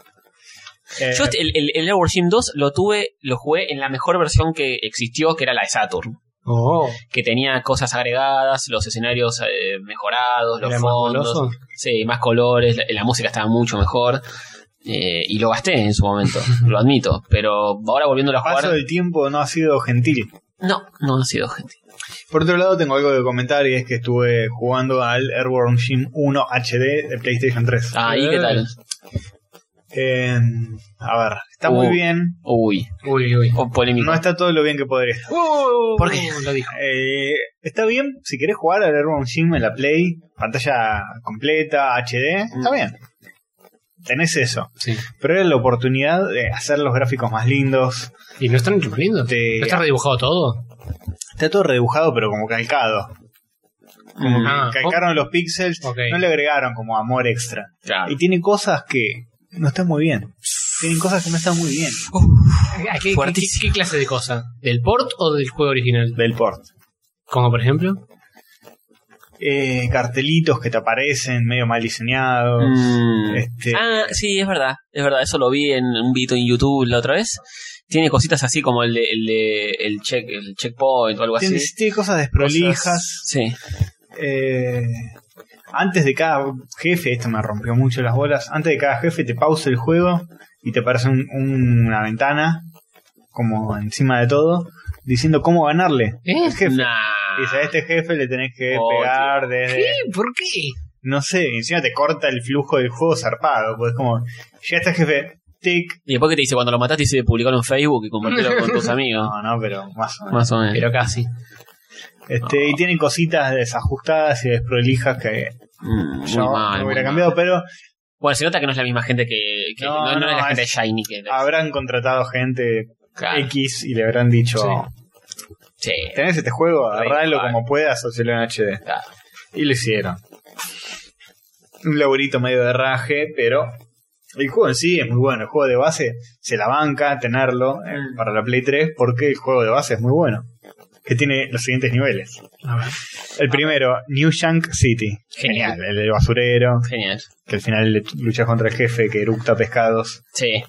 [SPEAKER 1] Eh,
[SPEAKER 2] Yo el, el, el Airborne Jim 2 lo tuve, lo jugué en la mejor versión que existió, que era la de Saturn.
[SPEAKER 3] Oh,
[SPEAKER 2] Que tenía cosas agregadas, los escenarios eh, mejorados, los
[SPEAKER 3] ¿era más
[SPEAKER 2] fondos.
[SPEAKER 3] goloso?
[SPEAKER 2] sí, más colores, la, la música estaba mucho mejor. eh, y lo gasté en su momento, lo admito. Pero ahora volviéndolo a
[SPEAKER 1] paso
[SPEAKER 2] jugar.
[SPEAKER 1] del tiempo no ha sido gentil.
[SPEAKER 2] No, no ha sido gente.
[SPEAKER 1] Por otro lado, tengo algo que comentar y es que estuve
[SPEAKER 2] Ah,
[SPEAKER 1] jugando al Airborne Jim 1 HD de PlayStation 3.
[SPEAKER 2] Ahí, ¿qué tal?
[SPEAKER 1] Eh, a ver, está muy
[SPEAKER 2] Uh.
[SPEAKER 1] bien.
[SPEAKER 2] Uy,
[SPEAKER 3] Uy, uy.
[SPEAKER 2] o polémico.
[SPEAKER 1] No está todo lo bien que podría estar.
[SPEAKER 2] Uh.
[SPEAKER 3] ¿Por qué? Lo dijo.
[SPEAKER 1] Eh, está bien, si querés jugar al Airborne Jim en la Play, pantalla completa, HD, está
[SPEAKER 2] Mm.
[SPEAKER 1] bien. Tenés eso.
[SPEAKER 3] Sí.
[SPEAKER 1] Pero era la oportunidad de hacer los gráficos más lindos.
[SPEAKER 3] Y no están tan lindo.
[SPEAKER 1] Te-
[SPEAKER 3] ¿No está redibujado todo?
[SPEAKER 1] Está todo redibujado, pero como calcado. Como
[SPEAKER 2] Mm,
[SPEAKER 1] que
[SPEAKER 3] Ah,
[SPEAKER 1] calcaron los píxeles,
[SPEAKER 3] Ok.
[SPEAKER 1] no le agregaron como amor extra.
[SPEAKER 2] claro.
[SPEAKER 1] Y tiene cosas que no están muy bien. Tienen cosas que no están muy bien.
[SPEAKER 2] Oh.
[SPEAKER 3] Ah, ¿Qué, qué,
[SPEAKER 2] Fuertísimo.
[SPEAKER 3] qué clase de cosa? ¿Del port o del juego original?
[SPEAKER 1] Del port.
[SPEAKER 3] Como por ejemplo.
[SPEAKER 1] Eh, cartelitos que te aparecen medio mal diseñados.
[SPEAKER 2] Mm.
[SPEAKER 1] Este,
[SPEAKER 2] Ah, sí, es verdad, es verdad, eso lo vi en un video en YouTube la otra vez. Tiene cositas así como el de, el, de- el check, el checkpoint o algo
[SPEAKER 1] tiene,
[SPEAKER 2] así.
[SPEAKER 1] tiene cosas desprolijas.
[SPEAKER 2] Sí.
[SPEAKER 1] Eh, antes de cada jefe, esto me rompió mucho las bolas. Antes de cada jefe te pausa el juego y te aparece un- un- una ventana, como encima de todo, diciendo cómo ganarle.
[SPEAKER 3] ¿Eh?
[SPEAKER 1] El jefe.
[SPEAKER 2] Nah.
[SPEAKER 1] Dice, eh, a este jefe le tenés que
[SPEAKER 2] Oh,
[SPEAKER 1] pegar
[SPEAKER 3] ¿Qué?
[SPEAKER 1] desde...
[SPEAKER 3] ¿Por qué?
[SPEAKER 1] No sé, y encima te corta el flujo del juego zarpado. Pues como, llegaste al jefe, tic.
[SPEAKER 2] Y después que te dice, cuando lo mataste, dice publicarlo en Facebook y compartirlo con tus amigos.
[SPEAKER 1] No, no, pero más o menos.
[SPEAKER 2] Más o menos.
[SPEAKER 3] Pero casi.
[SPEAKER 1] Este, Y tienen cositas desajustadas y desprolijas que
[SPEAKER 2] Mm, muy
[SPEAKER 1] yo
[SPEAKER 2] mal,
[SPEAKER 1] no
[SPEAKER 2] muy
[SPEAKER 1] hubiera
[SPEAKER 2] mal.
[SPEAKER 1] cambiado, pero
[SPEAKER 2] Bueno, se nota que no es la misma gente que. que-
[SPEAKER 1] No,
[SPEAKER 2] no, no es
[SPEAKER 1] no,
[SPEAKER 2] la gente
[SPEAKER 1] es- eh,
[SPEAKER 2] de Shiny que.
[SPEAKER 1] habrán contratado gente
[SPEAKER 2] Claro.
[SPEAKER 1] X y le habrán dicho,
[SPEAKER 2] Sí.
[SPEAKER 1] tenés este juego, agarralo
[SPEAKER 2] Igual.
[SPEAKER 1] como puedas, hacelo en HD.
[SPEAKER 2] Claro.
[SPEAKER 1] Y lo hicieron. Un laburito medio de raje, pero el juego en sí es muy bueno. El juego de base se la banca tenerlo eh,
[SPEAKER 2] Mm.
[SPEAKER 1] para la Play 3 porque el juego de base es muy bueno. Que tiene los siguientes niveles.
[SPEAKER 3] A ver.
[SPEAKER 1] El primero, New Shank City.
[SPEAKER 2] Genial.
[SPEAKER 1] El del basurero,
[SPEAKER 2] Genial.
[SPEAKER 1] que al final le- luchas contra el jefe que eructa pescados.
[SPEAKER 2] Sí.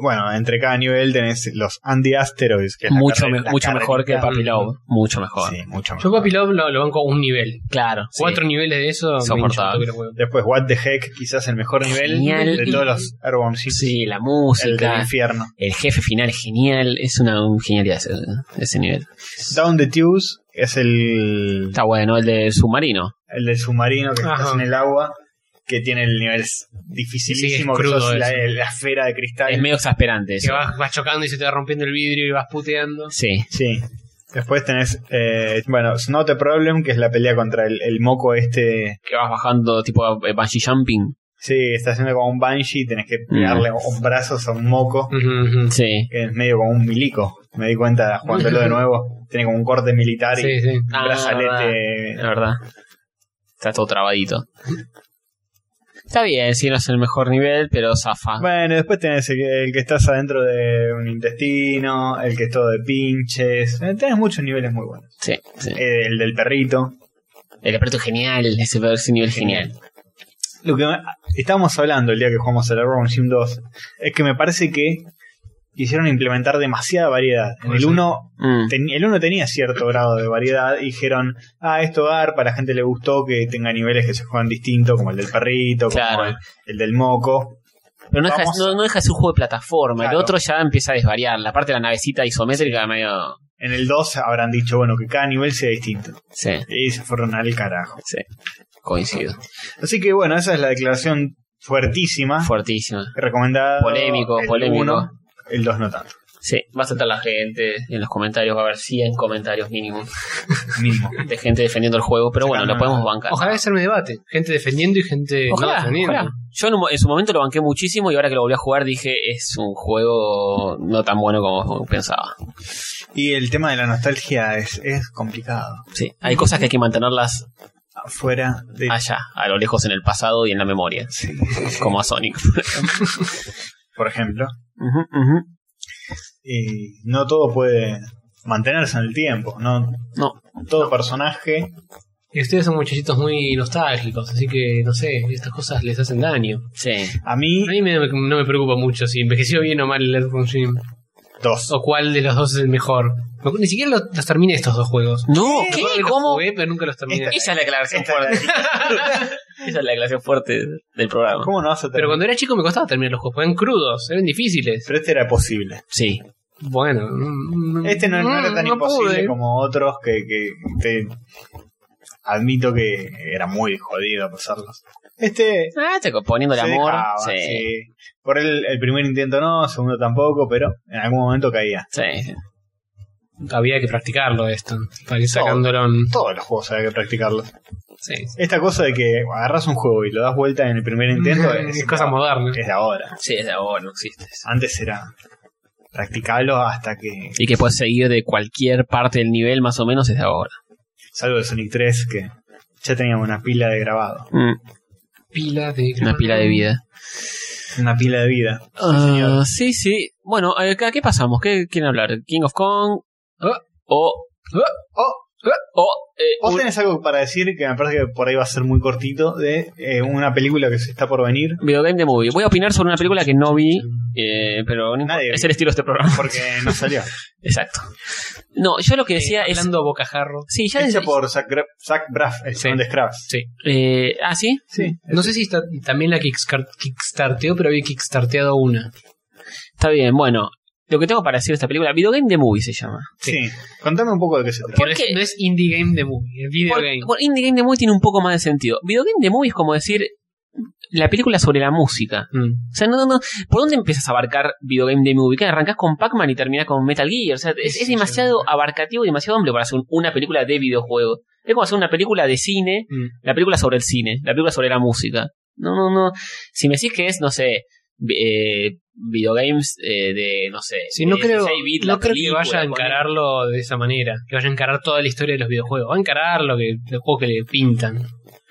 [SPEAKER 1] Bueno, entre cada nivel tenés los anti asteroids que es la
[SPEAKER 2] Mucho,
[SPEAKER 1] carre-
[SPEAKER 2] me-
[SPEAKER 1] la
[SPEAKER 2] mucho mejor que
[SPEAKER 1] carrerita.
[SPEAKER 2] Papi Love. Mucho mejor.
[SPEAKER 1] Sí, mucho
[SPEAKER 3] Yo
[SPEAKER 1] mejor.
[SPEAKER 3] Papi Love lo, lo banco un nivel.
[SPEAKER 2] Claro. sí.
[SPEAKER 3] Cuatro niveles de eso. me hincha un
[SPEAKER 2] Soportable.
[SPEAKER 3] toque el huevo.
[SPEAKER 1] Después, What the Heck, quizás el mejor nivel
[SPEAKER 2] Genial.
[SPEAKER 1] de todos los Airborne Six,
[SPEAKER 2] Sí, la
[SPEAKER 1] el del
[SPEAKER 2] música.
[SPEAKER 1] infierno.
[SPEAKER 2] El jefe final es genial. Es una genialidad ese, ese nivel.
[SPEAKER 1] Down the Tubes es el,
[SPEAKER 2] Está bueno, el de submarino.
[SPEAKER 1] el del submarino que
[SPEAKER 3] Ajá.
[SPEAKER 1] estás en el agua, que tiene el nivel s- dificilísimo,
[SPEAKER 3] Sí, es
[SPEAKER 1] que
[SPEAKER 3] crudo
[SPEAKER 1] sos la,
[SPEAKER 3] ese.
[SPEAKER 1] la esfera de cristal.
[SPEAKER 2] Es medio exasperante
[SPEAKER 3] Que
[SPEAKER 2] eso.
[SPEAKER 3] vas, vas chocando y se te va rompiendo el vidrio y vas puteando.
[SPEAKER 2] Sí.
[SPEAKER 1] Sí. Después tenés, eh, bueno, It's Not a Problem, que es la pelea contra el, el moco este
[SPEAKER 2] Que vas bajando tipo eh, bungee jumping.
[SPEAKER 1] Sí, está haciendo como un banshee, tenés que
[SPEAKER 2] Mm.
[SPEAKER 1] pegarle un brazos a un moco,
[SPEAKER 3] Ujú, ujú.
[SPEAKER 2] Sí.
[SPEAKER 1] que es medio como un milico. Me di cuenta jugándolo de nuevo. Tiene como un corte militar y
[SPEAKER 3] Sí, sí.
[SPEAKER 1] un
[SPEAKER 2] Ah,
[SPEAKER 1] brazalete.
[SPEAKER 2] La verdad. Está todo trabadito. Está bien, si no es el mejor nivel, pero zafa.
[SPEAKER 1] Bueno, después tenés el, que- el que estás adentro de un intestino, el que es todo de pinches. Eh, Tenés muchos niveles muy buenos.
[SPEAKER 2] Sí, sí.
[SPEAKER 1] Eh, El del perrito.
[SPEAKER 2] El aparato es genial, ese, ese nivel es genial.
[SPEAKER 1] Lo que me- estábamos hablando el día que jugamos al Airborne Jim 2 es que me parece que quisieron implementar demasiada variedad. En
[SPEAKER 3] Puede
[SPEAKER 1] el
[SPEAKER 3] ser.
[SPEAKER 1] 1
[SPEAKER 2] Mm.
[SPEAKER 1] Ten- el uno tenía cierto grado de variedad y dijeron, ah, esto garpa, a la gente le gustó que tenga niveles que se juegan distinto, como el del perrito,
[SPEAKER 2] Claro.
[SPEAKER 1] como el, el del moco.
[SPEAKER 2] Pero no deja,
[SPEAKER 1] Vamos-
[SPEAKER 2] no, no deja de ser un juego de plataforma.
[SPEAKER 1] Claro.
[SPEAKER 2] El otro ya empieza a desvariar. La parte de la navecita isométrica medio.
[SPEAKER 1] En el 2 habrán dicho, bueno, que cada nivel sea distinto.
[SPEAKER 2] Sí,
[SPEAKER 1] Y se fueron al carajo.
[SPEAKER 2] sí. Coincido.
[SPEAKER 1] Así que bueno, esa es la declaración fuertísima,
[SPEAKER 2] Fuertísimo.
[SPEAKER 1] recomendada.
[SPEAKER 2] Polémico,
[SPEAKER 1] el
[SPEAKER 2] polémico.
[SPEAKER 1] uno, el 2 no tanto,
[SPEAKER 2] Sí, va a saltar la gente en los comentarios. Va a haber 100 comentarios mínimo
[SPEAKER 1] mismo.
[SPEAKER 2] de gente defendiendo el juego. Pero
[SPEAKER 1] Ah.
[SPEAKER 2] bueno, lo podemos bancar.
[SPEAKER 3] Ojalá hacerme debate. Gente defendiendo y gente no
[SPEAKER 2] Ojalá,
[SPEAKER 3] defendiendo.
[SPEAKER 2] ojalá. Yo en, un mo- en su momento lo banqué muchísimo y ahora que lo volví a jugar dije es un juego no tan bueno como pensaba.
[SPEAKER 1] y el tema de la nostalgia es, es complicado.
[SPEAKER 2] Sí, hay cosas que hay que mantenerlas
[SPEAKER 1] Fuera de...
[SPEAKER 2] allá, a lo lejos en el pasado y en la memoria,
[SPEAKER 1] Sí,
[SPEAKER 2] como a Sonic.
[SPEAKER 1] por ejemplo.
[SPEAKER 2] Ujú, ujú.
[SPEAKER 1] y no todo puede mantenerse en el tiempo, no
[SPEAKER 2] No,
[SPEAKER 1] todo personaje
[SPEAKER 3] Y ustedes son muchachitos muy nostálgicos, así que no sé, estas cosas les hacen daño.
[SPEAKER 2] sí,
[SPEAKER 1] a mí
[SPEAKER 3] A mí me- no me preocupa mucho si envejeció bien o mal el Earthbound Jim.
[SPEAKER 1] dos
[SPEAKER 3] O cuál de los dos es el mejor. No, Ni siquiera los, los terminé estos dos juegos.
[SPEAKER 2] No, ¿qué?
[SPEAKER 3] Recuerdo que los
[SPEAKER 2] ¿Cómo?
[SPEAKER 3] Jugué, pero nunca los terminé.
[SPEAKER 2] Esa es la declaración
[SPEAKER 1] Esta
[SPEAKER 2] fuerte.
[SPEAKER 1] es la-
[SPEAKER 2] Esa es la declaración fuerte del programa.
[SPEAKER 1] ¿Cómo no vas a
[SPEAKER 3] Pero
[SPEAKER 1] terminar?
[SPEAKER 3] cuando era chico me costaba terminar los juegos, porque eran crudos, eran difíciles.
[SPEAKER 1] Pero este era posible.
[SPEAKER 2] Sí,
[SPEAKER 3] Bueno, mm,
[SPEAKER 1] Este no, no era tan
[SPEAKER 3] no
[SPEAKER 1] imposible
[SPEAKER 3] pude.
[SPEAKER 1] como otros que, que te admito que era muy jodido pasarlos. Este
[SPEAKER 2] Ah, te poniendo el
[SPEAKER 1] se
[SPEAKER 2] amor.
[SPEAKER 1] dejaba,
[SPEAKER 2] sí. Sí.
[SPEAKER 1] ah, sí. Por el, el primer intento no, segundo tampoco, pero en algún momento caía.
[SPEAKER 2] sí.
[SPEAKER 3] Había que practicarlo esto, para ir sacándolo en...
[SPEAKER 1] Todos los juegos había que practicarlos.
[SPEAKER 3] Sí.
[SPEAKER 1] Esta cosa de que agarras un juego y lo das vuelta en el primer intento es,
[SPEAKER 3] Mm,
[SPEAKER 1] este.
[SPEAKER 3] es cosa moderna.
[SPEAKER 1] es de ahora.
[SPEAKER 2] Sí, es de ahora, no existe. eso.
[SPEAKER 1] Antes era practicarlo hasta que
[SPEAKER 2] Y que puedes seguir de cualquier parte del nivel, más o menos, es de ahora.
[SPEAKER 1] salvo de Sonic 3 que ya teníamos una pila de grabado,
[SPEAKER 3] Pila de...
[SPEAKER 2] Mm, Una pila de vida.
[SPEAKER 1] una pila de vida.
[SPEAKER 2] Ah, sí, sí. Bueno, ¿a a qué pasamos? ¿Qué quieren hablar? ¿King of Kong?
[SPEAKER 3] Ah.
[SPEAKER 2] ¿O.?
[SPEAKER 1] ¿Eh? Oh,
[SPEAKER 2] o eh,
[SPEAKER 1] Vos
[SPEAKER 2] un-
[SPEAKER 1] tenés algo para decir que me parece que por ahí va a ser muy cortito de eh, una película que se está por venir.
[SPEAKER 2] Videogame de movie. Voy a opinar sobre una película que no vi, eh, pero no importa.
[SPEAKER 1] Nadie
[SPEAKER 2] es
[SPEAKER 1] vio.
[SPEAKER 2] el estilo de este programa.
[SPEAKER 1] Porque no salió.
[SPEAKER 2] Exacto. No, yo lo que decía es.
[SPEAKER 3] Eh, Hablando bocajarro.
[SPEAKER 2] Sí, ya
[SPEAKER 1] Hecha
[SPEAKER 2] desde.
[SPEAKER 1] por Zach, Gra- Zach Braff, el
[SPEAKER 3] Sí.
[SPEAKER 1] chabón de Scraps.
[SPEAKER 3] Sí.
[SPEAKER 2] Eh, ah, sí.
[SPEAKER 1] Sí.
[SPEAKER 3] No sé si está- también la kickstar- kickstarteó, pero había kickstarteado una.
[SPEAKER 2] Está bien, bueno. Lo que tengo para decir de esta película, Videogame de Movie se llama.
[SPEAKER 1] Sí. Contame un poco de qué se trata.
[SPEAKER 2] ¿Por
[SPEAKER 3] Pero es-
[SPEAKER 2] qué?
[SPEAKER 3] no es indie game de movie, es video
[SPEAKER 2] Por-
[SPEAKER 3] game.
[SPEAKER 2] por Indie Game de Movie tiene un poco más de sentido. Videogame de Movie es como decir la película sobre la música.
[SPEAKER 3] Mm.
[SPEAKER 2] O sea, no, no, no. ¿Por dónde empiezas a abarcar Videogame de Movie? ¿Qué? Arrancás con Pac-Man y terminás con Metal Gear. O sea, es,
[SPEAKER 3] Sí,
[SPEAKER 2] es
[SPEAKER 3] sí,
[SPEAKER 2] demasiado
[SPEAKER 3] sí.
[SPEAKER 2] abarcativo y demasiado amplio para hacer un- una película de videojuego. Es como hacer una película de cine,
[SPEAKER 3] Mm.
[SPEAKER 2] la película sobre el cine, la película sobre la música. No, no, no. Si me decís que es, no sé, vi- eh, videogames eh, de, no sé,
[SPEAKER 3] Sí, no
[SPEAKER 2] de
[SPEAKER 3] creo,
[SPEAKER 2] 16 bits,
[SPEAKER 3] no
[SPEAKER 2] la
[SPEAKER 3] creo que
[SPEAKER 2] película,
[SPEAKER 3] vaya a
[SPEAKER 2] ponele.
[SPEAKER 3] encararlo de esa manera. Que vaya a encarar toda la historia de los videojuegos. Va a encarar lo que, los juegos que le pintan.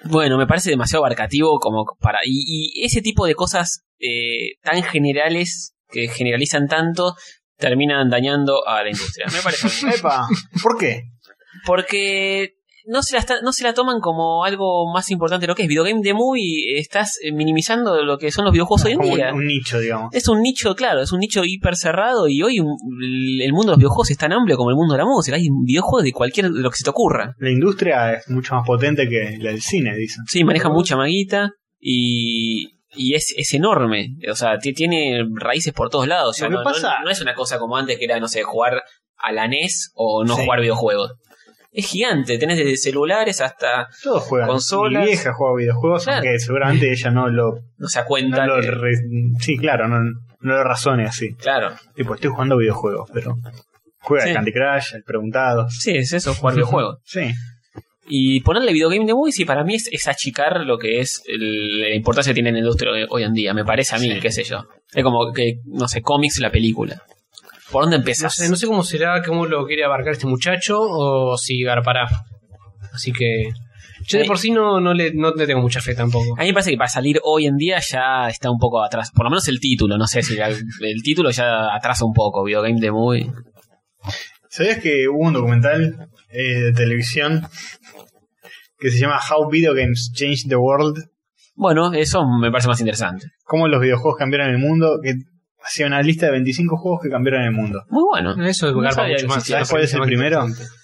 [SPEAKER 2] Bueno, me parece demasiado abarcativo como para. Y, y ese tipo de cosas eh, tan generales, que generalizan tanto, terminan dañando a la industria. Me parece. a mí.
[SPEAKER 1] Epa, ¿por qué?
[SPEAKER 2] Porque no se, la está- no se la toman como algo más importante de lo que es. Videogame de movie, estás eh, minimizando lo que son los videojuegos hoy en
[SPEAKER 1] Como un,
[SPEAKER 2] día.
[SPEAKER 1] un nicho, digamos.
[SPEAKER 2] Es un nicho, claro, es un nicho hiper cerrado y hoy un- el mundo de los videojuegos es tan amplio como el mundo de la música. Hay videojuegos de cualquier, de lo que se te ocurra.
[SPEAKER 1] La industria es mucho más potente que la del cine, dicen.
[SPEAKER 2] Sí, maneja mucha maguita y, y es, es enorme. O sea, ti- tiene raíces por todos lados. O sea,
[SPEAKER 1] Lo que
[SPEAKER 2] no, no-
[SPEAKER 1] pasa-
[SPEAKER 2] no es una cosa como antes que era, no sé, jugar a la NES o no
[SPEAKER 1] Sí.
[SPEAKER 2] jugar videojuegos. Es gigante, tenés desde celulares hasta,
[SPEAKER 1] Todos juegan.
[SPEAKER 2] Consolas.
[SPEAKER 1] Mi vieja juega videojuegos,
[SPEAKER 2] Claro.
[SPEAKER 1] aunque seguramente ella no lo.
[SPEAKER 2] no se
[SPEAKER 1] no
[SPEAKER 2] cuenta.
[SPEAKER 1] lo
[SPEAKER 2] que-
[SPEAKER 1] re- sí, claro, no, no lo razone así.
[SPEAKER 2] claro.
[SPEAKER 1] Tipo, estoy jugando videojuegos, pero. Juega
[SPEAKER 2] Sí.
[SPEAKER 1] al Candy Crush, al Preguntados.
[SPEAKER 2] Sí, es eso, jugar videojuegos.
[SPEAKER 1] Sí.
[SPEAKER 2] Y ponerle videogame de movie, sí, para mí es, es achicar lo que es el- la importancia que tiene en la industria hoy- hoy en día, me parece a mí,
[SPEAKER 1] Sí.
[SPEAKER 2] qué sé yo. Es como que, no sé, cómics, la película. ¿Por dónde
[SPEAKER 3] No
[SPEAKER 2] empezás?
[SPEAKER 3] sé, no sé cómo será, cómo lo quiere abarcar este muchacho o si garpará. Así que. Yo de
[SPEAKER 2] Ahí-
[SPEAKER 3] por sí no, no, le, no le tengo mucha fe tampoco.
[SPEAKER 2] A mí me parece que para salir hoy en día ya está un poco atrás. Por lo menos el título, no sé si la- el título ya atrasa un poco. Videogame de movie.
[SPEAKER 1] ¿Sabías que hubo un documental eh, de televisión que se llama How Video Games Changed the World?
[SPEAKER 2] Bueno, eso me parece más interesante.
[SPEAKER 1] Cómo los videojuegos cambiaron el mundo, que hacía una lista de 25 juegos que cambiaron el mundo.
[SPEAKER 2] Muy bueno.
[SPEAKER 3] Eso
[SPEAKER 2] No
[SPEAKER 3] garpa
[SPEAKER 2] sabía
[SPEAKER 3] mucho
[SPEAKER 2] que
[SPEAKER 3] más.
[SPEAKER 2] existía.
[SPEAKER 3] Una
[SPEAKER 1] ¿Cuál es el
[SPEAKER 3] premisa más
[SPEAKER 1] primero?
[SPEAKER 3] interesante.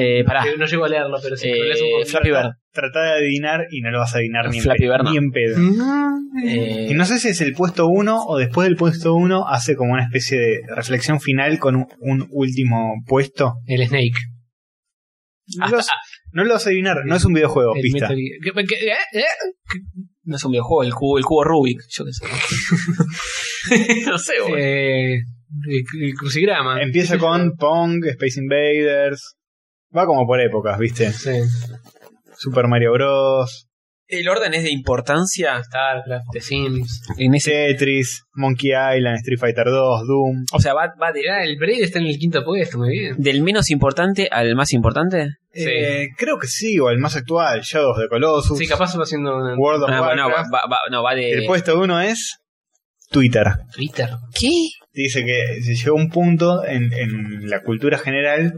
[SPEAKER 2] Eh, pará.
[SPEAKER 3] Eh, No llego a leerlo, pero sí.
[SPEAKER 2] Eh,
[SPEAKER 3] pero lees un poco.
[SPEAKER 2] Flappy Bird.
[SPEAKER 1] Tratá de adivinar y no lo vas a adivinar ni en,
[SPEAKER 2] Flappy
[SPEAKER 1] pe-
[SPEAKER 2] Bird no.
[SPEAKER 1] ni en pedo.
[SPEAKER 3] Mm, eh,
[SPEAKER 2] Eh,
[SPEAKER 1] Y no sé si es el puesto 1 o después del puesto 1 hace como una especie de reflexión final con un, un último puesto.
[SPEAKER 3] El Snake.
[SPEAKER 1] No lo vas- no lo vas a adivinar, no es un videojuego,
[SPEAKER 3] El
[SPEAKER 1] pista.
[SPEAKER 3] Metal Gear. ¿Qué- qué- eh? ¿Eh?
[SPEAKER 2] no es un videojuego, el cubo, el cubo Rubik. Yo qué sé. no sé, boludo.
[SPEAKER 3] Eh, el, el crucigrama.
[SPEAKER 1] Empieza con Pong, Space Invaders. Va como por épocas, ¿viste?
[SPEAKER 3] Sí.
[SPEAKER 1] Super Mario Bros.
[SPEAKER 2] El orden es de importancia
[SPEAKER 3] StarCraft, The Sims.
[SPEAKER 2] en ese.
[SPEAKER 1] Tetris, Monkey Island, Street Fighter 2, Doom.
[SPEAKER 2] O sea, va, va de-
[SPEAKER 3] Mirá, Ah, el Braid está en el quinto puesto, muy bien.
[SPEAKER 2] del menos importante al más importante.
[SPEAKER 3] Sí.
[SPEAKER 1] Eh, creo que sí, o el más actual, Shadows of the Colossus,
[SPEAKER 3] Sí, capaz va haciendo una
[SPEAKER 1] World of
[SPEAKER 2] Ah, bueno, va,
[SPEAKER 1] Warcraft.
[SPEAKER 2] va- va- no, va de.
[SPEAKER 1] El puesto uno es Twitter.
[SPEAKER 3] Twitter.
[SPEAKER 2] ¿Qué?
[SPEAKER 1] Dice que se llegó a un punto en, en la cultura general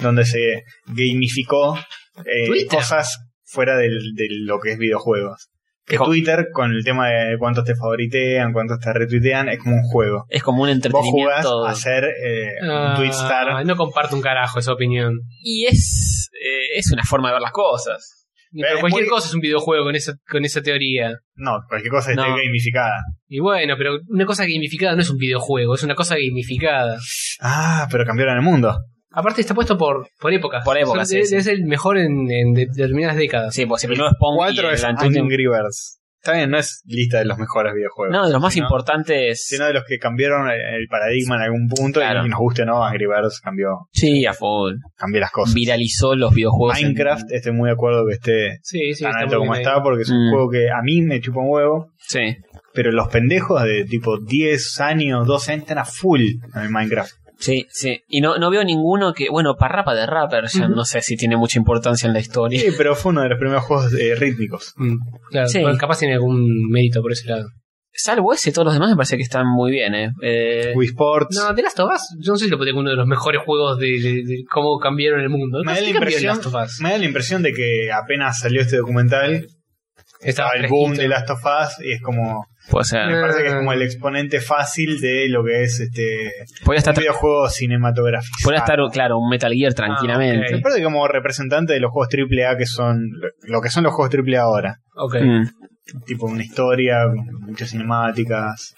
[SPEAKER 1] donde se gamificó eh,
[SPEAKER 3] Twitter.
[SPEAKER 1] cosas fuera del- de lo que es videojuegos. Que
[SPEAKER 2] Es como-
[SPEAKER 1] Twitter, con el tema de cuántos te favoritean, cuántos te retuitean, es como un juego.
[SPEAKER 2] Es como un
[SPEAKER 1] Vos jugás
[SPEAKER 2] entretenimiento.
[SPEAKER 1] a ser eh,
[SPEAKER 3] Ah,
[SPEAKER 1] un Twitstar
[SPEAKER 3] No comparto un carajo esa opinión.
[SPEAKER 2] Y es, eh, es una forma de ver las cosas.
[SPEAKER 3] Pero
[SPEAKER 1] es
[SPEAKER 3] cualquier
[SPEAKER 1] muy-
[SPEAKER 3] cosa es un videojuego con esa, con esa teoría.
[SPEAKER 1] No, cualquier cosa esté
[SPEAKER 2] No.
[SPEAKER 1] gamificada.
[SPEAKER 3] Y bueno, pero una cosa gamificada no es un videojuego, es una cosa gamificada.
[SPEAKER 1] Ah, pero cambiaron el mundo.
[SPEAKER 3] Aparte está puesto por, por épocas.
[SPEAKER 2] Por épocas,
[SPEAKER 3] O sea,
[SPEAKER 2] sí,
[SPEAKER 3] es,
[SPEAKER 2] sí.
[SPEAKER 3] es el mejor en, en de- determinadas décadas.
[SPEAKER 2] Sí, pues si primero Spawn y
[SPEAKER 1] Cuatro
[SPEAKER 2] el
[SPEAKER 1] es
[SPEAKER 2] Untitled-
[SPEAKER 1] Angry Birds. Está bien, no es lista de los mejores videojuegos.
[SPEAKER 2] No, de los más importantes.
[SPEAKER 1] Sino de los que cambiaron el- el paradigma en algún punto
[SPEAKER 2] Claro.
[SPEAKER 1] y nos guste o no, Angry Birds cambió,
[SPEAKER 2] Sí, a full.
[SPEAKER 1] cambió las cosas.
[SPEAKER 2] Viralizó los videojuegos. en-
[SPEAKER 1] Minecraft, estoy muy de acuerdo que esté
[SPEAKER 3] Sí, sí.
[SPEAKER 1] tan
[SPEAKER 3] está
[SPEAKER 1] Ah, alto
[SPEAKER 3] muy
[SPEAKER 1] como
[SPEAKER 3] bien
[SPEAKER 1] está,
[SPEAKER 3] ahí.
[SPEAKER 1] porque es un
[SPEAKER 2] Mm.
[SPEAKER 1] juego que a mí me chupa un huevo,
[SPEAKER 2] Sí.
[SPEAKER 1] pero los pendejos de tipo 10 años, 12 años están a full en Minecraft.
[SPEAKER 2] Sí, sí. Y no, no veo ninguno que. Bueno, Parrapa de Rapper, ya
[SPEAKER 3] Ujú.
[SPEAKER 2] no sé si tiene mucha importancia en la historia.
[SPEAKER 1] Sí, pero fue uno de los primeros juegos eh, rítmicos.
[SPEAKER 3] Mm, claro,
[SPEAKER 2] Sí.
[SPEAKER 3] bueno, capaz tiene algún mérito por ese lado.
[SPEAKER 2] Salvo ese, todos los demás me parece que están muy bien, ¿eh? Eh,
[SPEAKER 1] Wii Sports.
[SPEAKER 3] No, The Last of Us, yo no sé si lo pondría como uno de los mejores juegos de, de- de cómo cambiaron el mundo.
[SPEAKER 1] Me da la
[SPEAKER 3] ¿Qué cambió
[SPEAKER 1] impresión-
[SPEAKER 3] The Last of Us?
[SPEAKER 1] Me da la impresión de que apenas salió este documental,
[SPEAKER 3] Estaba
[SPEAKER 1] estaba el
[SPEAKER 3] fresquito.
[SPEAKER 1] boom de Last of Us y es como.
[SPEAKER 2] puede ser.
[SPEAKER 1] Me parece que es como
[SPEAKER 3] Ah.
[SPEAKER 2] Eh.
[SPEAKER 1] el exponente fácil de lo que es este. Un
[SPEAKER 2] Podría estar,
[SPEAKER 1] videojuego cinematográfico.
[SPEAKER 2] podría estar, claro, un Metal Gear
[SPEAKER 3] Ah,
[SPEAKER 2] tranquilamente.
[SPEAKER 1] Me parece como representante de los juegos AAA que son. Lo que son los juegos AAA ahora.
[SPEAKER 3] Ok.
[SPEAKER 2] Mm,
[SPEAKER 1] Tipo una historia, muchas cinemáticas.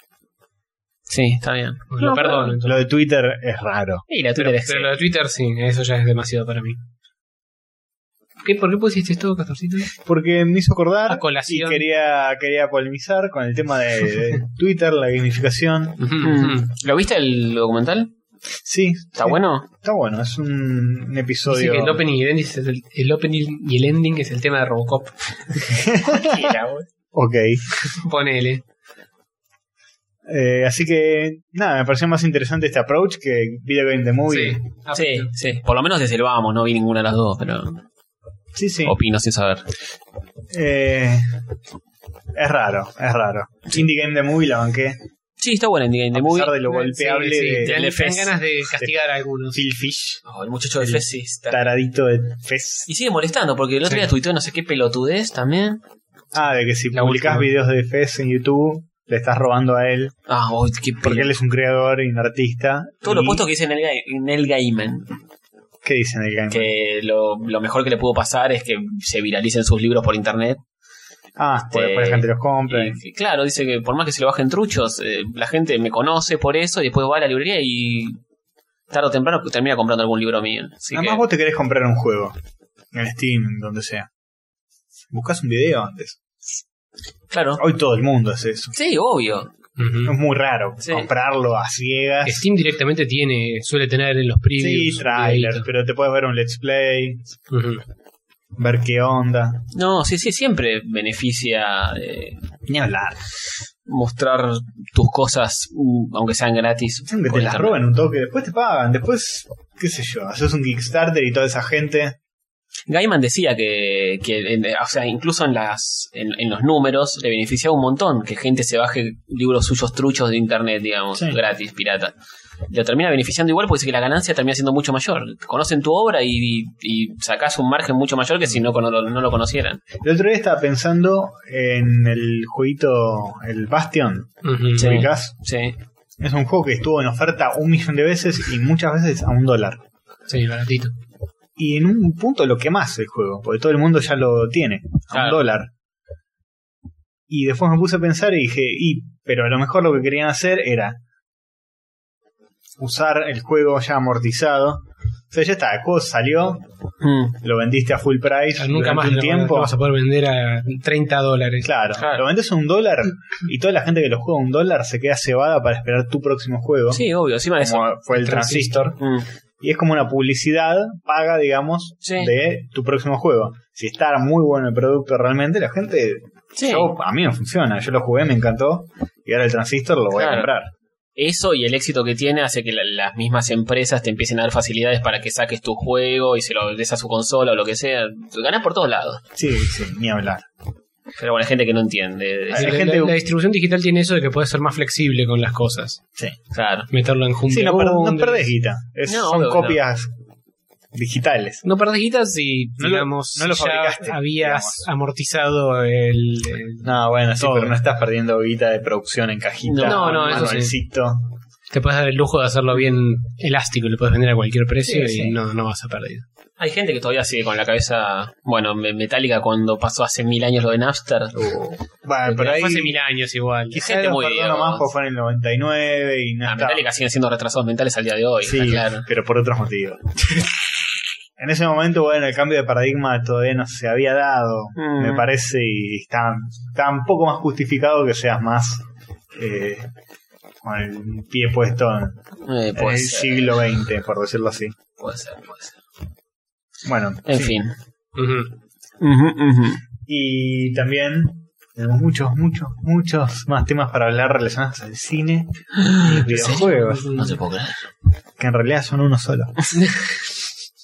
[SPEAKER 2] sí, está bien.
[SPEAKER 3] Lo perdono. entonces.
[SPEAKER 1] Lo de Twitter es raro.
[SPEAKER 2] Y la
[SPEAKER 3] Pero,
[SPEAKER 2] Twitter es-
[SPEAKER 3] pero lo de Twitter, sí, eso ya es demasiado para mí. ¿Qué, ¿Por qué pusiste esto, Castorcito?
[SPEAKER 1] Porque me hizo acordar.
[SPEAKER 3] A
[SPEAKER 1] Y
[SPEAKER 3] colación.
[SPEAKER 1] quería, quería polemizar con el tema de, de Twitter, la gamificación.
[SPEAKER 3] Ujú,
[SPEAKER 2] Mm.
[SPEAKER 3] ujú.
[SPEAKER 2] ¿Lo viste el documental?
[SPEAKER 1] Sí.
[SPEAKER 2] ¿Está
[SPEAKER 1] sí,
[SPEAKER 2] bueno?
[SPEAKER 1] Está bueno, es un, un
[SPEAKER 3] Dice
[SPEAKER 1] episodio.
[SPEAKER 3] que el opening, y el, ending es el, el opening y el ending es el tema de Robocop. Cualquiera, boludo.
[SPEAKER 1] Ok.
[SPEAKER 3] Ponele.
[SPEAKER 1] Eh, así que, nada, me pareció más interesante este approach que Video Game The Movie.
[SPEAKER 3] Sí. Ah,
[SPEAKER 2] Sí, sí. Por lo menos desde el vamos, no vi ninguna de las dos, pero
[SPEAKER 1] Sí, sí.
[SPEAKER 2] opino sin saber.
[SPEAKER 1] Eh, es raro, es raro. Indie Game The Movie la banqué.
[SPEAKER 2] Sí, está buena en The Game The
[SPEAKER 1] a
[SPEAKER 2] Movie.
[SPEAKER 1] pesar de lo
[SPEAKER 3] Sí,
[SPEAKER 1] golpeable
[SPEAKER 3] sí,
[SPEAKER 1] de
[SPEAKER 3] te dan-
[SPEAKER 2] del
[SPEAKER 3] te dan
[SPEAKER 2] FES.
[SPEAKER 3] ganas de castigar a algunos.
[SPEAKER 1] Phil Fish,
[SPEAKER 2] Oh, el muchacho de
[SPEAKER 1] Sí.
[SPEAKER 2] Fez sí está.
[SPEAKER 1] taradito de Fez.
[SPEAKER 2] Y sigue molestando, porque el otro
[SPEAKER 3] Sí.
[SPEAKER 2] día tuiteó no sé qué pelotudez también.
[SPEAKER 1] Ah, de que si
[SPEAKER 3] La
[SPEAKER 1] publicás
[SPEAKER 3] última.
[SPEAKER 1] videos de Fez en YouTube, le estás robando a él.
[SPEAKER 2] Ah, oh,
[SPEAKER 1] Porque
[SPEAKER 2] qué
[SPEAKER 1] Mm.
[SPEAKER 2] pelo-
[SPEAKER 1] él es un creador y un artista.
[SPEAKER 2] Todo lo
[SPEAKER 1] Y-
[SPEAKER 2] opuesto que dice Nel, Ga- Neil Gaiman.
[SPEAKER 1] ¿Qué dicen el game?
[SPEAKER 2] Que lo, lo mejor que le pudo pasar es que se viralicen sus libros por internet.
[SPEAKER 1] Ah, por
[SPEAKER 2] Este,
[SPEAKER 1] por la gente los compra.
[SPEAKER 2] Y, que, claro, dice que por más que se lo bajen truchos, eh, la gente me conoce por eso y después va a la librería y tarde o temprano termina comprando algún libro mío. Así
[SPEAKER 1] Además,
[SPEAKER 2] que-
[SPEAKER 1] vos te querés comprar un juego en Steam, en donde sea. Buscas un video antes.
[SPEAKER 2] claro.
[SPEAKER 1] Hoy todo el mundo hace eso.
[SPEAKER 2] Sí, obvio.
[SPEAKER 1] Es muy raro
[SPEAKER 2] Sí.
[SPEAKER 1] comprarlo a ciegas.
[SPEAKER 3] Que Steam directamente tiene, suele tener en los previews.
[SPEAKER 1] Sí,
[SPEAKER 3] un
[SPEAKER 1] trailers,
[SPEAKER 3] videíto.
[SPEAKER 1] pero te puedes ver un let's play,
[SPEAKER 3] Ujú.
[SPEAKER 1] ver qué onda.
[SPEAKER 2] No, sí, sí, siempre beneficia eh,
[SPEAKER 1] Ni hablar.
[SPEAKER 2] mostrar tus cosas, mm, aunque sean gratis.
[SPEAKER 1] Aunque
[SPEAKER 2] por
[SPEAKER 1] te las
[SPEAKER 2] internet.
[SPEAKER 1] roben un toque, después te pagan, después, qué sé yo, haces un Kickstarter y toda esa gente.
[SPEAKER 2] Gaiman decía que, que en- eh, o sea, incluso en, las, en, en los números le beneficiaba un montón que gente se baje libros suyos truchos de internet, digamos,
[SPEAKER 1] Sí.
[SPEAKER 2] gratis, pirata. Lo termina beneficiando igual porque dice que la ganancia termina siendo mucho mayor. Conocen tu obra y, y, sacás un margen mucho mayor que si no, cono- no lo conocieran.
[SPEAKER 1] El otro día estaba pensando en el jueguito, el Bastion,
[SPEAKER 3] Ujú.
[SPEAKER 2] Sí.
[SPEAKER 1] ¿te ubicás?
[SPEAKER 2] Sí,
[SPEAKER 1] Es un juego que estuvo en oferta un millón de veces y muchas veces a un dólar.
[SPEAKER 3] Sí, baratito.
[SPEAKER 1] Y en un punto lo quemás el juego, porque todo el mundo ya lo tiene, a
[SPEAKER 2] Claro.
[SPEAKER 1] un dólar. Y después me puse a pensar y dije, y, pero a lo mejor lo que querían hacer era usar el juego ya amortizado. O sea, ya está, el juego salió,
[SPEAKER 2] Mm,
[SPEAKER 1] lo vendiste a full price
[SPEAKER 3] Nunca
[SPEAKER 1] durante
[SPEAKER 3] más
[SPEAKER 1] un
[SPEAKER 3] lo- lo
[SPEAKER 1] tiempo.
[SPEAKER 3] vas a poder vender a 30 dólares.
[SPEAKER 1] Claro,
[SPEAKER 2] Claro.
[SPEAKER 1] lo vendes a un dólar y toda la gente que lo juega a un dólar se queda cebada para esperar tu próximo juego.
[SPEAKER 2] sí, obvio, encima de eso.
[SPEAKER 1] como fue el
[SPEAKER 3] Transistor.
[SPEAKER 1] transistor.
[SPEAKER 2] Mm,
[SPEAKER 1] Y es como una publicidad paga, digamos,
[SPEAKER 2] Sí.
[SPEAKER 1] de tu próximo juego. Si está muy bueno el producto realmente, la gente.
[SPEAKER 2] sí.
[SPEAKER 1] yo- a mí me funciona. Yo lo jugué, me encantó. Y ahora el transistor lo voy a
[SPEAKER 2] Claro.
[SPEAKER 1] comprar.
[SPEAKER 2] Eso y el éxito que tiene hace que la- las mismas empresas te empiecen a dar facilidades para que saques tu juego y se lo des a su consola o lo que sea. Ganás por todos lados.
[SPEAKER 1] Sí, sí, ni hablar.
[SPEAKER 2] Pero bueno, hay gente que no entiende.
[SPEAKER 1] Hay
[SPEAKER 3] Sí, la,
[SPEAKER 1] gente-
[SPEAKER 3] la- la distribución digital tiene eso de que puedes ser más flexible con las cosas.
[SPEAKER 1] Sí.
[SPEAKER 2] Claro.
[SPEAKER 3] Meterlo en junta.
[SPEAKER 1] Sí, no, per- no perdés guita. Es-
[SPEAKER 2] No,
[SPEAKER 1] son
[SPEAKER 2] obvio que no.
[SPEAKER 1] copias digitales.
[SPEAKER 3] No perdés guita si,
[SPEAKER 1] No lo-
[SPEAKER 3] digamos,
[SPEAKER 1] no lo
[SPEAKER 3] ya
[SPEAKER 1] fabricaste,
[SPEAKER 3] habías
[SPEAKER 1] digamos.
[SPEAKER 3] amortizado el, el-
[SPEAKER 1] No, bueno, sí,
[SPEAKER 3] Todo.
[SPEAKER 1] pero no estás perdiendo guita de producción en cajita.
[SPEAKER 2] No,
[SPEAKER 3] no, eso sí.
[SPEAKER 1] manualcito.
[SPEAKER 3] te puedes dar el lujo de hacerlo bien elástico y lo puedes vender a cualquier precio
[SPEAKER 4] Sí,
[SPEAKER 3] y
[SPEAKER 4] sí.
[SPEAKER 3] No, no vas a perder.
[SPEAKER 2] Hay gente que todavía sigue con la cabeza, bueno, me- metálica cuando pasó hace mil años lo de Napster.
[SPEAKER 1] Uh, Bueno, pero ahí
[SPEAKER 3] Fue hace mil años igual.
[SPEAKER 1] quizás
[SPEAKER 2] gente
[SPEAKER 1] los
[SPEAKER 2] muy,
[SPEAKER 1] perdono
[SPEAKER 2] digamos.
[SPEAKER 1] más porque fue en el 99 y no
[SPEAKER 2] Ah,
[SPEAKER 1] estaba-
[SPEAKER 2] Metallica siguen siendo retrasados mentales al día de hoy,
[SPEAKER 1] Sí,
[SPEAKER 2] está claro.
[SPEAKER 1] pero por otros motivos. en ese momento, bueno, el cambio de paradigma todavía no se había dado,
[SPEAKER 2] Mm.
[SPEAKER 1] me parece, y está, está un poco más justificado que seas más eh, con el pie puesto en,
[SPEAKER 2] Eh,
[SPEAKER 1] en
[SPEAKER 2] puede,
[SPEAKER 1] el
[SPEAKER 2] ser,
[SPEAKER 1] siglo XX, por decirlo así.
[SPEAKER 2] puede ser, puede ser.
[SPEAKER 1] Bueno,
[SPEAKER 2] En
[SPEAKER 1] sí.
[SPEAKER 2] fin.
[SPEAKER 3] Ujú.
[SPEAKER 1] Y también tenemos muchos, muchos, muchos más temas para hablar relacionados al cine y videojuegos,
[SPEAKER 2] No te puedo creer.
[SPEAKER 1] que en realidad son uno solo.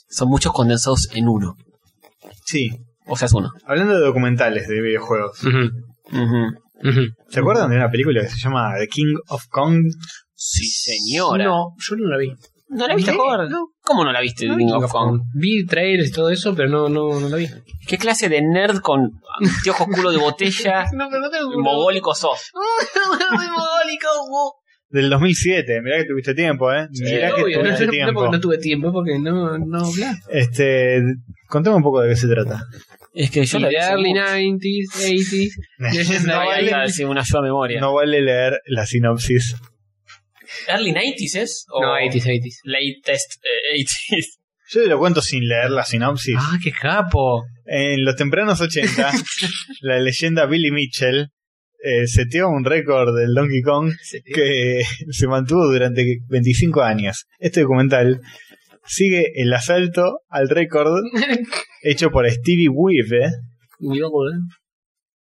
[SPEAKER 2] Son muchos condensados en uno.
[SPEAKER 1] Sí,
[SPEAKER 2] O sea, es uno.
[SPEAKER 1] hablando de documentales de videojuegos.
[SPEAKER 3] Ujú. Ujú.
[SPEAKER 1] ¿Se acuerdan
[SPEAKER 3] Mm.
[SPEAKER 1] de una película que se llama The King of Kong?
[SPEAKER 2] Sí, señora.
[SPEAKER 3] No, yo no la vi.
[SPEAKER 2] ¿No la viste,
[SPEAKER 3] ¿Qué?
[SPEAKER 2] Jorge?
[SPEAKER 3] No.
[SPEAKER 2] ¿Cómo no la viste, King of Kong?
[SPEAKER 3] Vi trailers y todo eso, pero no, no, no la vi.
[SPEAKER 2] ¿Qué clase de nerd con anteojos culo de botella
[SPEAKER 3] No, pero no tengo
[SPEAKER 2] mogólico sos?
[SPEAKER 3] soy mogólico.
[SPEAKER 1] Del 2007, mirá que tuviste tiempo, ¿eh? Mirá que
[SPEAKER 3] no,
[SPEAKER 1] tuviste
[SPEAKER 3] no,
[SPEAKER 1] tiempo.
[SPEAKER 3] porque no tuve tiempo, porque no, no hablá.
[SPEAKER 1] Este, contame un poco de qué se trata.
[SPEAKER 2] Es que yo
[SPEAKER 3] Y
[SPEAKER 2] la vi
[SPEAKER 3] de
[SPEAKER 2] hace
[SPEAKER 3] early
[SPEAKER 2] mucho.
[SPEAKER 3] 90s, 80s. Legend
[SPEAKER 2] No,
[SPEAKER 3] of
[SPEAKER 2] ahí
[SPEAKER 3] Island.
[SPEAKER 2] está, sí, una ayuda a memoria.
[SPEAKER 1] No vale leer la sinopsis.
[SPEAKER 2] ¿Early 90s es? ¿O
[SPEAKER 3] No, 80s, 80s.
[SPEAKER 2] Latest eh, 80s.
[SPEAKER 1] Yo te lo cuento sin leer la sinopsis.
[SPEAKER 3] Ah, qué capo.
[SPEAKER 1] En los tempranos 80, la leyenda Billy Mitchell eh, seteó un récord del Donkey Kong que se mantuvo durante 25 años. Este documental sigue el asalto al récord hecho por Stevie Weave,
[SPEAKER 3] Muy loco, ¿eh?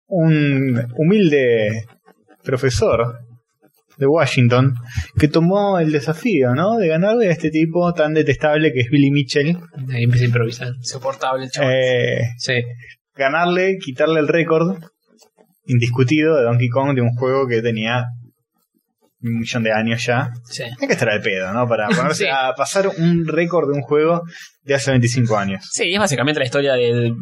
[SPEAKER 1] un humilde profesor de Washington que tomó el desafío, ¿no? De ganarle a este tipo tan detestable que es Billy Mitchell.
[SPEAKER 3] Ahí empecé a improvisar.
[SPEAKER 2] Soportable, chaval.
[SPEAKER 1] Eh,
[SPEAKER 3] Sí.
[SPEAKER 1] ganarle, quitarle el récord indiscutido de Donkey Kong de un juego que tenía un millón de años ya.
[SPEAKER 2] Sí.
[SPEAKER 1] Hay que estar al pedo, ¿no? Para ponerse
[SPEAKER 3] Sí.
[SPEAKER 1] a pasar un récord de un juego de hace 25 años.
[SPEAKER 2] Sí, es básicamente la historia de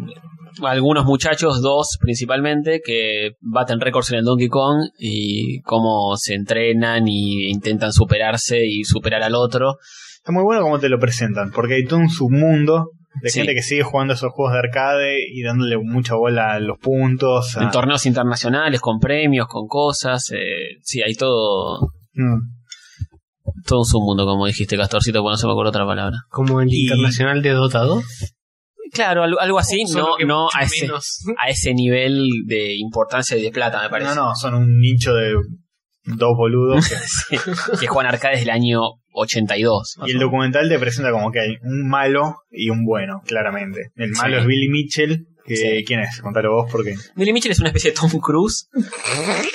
[SPEAKER 2] algunos muchachos, dos principalmente, que baten récords en el Donkey Kong y cómo se entrenan y intentan superarse y superar al otro.
[SPEAKER 1] Está muy bueno como te lo presentan, porque hay todo un submundo de
[SPEAKER 2] Sí.
[SPEAKER 1] gente que sigue jugando esos juegos de arcade y dándole mucha bola a los puntos. a-
[SPEAKER 2] En torneos internacionales, con premios, con cosas. eh, sí, hay todo,
[SPEAKER 1] Mm.
[SPEAKER 2] todo un submundo, como dijiste, Castorcito, porque no se me acuerdo otra palabra.
[SPEAKER 3] Como el
[SPEAKER 1] Y-
[SPEAKER 3] internacional de Dota 2.
[SPEAKER 2] Claro, al- algo así,
[SPEAKER 3] Solo
[SPEAKER 2] no,
[SPEAKER 3] que
[SPEAKER 2] no
[SPEAKER 3] mucho
[SPEAKER 2] a ese,
[SPEAKER 3] menos.
[SPEAKER 2] a ese nivel de importancia y de plata, me
[SPEAKER 1] No,
[SPEAKER 2] parece.
[SPEAKER 1] no, son un nicho de dos boludos.
[SPEAKER 2] Sí, que Juan Arcade es del año 82.
[SPEAKER 1] y el documental te presenta como que hay un malo y un bueno, claramente. El malo
[SPEAKER 2] Sí.
[SPEAKER 1] es Billy Mitchell. Que,
[SPEAKER 2] Sí.
[SPEAKER 1] ¿Quién es? Contalo vos porque...
[SPEAKER 2] Billy Mitchell es una especie de Tom Cruise.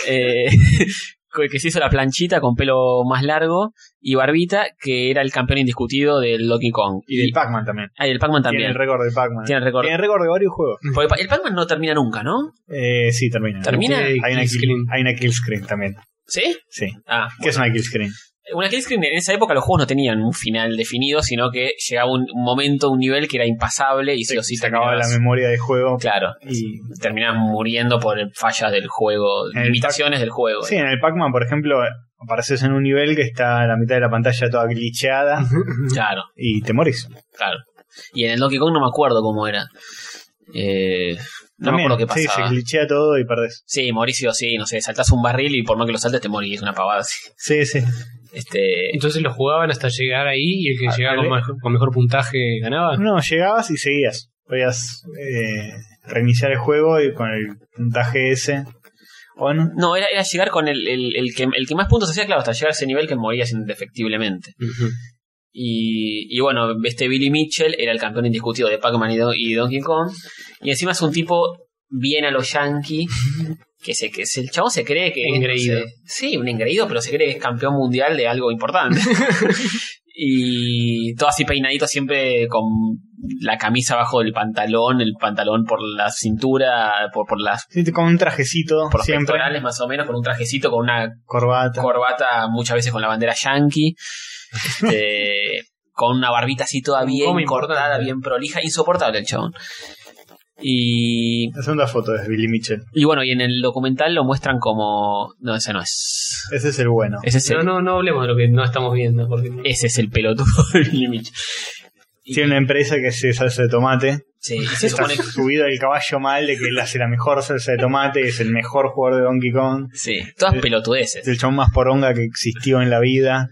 [SPEAKER 2] eh, con el que se hizo la planchita con pelo más largo y barbita, que era el campeón indiscutido del Donkey Kong.
[SPEAKER 1] Y del Pac-Man también.
[SPEAKER 2] Ah, y del Pac-Man
[SPEAKER 1] Tiene
[SPEAKER 2] también.
[SPEAKER 1] el récord de Pac-Man.
[SPEAKER 2] Tiene el récord.
[SPEAKER 1] Tiene el récord de varios juegos.
[SPEAKER 2] Porque pa- el Pac-Man no termina nunca, ¿no?
[SPEAKER 1] Eh, sí, termina.
[SPEAKER 2] ¿Termina?
[SPEAKER 3] Ok,
[SPEAKER 1] Hay una,
[SPEAKER 3] kill
[SPEAKER 1] kill,
[SPEAKER 3] screen.
[SPEAKER 1] hay una kill screen también.
[SPEAKER 2] ¿Sí?
[SPEAKER 1] Sí. ¿Qué
[SPEAKER 2] Ah,
[SPEAKER 1] es una kill screen?
[SPEAKER 2] Una kill screen, en esa época los juegos no tenían un final definido, sino que llegaba un un momento, un nivel que era impasable y sí o sí
[SPEAKER 1] se acababa la
[SPEAKER 2] terminabas-
[SPEAKER 1] memoria del juego.
[SPEAKER 2] Claro,
[SPEAKER 1] Y,
[SPEAKER 2] terminabas muriendo por fallas del juego,
[SPEAKER 1] En el
[SPEAKER 2] limitaciones del juego.
[SPEAKER 1] sí, en el Pac-Man, por ejemplo, apareces en un nivel que está a la mitad de la pantalla toda glitcheada
[SPEAKER 2] Claro,
[SPEAKER 1] y te morís.
[SPEAKER 2] claro. Y en el Donkey Kong no me acuerdo cómo era. Eh, no me
[SPEAKER 1] También,
[SPEAKER 2] acuerdo qué
[SPEAKER 1] Sí,
[SPEAKER 2] pasaba.
[SPEAKER 1] se
[SPEAKER 2] Sí,
[SPEAKER 1] glitchea todo y perdés.
[SPEAKER 2] Mauricio, sí, no sé, saltás un barril y por más que lo saltes te morís, una pavada así.
[SPEAKER 1] Sí, sí.
[SPEAKER 2] Este,
[SPEAKER 3] Entonces lo jugaban hasta llegar ahí y el que
[SPEAKER 1] Ah,
[SPEAKER 3] llegaba con
[SPEAKER 1] dale.
[SPEAKER 3] mejor, con mejor puntaje ganaba.
[SPEAKER 1] No, llegabas y seguías. Podías eh, reiniciar el juego y con el puntaje ese. O no.
[SPEAKER 2] no, era, era llegar con el, el- el que, el que más puntos hacía, claro, hasta llegar a ese nivel que morías indefectiblemente.
[SPEAKER 3] Ujú.
[SPEAKER 2] Y, y bueno, este Billy Mitchell era el campeón indiscutido de Pac-Man y, Don- y Donkey Kong. Y encima es un tipo bien a los Yankees. Que, se, que se- el chavo se cree que.
[SPEAKER 3] Engreído.
[SPEAKER 2] no sé, sí, un engreído, pero se cree que es campeón mundial de algo importante. y todo así peinadito, siempre con la camisa abajo del pantalón, el pantalón por la cintura, por, por las.
[SPEAKER 1] Sí, con un trajecito,
[SPEAKER 2] Por los
[SPEAKER 1] siempre.
[SPEAKER 2] pectorales más o menos, con un trajecito, con una
[SPEAKER 1] Corbata.
[SPEAKER 2] corbata muchas veces con la bandera yankee, este, con una barbita así toda
[SPEAKER 3] Un
[SPEAKER 2] bien
[SPEAKER 3] cómic
[SPEAKER 2] cortada,
[SPEAKER 3] importante.
[SPEAKER 2] bien prolija, insoportable el chabón. Y,
[SPEAKER 1] La segunda foto es Billy Mitchell.
[SPEAKER 2] y bueno, y en el documental lo muestran como... No, ese no es.
[SPEAKER 1] Ese es el bueno.
[SPEAKER 2] Ese es el,
[SPEAKER 3] No, no, no hablemos de lo que no estamos viendo. Porque
[SPEAKER 2] Ese es el pelotudo de Billy Mitchell. Y-
[SPEAKER 1] Tiene una empresa que hace salsa de tomate.
[SPEAKER 2] sí, y se
[SPEAKER 1] Está
[SPEAKER 2] supone que-
[SPEAKER 1] subido al caballo mal de que él hace la mejor salsa de tomate, es el mejor jugador de Donkey Kong.
[SPEAKER 2] Sí, todas pelotudeces.
[SPEAKER 1] Es el chabón más poronga que existió en la vida.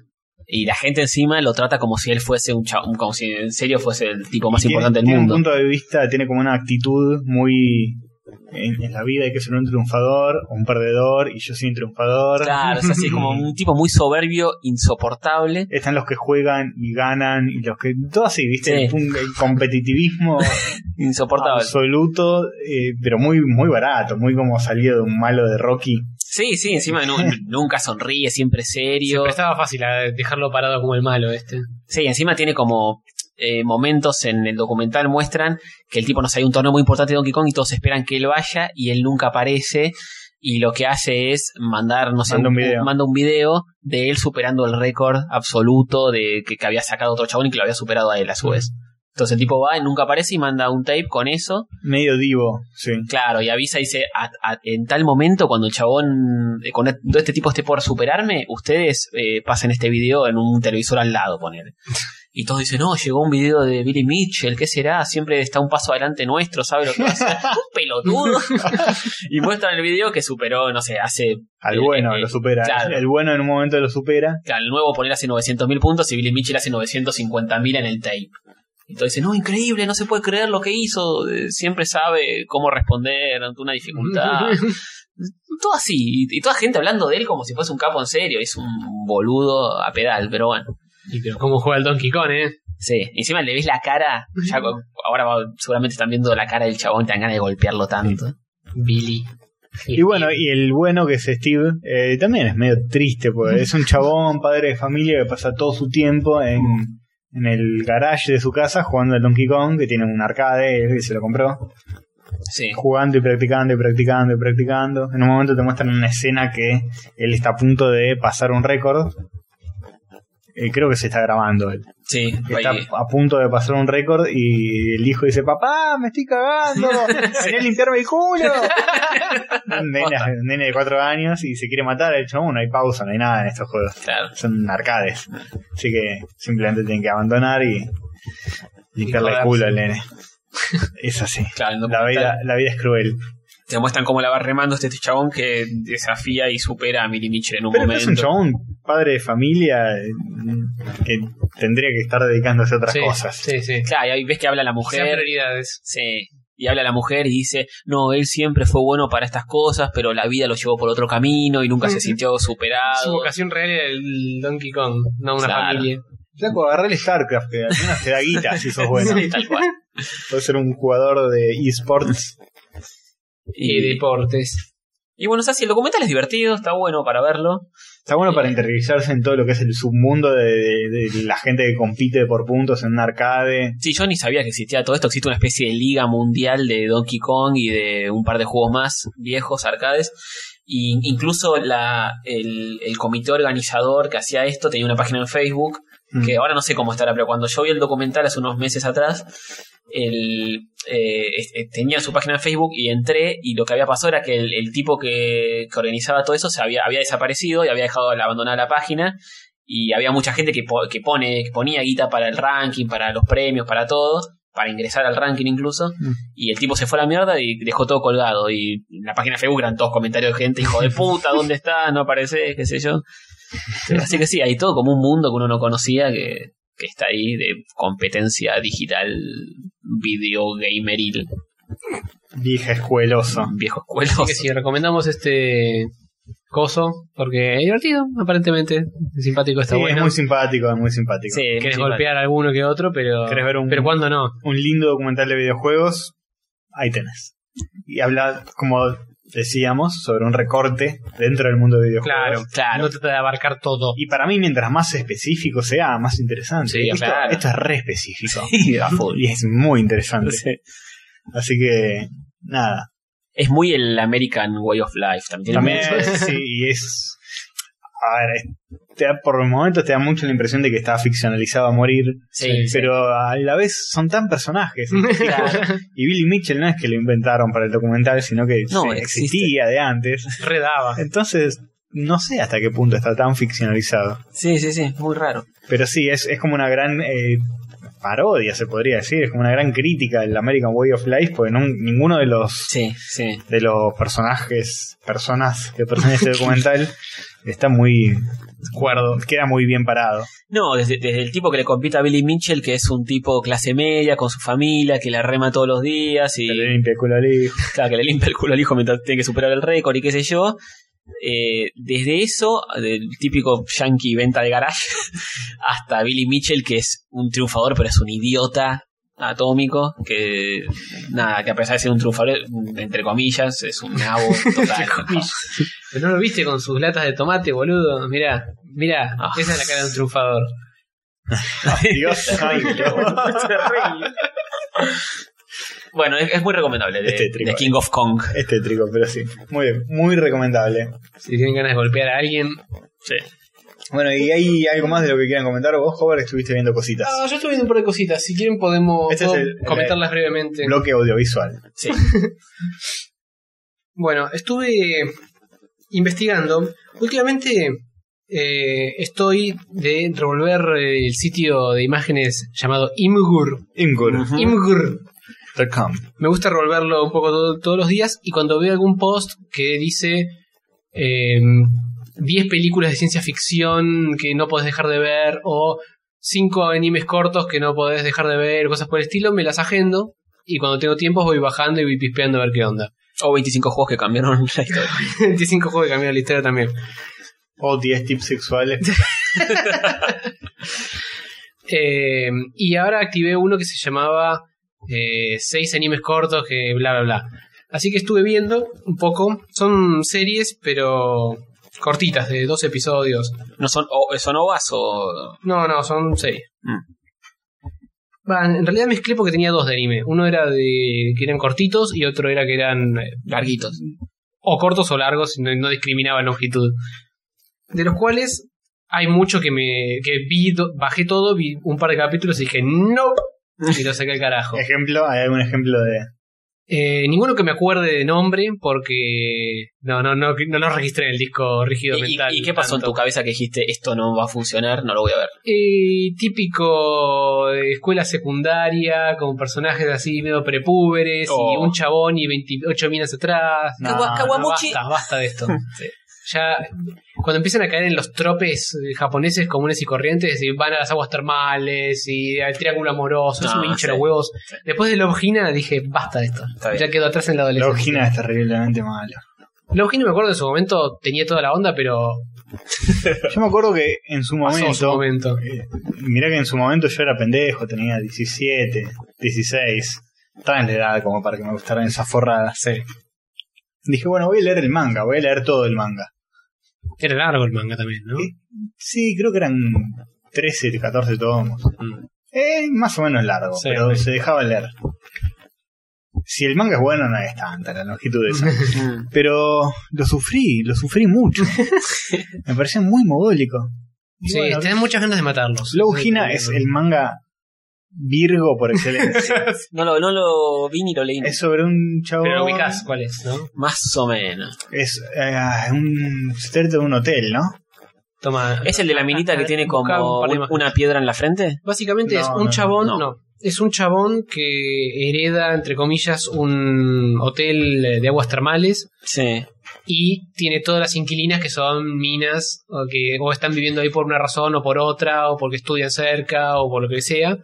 [SPEAKER 2] Y la gente encima lo trata como si él fuese un chabón, como si en serio fuese el tipo más
[SPEAKER 1] Y tiene-
[SPEAKER 2] importante del
[SPEAKER 1] tiene
[SPEAKER 2] mundo.
[SPEAKER 1] un punto de vista, tiene como una actitud muy. En, en la vida hay que ser un triunfador, un perdedor, y yo soy un triunfador.
[SPEAKER 2] Claro, es así como un tipo muy soberbio, insoportable.
[SPEAKER 1] Están los que juegan y ganan, y los que. Todo así, ¿viste?
[SPEAKER 2] Sí.
[SPEAKER 1] El pun- El, competitivismo
[SPEAKER 2] Insoportable.
[SPEAKER 1] absoluto, eh, pero muy, muy barato, muy como salido de un malo de Rocky.
[SPEAKER 2] Sí,
[SPEAKER 1] Eh,
[SPEAKER 2] sí, encima nu- nunca sonríe, siempre serio.
[SPEAKER 3] Pero estaba fácil eh, dejarlo parado como el malo este.
[SPEAKER 2] Sí, encima tiene como eh, momentos en el documental muestran que el tipo no sé, hay un torneo muy importante de Donkey Kong y todos esperan que él vaya y él nunca aparece. Y lo que hace es mandar, no sé,
[SPEAKER 1] Manda un video.
[SPEAKER 2] manda un video de él superando el récord absoluto de que, que había sacado otro chabón y que lo había superado a él a su vez. Entonces el tipo va y nunca aparece y manda un tape con eso.
[SPEAKER 1] Medio divo, sí.
[SPEAKER 2] Claro, y avisa y dice, "A- a- en tal momento cuando el chabón, eh, cuando todo este tipo esté por superarme, ustedes eh, pasen este video en un televisor al lado, poner. Y todos dicen, no, llegó un video de Billy Mitchell, ¿qué será? Siempre está un paso adelante nuestro, ¿sabe lo que va a hacer? ¡Un pelotudo! y muestran el video que superó, no sé, hace,
[SPEAKER 1] Al
[SPEAKER 2] Eh,
[SPEAKER 1] bueno
[SPEAKER 2] eh,
[SPEAKER 1] lo supera.
[SPEAKER 2] claro.
[SPEAKER 1] El bueno en un momento lo supera.
[SPEAKER 2] al nuevo poner hace 900.000 puntos y Billy Mitchell hace 950.000 en el tape. Y todos dicen, no, increíble, no se puede creer lo que hizo, eh, siempre sabe cómo responder ante una dificultad. todo así, y, y toda gente hablando de él como si fuese un capo en serio, es un boludo a pedal, pero bueno,
[SPEAKER 3] y pero cómo juega el Donkey Kong, ¿eh?
[SPEAKER 2] sí, encima le ves la cara, ya con- ahora va- seguramente están viendo la cara del chabón, te dan ganas de golpearlo tanto.
[SPEAKER 3] Billy.
[SPEAKER 1] Y bueno, y el bueno que es Steve eh, también es medio triste, porque es un chabón, padre de familia, que pasa todo su tiempo en, en el garage de su casa jugando al Donkey Kong, que tiene un arcade, él se lo compró,
[SPEAKER 2] Sí,
[SPEAKER 1] jugando y practicando y practicando y practicando. En un momento te muestran una escena que él está a punto de pasar un récord. Eh, creo que se está grabando él.
[SPEAKER 2] sí,
[SPEAKER 1] que
[SPEAKER 2] ahí-
[SPEAKER 1] está a punto de pasar un récord y el hijo dice, papá, me estoy cagando, vení a limpiarme el culo. nena, nene de cuatro años y se quiere matar, el chabón, no hay pausa, no hay nada en estos juegos,
[SPEAKER 2] claro.
[SPEAKER 1] son arcades. Así que simplemente tienen que abandonar y limpiarle el
[SPEAKER 3] joderse.
[SPEAKER 1] culo al nene. Es así.
[SPEAKER 2] Claro, en el
[SPEAKER 1] La
[SPEAKER 2] documental
[SPEAKER 1] vida, la vida es cruel.
[SPEAKER 2] Te muestran cómo la va remando este, este chabón que desafía y supera a Milly Mitchell en un
[SPEAKER 1] Pero es
[SPEAKER 2] momento.
[SPEAKER 1] un chabón padre de familia eh, que tendría que estar dedicándose a otras
[SPEAKER 3] sí,
[SPEAKER 1] cosas.
[SPEAKER 3] Sí, sí.
[SPEAKER 2] Claro, y ahí ves que habla la
[SPEAKER 3] Sean
[SPEAKER 2] mujer.
[SPEAKER 3] prioridades.
[SPEAKER 2] Sí. Y habla la mujer y dice, no, él siempre fue bueno para estas cosas, pero la vida lo llevó por otro camino y nunca se
[SPEAKER 3] Ujú.
[SPEAKER 2] sintió
[SPEAKER 3] Su
[SPEAKER 2] superado.
[SPEAKER 3] vocación real era el Donkey Kong, no una
[SPEAKER 2] Claro.
[SPEAKER 3] familia.
[SPEAKER 1] Flaco, agarré el StarCraft, que al menos te da guita si sos bueno.
[SPEAKER 2] Sí, tal cual.
[SPEAKER 1] Puede ser un jugador de esports.
[SPEAKER 3] Y,
[SPEAKER 2] Y,
[SPEAKER 3] deportes.
[SPEAKER 2] y bueno, o sea, sí, el documental es divertido, está bueno para verlo.
[SPEAKER 1] Está bueno para interiorizarse en todo lo que es el submundo de, de- de la gente que compite por puntos en un arcade.
[SPEAKER 2] Sí, yo ni sabía que existía todo esto. Existe una especie de liga mundial de Donkey Kong y de un par de juegos más viejos, arcades. Y incluso la, el, el comité organizador que hacía esto tenía una página en Facebook
[SPEAKER 1] Mm.
[SPEAKER 2] que ahora no sé cómo estará, pero cuando yo vi el documental hace unos meses atrás, el, eh, es- eh, tenía su página en Facebook y entré y lo que había pasado era que el, el tipo que, que organizaba todo eso se había, había desaparecido y había dejado la- abandonada la página y había mucha gente que, po- que, pone, que ponía guita para el ranking, para los premios, para todo, para ingresar al ranking incluso,
[SPEAKER 1] Mm.
[SPEAKER 2] y el tipo se fue a la mierda y dejó todo colgado y en la página de Facebook eran todos comentarios de gente, hijo de puta, ¿dónde está? No aparece, qué sé yo. Así que sí, hay todo como un mundo que uno no conocía que, que está ahí de competencia digital, videogameril,
[SPEAKER 1] Dije escueloso.
[SPEAKER 2] viejo
[SPEAKER 3] Así
[SPEAKER 2] escuelos.
[SPEAKER 3] que sí, recomendamos este coso, porque es divertido, aparentemente. Es simpático, está
[SPEAKER 1] Sí,
[SPEAKER 3] bueno.
[SPEAKER 1] es muy simpático, es muy simpático.
[SPEAKER 2] Sí,
[SPEAKER 3] Querés
[SPEAKER 2] sí,
[SPEAKER 3] golpear a alguno que otro, pero.
[SPEAKER 1] ¿Querés ver un,
[SPEAKER 3] Pero cuando no.
[SPEAKER 1] un lindo documental de videojuegos? Ahí tenés. Y habla, como decíamos, sobre un recorte dentro del mundo de videojuegos.
[SPEAKER 3] Claro,
[SPEAKER 2] Claro.
[SPEAKER 3] No trata de abarcar todo.
[SPEAKER 1] Y para mí, mientras más específico sea, más interesante.
[SPEAKER 2] Sí,
[SPEAKER 1] esto,
[SPEAKER 2] claro.
[SPEAKER 1] esto es re específico.
[SPEAKER 2] Sí, a full.
[SPEAKER 1] Y es muy interesante.
[SPEAKER 2] Sí.
[SPEAKER 1] Así que, nada.
[SPEAKER 2] Es muy el American Way of Life. También, tiene
[SPEAKER 1] También,
[SPEAKER 2] mucho de eso.
[SPEAKER 1] sí, y es. a ver, es- te da, por momentos te da mucho la impresión de que está ficcionalizado a morir,
[SPEAKER 2] Sí,
[SPEAKER 1] pero a la vez son tan personajes. y Billy Mitchell no es que lo inventaron para el documental, sino que
[SPEAKER 4] No,
[SPEAKER 1] sí,
[SPEAKER 4] existe.
[SPEAKER 1] existía de antes.
[SPEAKER 3] Redaba.
[SPEAKER 1] Entonces, no sé hasta qué punto está tan ficcionalizado.
[SPEAKER 4] Sí, sí, sí, muy raro.
[SPEAKER 1] Pero sí, es, es como una gran eh, parodia, se podría decir. Es como una gran crítica del American Way of Life, porque nun- ninguno de los
[SPEAKER 4] Sí, sí.
[SPEAKER 1] de los personajes, personas que personas este documental está muy acuerdo, queda muy bien parado.
[SPEAKER 4] No, desde, desde el tipo que le compite a Billy Mitchell, que es un tipo clase media, con su familia, que la rema todos los días y
[SPEAKER 1] Se le limpia el culo al hijo.
[SPEAKER 4] claro, que le limpia el culo al hijo mientras tiene que superar el récord y qué sé yo. Eh, desde eso, del típico yankee venta de garage, hasta Billy Mitchell, que es un triunfador, pero es un idiota atómico, que nada, que a pesar de ser un triunfador, entre comillas, es un nabo total.
[SPEAKER 3] Pero no lo viste con sus latas de tomate, boludo. Mirá, mirá,
[SPEAKER 4] Ah.
[SPEAKER 3] esa es la cara de un triunfador.
[SPEAKER 1] Dios, ay, no.
[SPEAKER 4] bueno, es, es muy recomendable de,
[SPEAKER 1] Este trigo,
[SPEAKER 4] de
[SPEAKER 1] eh.
[SPEAKER 4] King of Kong.
[SPEAKER 1] este trigo, pero sí, muy bien, muy recomendable.
[SPEAKER 3] Si tienen ganas de golpear a alguien.
[SPEAKER 1] Bueno, y hay algo más de lo que quieran comentar. Vos, Howard, estuviste viendo cositas.
[SPEAKER 3] Ah, yo estoy viendo un par de cositas. Si quieren podemos
[SPEAKER 1] Este es
[SPEAKER 3] puedo
[SPEAKER 1] el- el-
[SPEAKER 3] comentarlas brevemente.
[SPEAKER 1] Bloque audiovisual.
[SPEAKER 4] Sí.
[SPEAKER 3] Bueno, estuve investigando. Últimamente eh, estoy de revolver eh, el sitio de imágenes llamado Imgur.
[SPEAKER 1] Imgur.com.
[SPEAKER 3] Imgur. Me gusta revolverlo un poco todo- todos los días y cuando veo algún post que dice eh, 10 películas de ciencia ficción que no podés dejar de ver o 5 animes cortos que no podés dejar de ver, cosas por el estilo, me las agendo y cuando tengo tiempo voy bajando y voy pispeando a ver qué onda.
[SPEAKER 4] O 25 juegos que cambiaron la historia.
[SPEAKER 3] 25 juegos que cambiaron la historia también.
[SPEAKER 1] O 10 tips sexuales.
[SPEAKER 3] Eh, y ahora activé uno que se llamaba eh, seis animes cortos que bla bla bla. Así que estuve viendo un poco. Son series, pero cortitas, de dos episodios.
[SPEAKER 4] ¿No son, o- son ovas o...?
[SPEAKER 3] No, no, son series.
[SPEAKER 4] Mm.
[SPEAKER 3] Va, en realidad mezclé porque tenía dos de anime. Uno era de que eran cortitos y otro era que eran eh,
[SPEAKER 4] Larguitos.
[SPEAKER 3] o cortos o largos, no, no discriminaba longitud. De los cuales hay mucho que me que vi, do- bajé todo, vi un par de capítulos y dije, no,
[SPEAKER 4] Mm.
[SPEAKER 3] y lo saqué al carajo.
[SPEAKER 1] Ejemplo, hay algún ejemplo de.
[SPEAKER 3] Eh, ninguno que me acuerde de nombre, porque no, no, no, no lo registré en el disco rígido
[SPEAKER 4] ¿Y, y-
[SPEAKER 3] mental.
[SPEAKER 4] y qué pasó en tu cabeza que dijiste esto no va a funcionar, no lo voy a ver?
[SPEAKER 3] Eh, típico de escuela secundaria, con personajes así medio prepúberes, y
[SPEAKER 4] Oh.
[SPEAKER 3] un chabón y 28 minas atrás.
[SPEAKER 1] No,
[SPEAKER 4] Kawa-
[SPEAKER 1] no,
[SPEAKER 4] Kawamuchi.
[SPEAKER 3] basta, basta de esto. Sí. Ya, cuando empiezan a caer en los tropes eh, japoneses comunes y corrientes, y van a las aguas termales, y al triángulo amoroso, eso
[SPEAKER 4] No,
[SPEAKER 3] me
[SPEAKER 4] Ah, sí.
[SPEAKER 3] hincha los huevos.
[SPEAKER 4] Sí.
[SPEAKER 3] Después de Lobgina dije, basta de esto.
[SPEAKER 4] Está bien.
[SPEAKER 3] Ya quedó atrás en la
[SPEAKER 1] La
[SPEAKER 3] adolescencia.
[SPEAKER 1] ojina es terriblemente mala.
[SPEAKER 3] Login, me acuerdo, en su momento tenía toda la onda, pero
[SPEAKER 1] Yo me acuerdo que en su
[SPEAKER 3] pasó
[SPEAKER 1] momento.
[SPEAKER 3] su momento.
[SPEAKER 1] Eh, Mirá que en su momento yo era pendejo, tenía 17, 16. Estaba en la edad como para que me gustaran esas forradas. eh. Dije, bueno, voy a leer el manga, voy a leer todo el manga.
[SPEAKER 3] Era largo el manga también, ¿no?
[SPEAKER 1] Sí. Sí, creo que eran 13, 14 tomos.
[SPEAKER 3] Mm.
[SPEAKER 1] Eh, más o menos largo,
[SPEAKER 3] Sí,
[SPEAKER 1] pero
[SPEAKER 3] ok.
[SPEAKER 1] se dejaba leer. Si el manga es bueno, no es tanta la longitud de esa. Pero lo sufrí, lo sufrí mucho. me parecía muy mogólico. Y
[SPEAKER 3] Sí,
[SPEAKER 1] bueno,
[SPEAKER 3] tenés muchas ganas de matarlos.
[SPEAKER 1] Slow Hina es el manga Virgo por excelencia.
[SPEAKER 4] No lo, no lo vi ni lo leí.
[SPEAKER 1] es sobre un chavo.
[SPEAKER 3] Pero ubicás cuál es, ¿no?
[SPEAKER 4] Más o menos.
[SPEAKER 1] Es eh, un se trata de un hotel, ¿no?
[SPEAKER 3] Toma.
[SPEAKER 4] ¿Es el
[SPEAKER 1] Ah,
[SPEAKER 4] de la minita que tiene
[SPEAKER 3] Buscá un
[SPEAKER 4] como
[SPEAKER 3] par de
[SPEAKER 4] un-
[SPEAKER 3] imágenes.
[SPEAKER 4] una piedra en la frente?
[SPEAKER 3] Básicamente es
[SPEAKER 1] No,
[SPEAKER 3] un
[SPEAKER 1] no,
[SPEAKER 3] chabón,
[SPEAKER 4] no.
[SPEAKER 3] no. Es un chabón que hereda, entre comillas, un hotel eh, de aguas termales
[SPEAKER 4] Sí.
[SPEAKER 3] y tiene todas las inquilinas que son minas o que o están viviendo ahí por una razón o por otra o porque estudian cerca o por lo que sea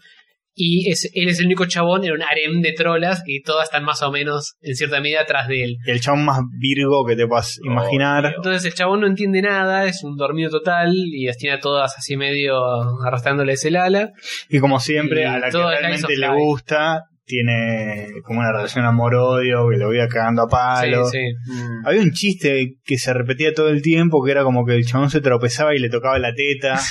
[SPEAKER 3] y es, él es el único chabón en un harem de trolas y todas están más o menos en cierta medida atrás de él
[SPEAKER 1] Y el chabón más Virgo que te puedas
[SPEAKER 3] Oh,
[SPEAKER 1] imaginar.
[SPEAKER 3] entonces el chabón no entiende nada es un dormido total y las tiene a todas así medio arrastrándoles el ala
[SPEAKER 1] y como siempre,
[SPEAKER 3] Y
[SPEAKER 1] a la que
[SPEAKER 3] todo
[SPEAKER 1] realmente
[SPEAKER 3] Slice
[SPEAKER 1] le
[SPEAKER 3] of Life.
[SPEAKER 1] gusta, tiene como una relación amor-odio, que lo voy cagando a palo.
[SPEAKER 3] sí, sí.
[SPEAKER 1] Había un chiste que se repetía todo el tiempo, que era como que el chabón se tropezaba y le tocaba la teta,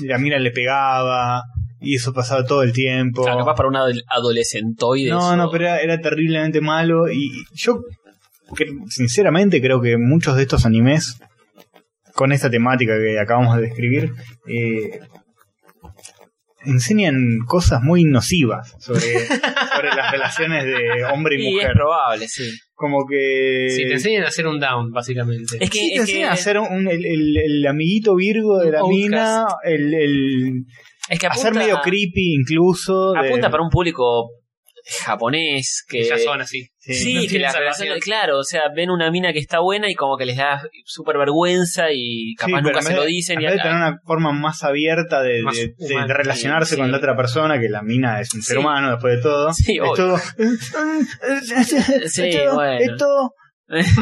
[SPEAKER 1] y la mina le pegaba, y eso pasaba todo el tiempo.
[SPEAKER 4] O sea, capaz para un adol- adolescentoide.
[SPEAKER 1] No,
[SPEAKER 4] eso.
[SPEAKER 1] no, pero era, era terriblemente malo. Y yo, cre- sinceramente, creo que muchos de estos animes con esta temática que acabamos de describir, eh, enseñan cosas muy nocivas sobre, sobre las relaciones de hombre y
[SPEAKER 4] Y es
[SPEAKER 1] mujer.
[SPEAKER 4] probable, sí.
[SPEAKER 1] Como que...
[SPEAKER 3] Si te enseñan a hacer un down, básicamente.
[SPEAKER 4] Es que,
[SPEAKER 1] Sí,
[SPEAKER 4] es,
[SPEAKER 1] te
[SPEAKER 4] que,
[SPEAKER 1] enseñan a ser un- el, el- el amiguito virgo de la
[SPEAKER 3] Un
[SPEAKER 1] mina, el, el-
[SPEAKER 4] es que
[SPEAKER 1] a ser
[SPEAKER 4] apunta-
[SPEAKER 1] medio creepy incluso. de-
[SPEAKER 4] apunta para un público japonés que
[SPEAKER 3] que ya son así.
[SPEAKER 1] sí.
[SPEAKER 4] Sí,
[SPEAKER 3] No
[SPEAKER 4] que
[SPEAKER 3] tienen
[SPEAKER 4] la
[SPEAKER 3] salvación.
[SPEAKER 4] relación, claro, o sea, ven una mina que está buena y como que les da súper vergüenza y
[SPEAKER 1] Sí,
[SPEAKER 4] capaz
[SPEAKER 1] pero
[SPEAKER 4] nunca
[SPEAKER 1] en
[SPEAKER 4] se
[SPEAKER 1] vez
[SPEAKER 4] lo
[SPEAKER 1] de-
[SPEAKER 4] dicen.
[SPEAKER 1] en
[SPEAKER 4] Y
[SPEAKER 1] vez de
[SPEAKER 4] a-
[SPEAKER 1] tener una forma más abierta de,
[SPEAKER 3] Más
[SPEAKER 1] de- de-
[SPEAKER 3] humana,
[SPEAKER 1] de relacionarse
[SPEAKER 4] sí.
[SPEAKER 1] con la otra persona, que la mina es un ser
[SPEAKER 4] Sí.
[SPEAKER 1] humano después de todo.
[SPEAKER 4] Sí,
[SPEAKER 1] es
[SPEAKER 4] obvio.
[SPEAKER 1] todo.
[SPEAKER 4] Sí,
[SPEAKER 1] es todo-
[SPEAKER 4] bueno.
[SPEAKER 1] es todo- es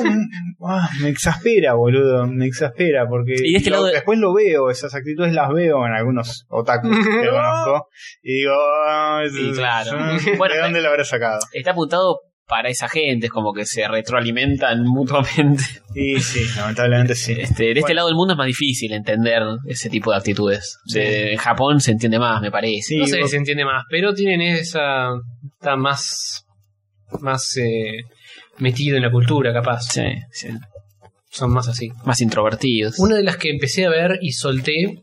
[SPEAKER 1] un- ah, me exaspera, boludo. Me exaspera porque
[SPEAKER 4] Y de este
[SPEAKER 1] lo-
[SPEAKER 4] lado-
[SPEAKER 1] después lo veo, esas actitudes las veo en algunos otakus que conozco. Y digo, ah, es-
[SPEAKER 4] Sí, claro.
[SPEAKER 1] ¿de
[SPEAKER 4] Bueno, eh.
[SPEAKER 1] dónde lo habré sacado?
[SPEAKER 4] Está apuntado para esa gente, es como que se retroalimentan mutuamente.
[SPEAKER 1] Y sí, lamentablemente sí.
[SPEAKER 4] Este, de este
[SPEAKER 1] Bueno.
[SPEAKER 4] lado del mundo es más difícil entender ese tipo de actitudes. De- en Japón se entiende más, me parece.
[SPEAKER 1] Sí,
[SPEAKER 3] no sé
[SPEAKER 1] vos-
[SPEAKER 3] si se entiende más, pero tienen esa. Está más. Más eh, metido en la cultura, capaz.
[SPEAKER 4] Sí, sí.
[SPEAKER 3] Son más así.
[SPEAKER 4] Más introvertidos.
[SPEAKER 3] Una de las que empecé a ver y solté,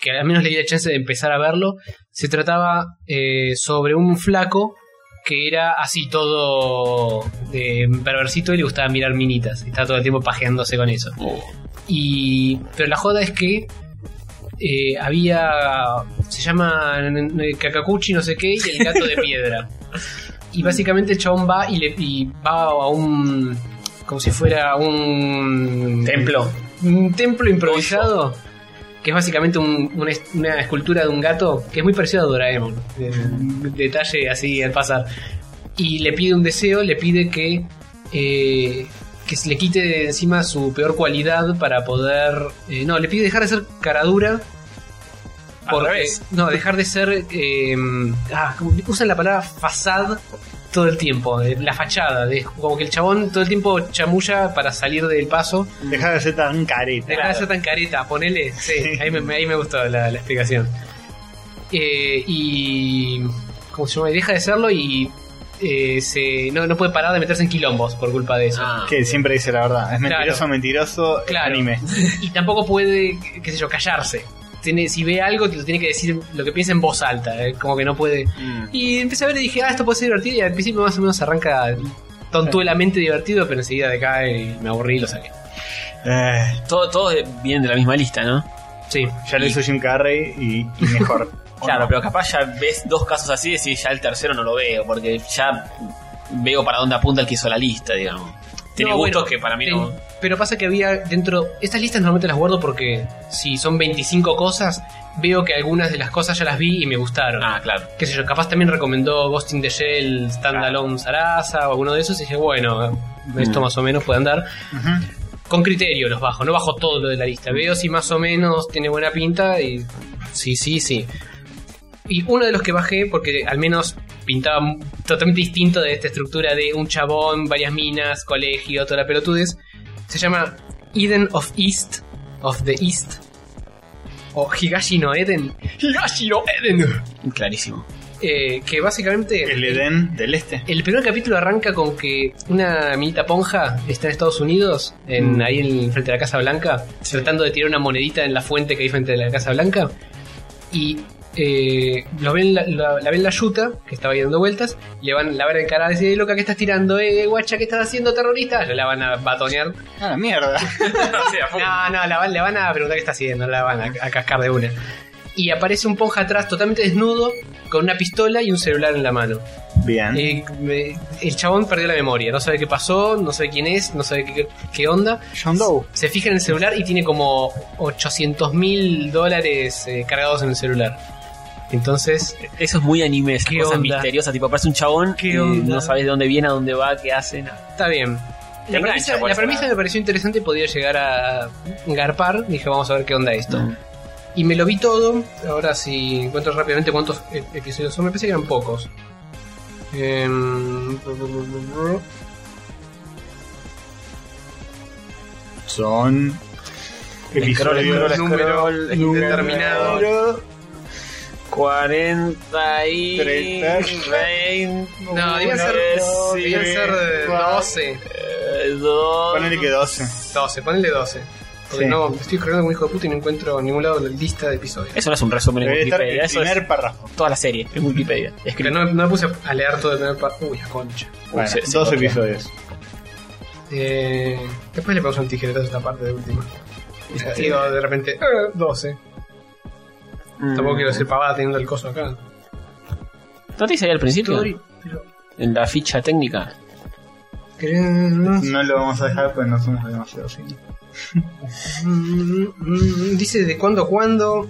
[SPEAKER 3] que al menos le di la chance de empezar a verlo, se trataba eh, sobre un flaco que era así todo eh, perversito y le gustaba mirar minitas. y Estaba todo el tiempo pajeándose con eso.
[SPEAKER 4] Oh.
[SPEAKER 3] Y, pero la joda es que eh, había. Se llama eh, Kakakuchi, no sé qué, y el gato de piedra. Y básicamente el chabón va y, le, y va a un. como si fuera un.
[SPEAKER 4] Templo.
[SPEAKER 3] Un templo improvisado. Que es básicamente un- una, es- una escultura de un gato que es muy parecido a Doraemon. eh, Detalle así al pasar. Y le pide un deseo, le pide que. eh, que se le quite de encima su peor cualidad para poder. eh, no, le pide dejar de ser caradura. Porque,
[SPEAKER 4] revés.
[SPEAKER 3] No, dejar de ser. eh, ah, como- usan la palabra fasad todo el tiempo, eh, la fachada. de- como que el chabón todo el tiempo chamulla para salir del paso.
[SPEAKER 1] Deja de ser tan careta.
[SPEAKER 3] Dejar de ser tan careta, ponele. Sí, ahí me, ahí me gustó la, la explicación. Eh, y. ¿Cómo se llama? Y Deja de serlo y. eh, se, no, no puede parar de meterse en quilombos por culpa de eso.
[SPEAKER 4] Ah,
[SPEAKER 1] Que siempre dice la verdad. Es
[SPEAKER 3] Claro.
[SPEAKER 1] mentiroso, mentiroso,
[SPEAKER 3] Claro.
[SPEAKER 1] anime.
[SPEAKER 3] y tampoco puede, qué sé yo, callarse. Tiene, si ve algo, te lo tiene que decir lo que piensa en voz alta, eh, como que no puede. Y empecé a ver y dije, ah, esto puede ser divertido. Y al principio más o menos arranca tontuelamente divertido, pero enseguida decae y me aburrí y lo saqué.
[SPEAKER 1] Eh,
[SPEAKER 4] todo- todos vienen de la misma lista, ¿no?
[SPEAKER 3] Sí.
[SPEAKER 1] ya lo hizo Jim Carrey y, y mejor.
[SPEAKER 4] Claro,
[SPEAKER 1] ¿O no?
[SPEAKER 4] pero capaz ya ves dos casos así y decís, ya el tercero no lo veo, porque ya veo para dónde apunta el que hizo la lista, digamos. Tiene
[SPEAKER 3] No,
[SPEAKER 4] gustos
[SPEAKER 3] bueno,
[SPEAKER 4] que para mí
[SPEAKER 3] Sí,
[SPEAKER 4] no.
[SPEAKER 3] Pero pasa que había dentro. Estas listas normalmente las guardo porque si son 25 cosas, veo que algunas de las cosas ya las vi y me gustaron.
[SPEAKER 4] Ah, claro.
[SPEAKER 3] Qué sé yo, capaz también recomendó Ghost in the Shell, Standalone Sarasa o alguno de esos. Y dije, bueno, esto
[SPEAKER 4] Mm.
[SPEAKER 3] más o menos puede andar.
[SPEAKER 1] Ujú.
[SPEAKER 3] Con criterio los bajo, no bajo todo lo de la lista. Veo si más o menos tiene buena pinta y. Sí, sí, sí. Y uno de los que bajé, porque al menos pintaba m- totalmente distinto de esta estructura de un chabón, varias minas, colegio, toda la pelotudes, se llama Eden of East, of the East, o Higashi no Eden. ¡Higashi no Eden!
[SPEAKER 4] Clarísimo.
[SPEAKER 3] Eh, que básicamente.
[SPEAKER 1] El Edén del Este.
[SPEAKER 3] El primer capítulo arranca con que una minita ponja está en Estados Unidos, en, ahí en, frente a la Casa Blanca, tratando de tirar una monedita en la fuente que hay frente a la Casa Blanca. Y eh, lo ven la, la- la ven la yuta, que estaba ahí dando vueltas, le van, la van a encarar y decir, "Eh, loca, ¿qué estás tirando? Eh, guacha, ¿qué estás haciendo, terrorista? La van a batonear.
[SPEAKER 1] A la mierda.
[SPEAKER 3] No, no, la van, le van a preguntar qué está haciendo, la van a, a cascar de una. Y aparece un ponja atrás totalmente desnudo, con una pistola y un celular en la mano.
[SPEAKER 1] Bien.
[SPEAKER 3] Eh, me- el chabón perdió la memoria, no sabe qué pasó, no sabe quién es, no sabe qué, qué onda.
[SPEAKER 1] John Doe.
[SPEAKER 3] Se fija en el celular y tiene como 800 mil dólares eh, cargados en el celular. Entonces,
[SPEAKER 4] Eso es muy anime, esas
[SPEAKER 3] ¿Qué
[SPEAKER 4] cosas
[SPEAKER 3] onda?
[SPEAKER 4] misteriosas. Tipo, aparece un chabón
[SPEAKER 3] ¿Qué
[SPEAKER 4] que
[SPEAKER 3] onda?
[SPEAKER 4] no sabes de dónde viene, a dónde va, qué hace. nada.
[SPEAKER 3] está bien.
[SPEAKER 4] Te
[SPEAKER 3] La
[SPEAKER 4] engancha
[SPEAKER 3] premisa,
[SPEAKER 4] por
[SPEAKER 3] la
[SPEAKER 4] ese
[SPEAKER 3] premisa
[SPEAKER 4] lado.
[SPEAKER 3] me pareció interesante y podía llegar a garpar. Dije, vamos a ver qué onda esto.
[SPEAKER 4] Mm.
[SPEAKER 3] Y me lo vi todo. Ahora, si encuentro rápidamente cuántos e- episodios son, me parece que eran pocos. Em,
[SPEAKER 1] Son.
[SPEAKER 4] Scroll,
[SPEAKER 1] episodios-
[SPEAKER 4] scroll,
[SPEAKER 3] número
[SPEAKER 4] scroll,
[SPEAKER 3] indeterminado.
[SPEAKER 1] número
[SPEAKER 4] 40 y...
[SPEAKER 1] Treinta.
[SPEAKER 4] 20...
[SPEAKER 3] No, debían ser,
[SPEAKER 1] Doce,
[SPEAKER 3] debían ser eh,
[SPEAKER 1] cuatro.
[SPEAKER 3] 12.
[SPEAKER 4] eh, dos-
[SPEAKER 1] Ponele que 12.
[SPEAKER 3] 12, ponle 12. Porque
[SPEAKER 1] Sí.
[SPEAKER 3] no, me estoy creando como hijo de puta y no encuentro en ningún lado la lista de episodios.
[SPEAKER 4] Eso no es un resumen en
[SPEAKER 1] Debe estar
[SPEAKER 4] Wikipedia,
[SPEAKER 1] el
[SPEAKER 4] eso es
[SPEAKER 1] primer párrafo.
[SPEAKER 4] toda la serie en Wikipedia.
[SPEAKER 3] Pero
[SPEAKER 4] Escrito.
[SPEAKER 3] no, no me puse a leer todo el primer par- Uy, la concha.
[SPEAKER 1] Bueno,
[SPEAKER 4] se- se
[SPEAKER 1] dos
[SPEAKER 4] corta.
[SPEAKER 1] episodios.
[SPEAKER 3] Eh, después le pauso un tijeretazo a esta parte de última. Y digo de repente, eh, 12.
[SPEAKER 4] Mm.
[SPEAKER 3] Tampoco quiero decir pavada teniendo el coso acá.
[SPEAKER 4] ¿No te dice ahí al principio?
[SPEAKER 3] Story, pero-
[SPEAKER 4] En la ficha técnica.
[SPEAKER 1] No lo vamos a dejar porque no somos demasiado así.
[SPEAKER 3] Mm, mm, Dice de cuándo a cuándo.